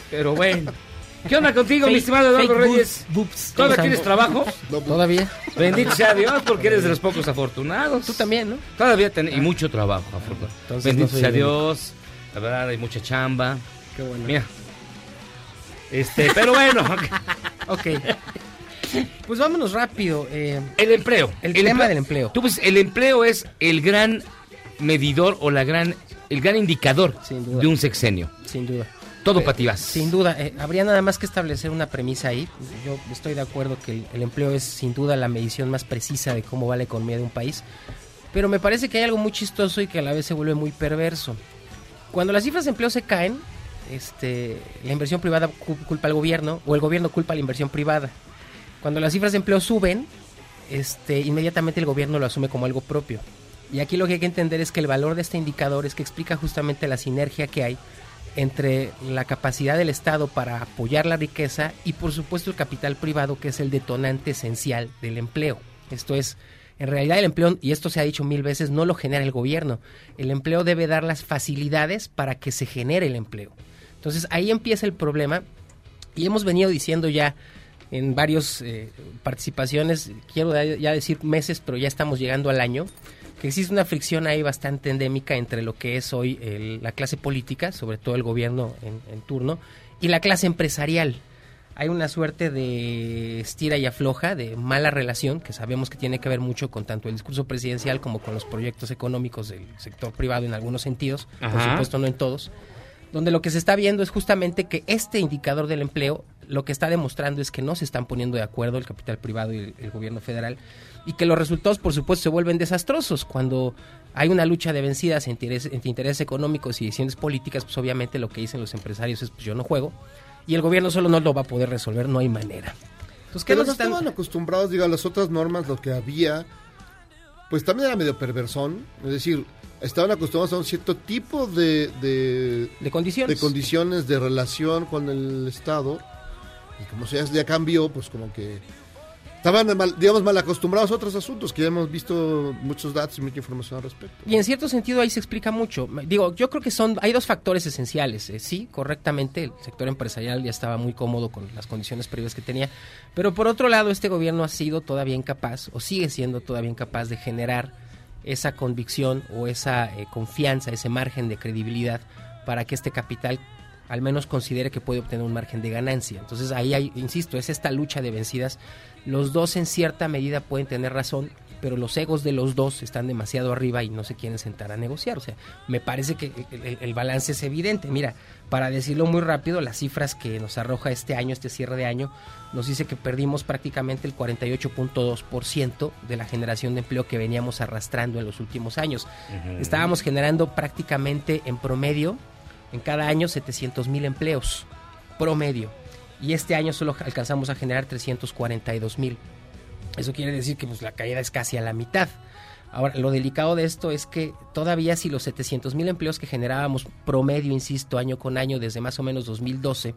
S8: Pero bueno. ¿Qué onda contigo, mi estimado Eduardo Reyes? ¿Todavía tienes trabajo?
S6: pues.
S26: Todavía.
S8: Bendito sea Dios, porque eres de los pocos afortunados. Tú también, ¿no? Todavía ten- y mucho trabajo, afortunadamente.
S26: Entonces
S8: Bendito
S26: no soy
S8: sea
S26: el único.
S8: Dios. La verdad, hay mucha chamba.
S26: Qué bueno.
S8: Mira. Este, pero bueno.
S26: ok. Pues vámonos rápido. eh,
S8: El empleo.
S26: El tema del empleo.
S8: Tú pues, el empleo es el gran medidor o la gran, el gran indicador
S26: duda.
S8: de un sexenio.
S26: Sin duda.
S8: Todo
S26: Eh,
S8: pativas.
S26: Sin duda. eh, habría nada más que establecer una premisa ahí. Yo estoy de acuerdo que el, el empleo es sin duda la medición más precisa de cómo va la economía de un país. Pero me parece que hay algo muy chistoso y que a la vez se vuelve muy perverso. Cuando las cifras de empleo se caen, este, la inversión privada cu- culpa al gobierno o el gobierno culpa a la inversión privada. Cuando las cifras de empleo suben, este, inmediatamente el gobierno lo asume como algo propio. Y aquí lo que hay que entender es que el valor de este indicador es que explica justamente la sinergia que hay entre la capacidad del Estado para apoyar la riqueza y por supuesto el capital privado que es el detonante esencial del empleo. Esto es, en realidad el empleo, y esto se ha dicho mil veces, no lo genera el gobierno. El empleo debe dar las facilidades para que se genere el empleo. Entonces ahí empieza el problema y hemos venido diciendo ya en varias participaciones, quiero da- ya decir meses, pero ya estamos llegando al año, que existe una fricción ahí bastante endémica entre lo que es hoy el- la clase política, sobre todo el gobierno en, en turno, y la clase empresarial. Hay una suerte de estira y afloja, de mala relación, que sabemos que tiene que ver mucho con tanto el discurso presidencial como con los proyectos económicos del sector privado en algunos sentidos, por
S8: Ajá.
S26: supuesto no en todos donde lo que se está viendo es justamente que este indicador del empleo lo que está demostrando es que no se están poniendo de acuerdo el capital privado y el, el gobierno federal y que los resultados por supuesto se vuelven desastrosos cuando hay una lucha de vencidas entre, interés- entre intereses económicos y decisiones políticas pues obviamente lo que dicen los empresarios es pues yo no juego y el gobierno solo no lo va a poder resolver no hay manera entonces ¿qué
S6: Pero
S26: nos
S6: no
S26: están-
S6: estaban acostumbrados, digo, a las otras normas, lo que había, pues también era medio perversón. Es decir, estaban acostumbrados a un cierto tipo de... De,
S26: condiciones.
S6: De condiciones de relación con el Estado. Y como ya, ya cambió, pues como que... Estaban, mal- digamos, mal acostumbrados a otros asuntos, que ya hemos visto muchos datos y mucha información al respecto.
S26: Y en cierto sentido ahí se explica mucho. Digo, yo creo que son hay dos factores esenciales. eh, sí, correctamente, el sector empresarial ya estaba muy cómodo con las condiciones previas que tenía. Pero por otro lado, este gobierno ha sido todavía incapaz, o sigue siendo todavía incapaz de generar esa convicción o esa eh, confianza, ese margen de credibilidad para que este capital al menos considere que puede obtener un margen de ganancia. Entonces ahí hay, insisto, es esta lucha de vencidas. Los dos en cierta medida pueden tener razón, pero los egos de los dos están demasiado arriba y no se quieren sentar a negociar. O sea, me parece que el, el- el balance es evidente. Mira, para decirlo muy rápido, las cifras que nos arroja este año, este cierre de año, nos dice que perdimos prácticamente el 48.2% de la generación de empleo que veníamos arrastrando en los últimos años.
S4: Ujú.
S26: Estábamos generando prácticamente en promedio en cada año 700 mil empleos, promedio. Y este año solo alcanzamos a generar 342 mil. Eso quiere decir que pues, la caída es casi a la mitad. Ahora, lo delicado de esto es que todavía si los 700 mil empleos que generábamos promedio, insisto, año con año desde más o menos 2012,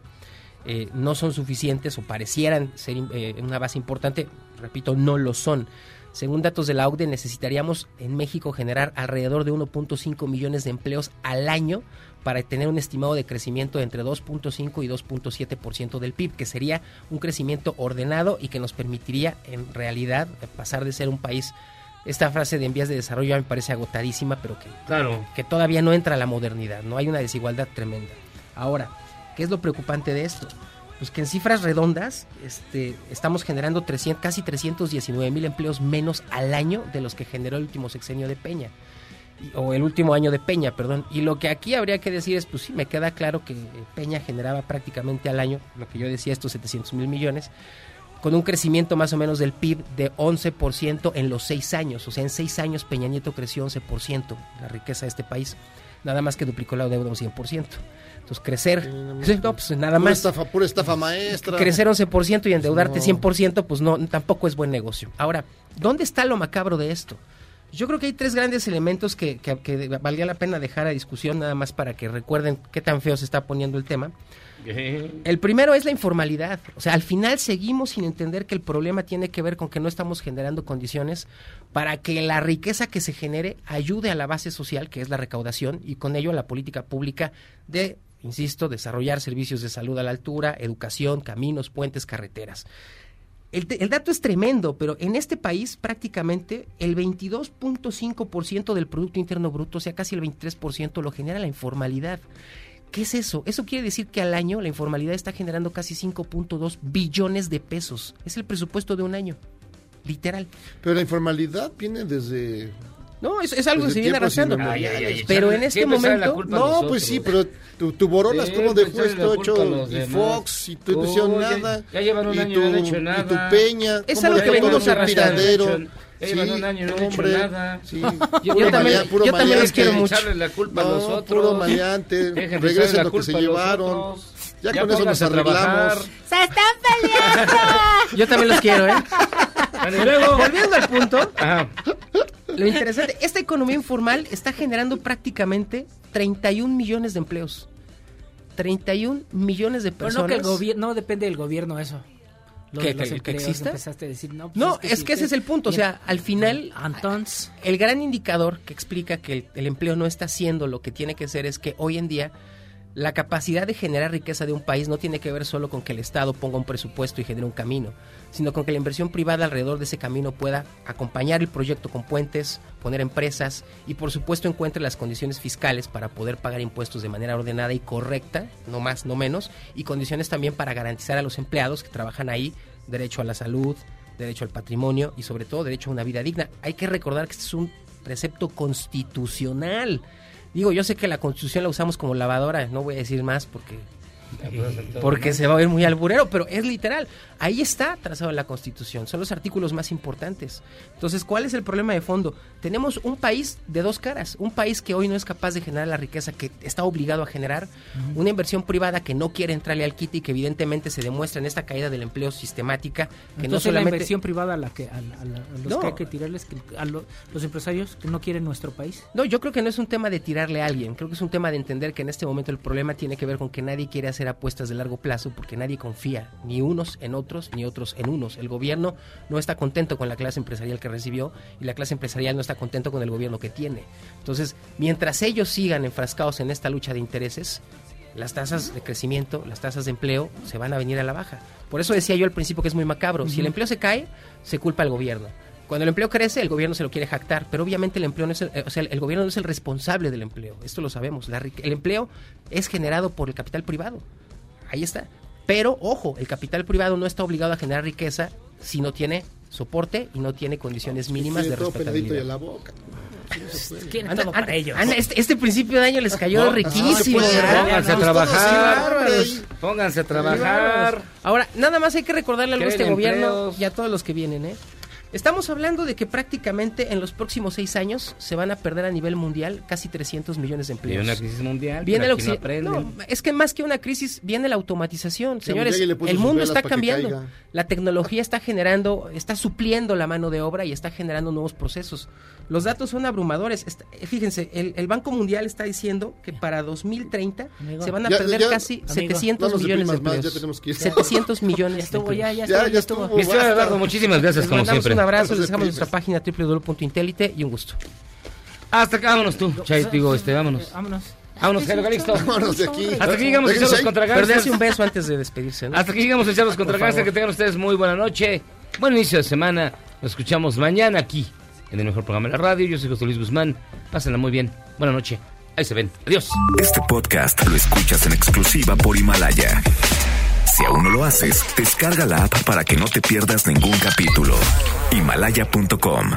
S26: eh, no son suficientes o parecieran ser eh, una base importante, repito, no lo son. Según datos de la OCDE, necesitaríamos en México generar alrededor de 1.5 millones de empleos al año para tener un estimado de crecimiento de entre 2.5 y 2.7% del PIB, que sería un crecimiento ordenado y que nos permitiría en realidad pasar de ser un país... Esta frase de en vías de desarrollo a mí me parece agotadísima, pero que,
S8: Claro.
S26: que todavía no entra la modernidad, no hay una desigualdad tremenda. Ahora, ¿qué es lo preocupante de esto? Pues que en cifras redondas este, estamos generando 300, casi 319 mil empleos menos al año de los que generó el último sexenio de Peña. Y- o el último año de Peña, perdón. Y lo que aquí habría que decir es, pues sí, me queda claro que eh, Peña generaba prácticamente al año, lo que yo decía, estos 700 mil millones, con un crecimiento más o menos del PIB de 11% en los seis años. O sea, en seis años Peña Nieto creció 11% la riqueza de este país. Nada más que duplicó la deuda un 100%. Entonces, crecer... Sí, no, pues nada
S6: Eh, Pura
S26: más.
S6: estafa, pura estafa maestra.
S26: Crecer 11% y endeudarte
S6: No.
S26: 100%, pues no, tampoco es buen negocio. Ahora, ¿dónde está lo macabro de esto? Yo creo que hay tres grandes elementos que, que- que valía la pena dejar a discusión, nada más para que recuerden qué tan feo se está poniendo el tema. El primero es la informalidad. O sea, al final seguimos sin entender que el problema tiene que ver con que no estamos generando condiciones para que la riqueza que se genere ayude a la base social, que es la recaudación, y con ello a la política pública de, insisto, desarrollar servicios de salud a la altura, educación, caminos, puentes, carreteras. El, te- el dato es tremendo, pero en este país prácticamente el 22.5% del Producto Interno Bruto, o sea, casi el 23%, lo genera la informalidad. ¿Qué es eso? Eso quiere decir que al año la informalidad está generando casi 5.2 billones de pesos. Es el presupuesto de un año, literal.
S6: Pero la informalidad viene desde...
S26: No, es, es algo que
S6: desde
S26: se viene
S6: tiempos
S26: arrastrando.
S6: inmemoriales.
S26: pero en este momento...
S6: No, pues sí, pero tu, tu Borolas,
S26: Sí,
S8: pues,
S6: ¿cómo dejó
S26: echarle la
S6: esto
S26: culpa a
S6: hecho?
S26: los
S6: Y
S26: demás.
S6: Fox, y tú no
S26: Oye,
S6: hicieron nada.
S26: ya llevan un
S6: y
S26: año y no han
S6: tu-
S26: hecho
S6: Y
S26: nada.
S6: tu Peña.
S26: Es
S6: ¿cómo
S26: algo que
S6: dejó todo
S26: venimos
S6: ser
S26: arrastrando.
S6: tiradero?
S8: Ya llevan un año y no han hecho
S6: hombre,
S8: nada.
S6: sí.
S8: Yo- yo
S6: Puro
S8: también-
S6: maleante, puro
S8: yo también
S6: maleante.
S8: los quiero mucho. Echarle la culpa a
S6: No,
S8: los otros.
S6: puro maleante.
S8: Dejen de
S6: Regresen lo
S8: echarle la
S6: que se
S8: culpa a los
S6: llevaron. Ya
S8: Ya
S6: con eso nos
S8: pónganse a trabajar.
S6: arreglamos.
S26: ¡Se están peleando! Yo también los quiero, ¿eh?
S8: y luego.
S26: Volviendo al punto, lo interesante, esta economía informal está generando prácticamente 31 millones de empleos. 31 millones de
S3: Pero no
S26: personas.
S3: que el gobierno, no depende del gobierno eso. Lo
S26: ¿Qué,
S3: de los
S26: que- que
S3: empleos,
S26: exista?
S3: Empezaste a decir, no, pues
S26: No, es
S3: sí,
S26: que, ese es el punto. O
S3: bien.
S26: sea, al final, el gran indicador que explica que el, el empleo no está haciendo lo que tiene que ser es que hoy en día la capacidad de generar riqueza de un país no tiene que ver solo con que el Estado ponga un presupuesto y genere un camino, sino con que la inversión privada alrededor de ese camino pueda acompañar el proyecto con puentes, poner empresas y por supuesto encuentre las condiciones fiscales para poder pagar impuestos de manera ordenada y correcta, no más, no menos, y condiciones también para garantizar a los empleados que trabajan ahí derecho a la salud, derecho al patrimonio y sobre todo derecho a una vida digna. Hay que recordar que este es un precepto constitucional. Digo, yo sé que la constitución la usamos como lavadora, no voy a decir más porque porque se va a ver muy alburero, pero es literal. Ahí está trazado en la Constitución, son los artículos más importantes. Entonces, ¿cuál es el problema de fondo? Tenemos un país de dos caras, un país que hoy no es capaz de generar la riqueza que está obligado a generar, una inversión privada que no quiere entrarle al kit y que evidentemente se demuestra en esta caída del empleo sistemática, que no
S3: Entonces la
S26: solamente...
S3: inversión privada a la que a, la- a la- a los
S26: No.
S3: que hay que tirarles que- a lo- los empresarios que no quieren nuestro país.
S26: No, yo creo que no es un tema de tirarle a alguien, creo que es un tema de entender que en este momento el problema tiene que ver con que nadie quiere hacer apuestas de largo plazo porque nadie confía, ni unos en otros, ni otros en unos. El gobierno no está contento con la clase empresarial que recibió y la clase empresarial no está contento con el gobierno que tiene. Entonces, mientras ellos sigan enfrascados en esta lucha de intereses, las tasas de crecimiento, las tasas de empleo se van a venir a la baja. Por eso decía yo al principio que es muy macabro. Si el
S3: Ujú.
S26: empleo se cae, se culpa al gobierno. Cuando el empleo crece, el gobierno se lo quiere jactar, pero obviamente el empleo no es el, eh, o sea, el gobierno no es el responsable del empleo. Esto lo sabemos. La rique- el empleo es generado por el capital privado. Ahí está. Pero ojo, el capital privado no está obligado a generar riqueza si no tiene soporte y no tiene condiciones mínimas de
S6: todo peladito y a
S26: respetabilidad.
S6: la boca. No se
S3: pues,
S6: puede.
S26: Anda, anda, anda, este, este principio de año les cayó
S8: No,
S26: riquísimo.
S8: no se puede.
S26: ¿verdad?
S8: Pónganse a
S26: Ustedes
S8: trabajar,
S26: sí, bárbaros.
S8: Pónganse a
S26: Bárbaros.
S8: trabajar.
S26: Ahora, nada más hay que recordarle algo a este
S8: Creen
S26: gobierno
S8: empleos.
S26: y a todos los que vienen, ¿eh? Estamos hablando de que prácticamente en los próximos seis años se van a perder a nivel mundial casi 300 millones de
S8: Viene
S26: empleos.
S8: una crisis mundial.
S26: Viene
S8: pero
S26: la
S8: aquí no
S26: oxi-
S8: aprenden.
S26: no, es que más que una crisis viene la automatización,
S8: Que
S26: señores.
S8: Miyagi le puso
S26: El
S8: sus
S26: mundo
S8: velas
S26: está
S8: para que
S26: cambiando.
S8: caiga.
S26: La tecnología está generando, está supliendo la mano de obra y está generando nuevos procesos. Los datos son abrumadores. Está- eh, fíjense, el, el Banco Mundial está diciendo que para 2030 se van a
S6: Ya-
S26: perder
S6: ya-
S26: casi
S6: Amigo.
S26: 700
S6: No nos
S26: millones de
S6: deprimas más,
S26: empleos.
S6: ya tenemos que ir.
S26: 700 millones. de
S6: estuvo, ya- ya
S26: empleos.
S6: Ya- estuvo, ya ya estuvo. estuvo,
S26: Mi estimado
S6: basta.
S26: Eduardo, muchísimas gracias
S8: Les
S26: como
S8: mandamos
S26: siempre.
S8: un abrazo,
S26: les
S8: les
S26: dejamos
S8: dejamos
S26: nuestra página www.intelite y un gusto.
S8: Hasta acá, vámonos tú. Chay, digo, este, vámonos.
S3: Vámonos.
S8: Pues, Vámonos, Ah, Jairo Calixto. Hasta aquí llegamos
S26: Déjense
S8: a Charlos
S26: ahí.
S8: contra
S26: Pero
S8: Gangsters.
S26: dense un beso antes de despedirse. ¿no?
S8: Hasta aquí llegamos a Charlos contra
S26: Por favor.
S8: Gangsters. Que tengan ustedes muy buena noche. Buen inicio de semana. Nos escuchamos mañana aquí en el mejor programa de la radio. Yo soy José Luis Guzmán. Pásenla muy bien. Buena noche. Ahí se ven. Adiós.
S1: Este podcast lo escuchas en exclusiva por Himalaya. Si aún no lo haces, descarga la app para que no te pierdas ningún capítulo. Himalaya.com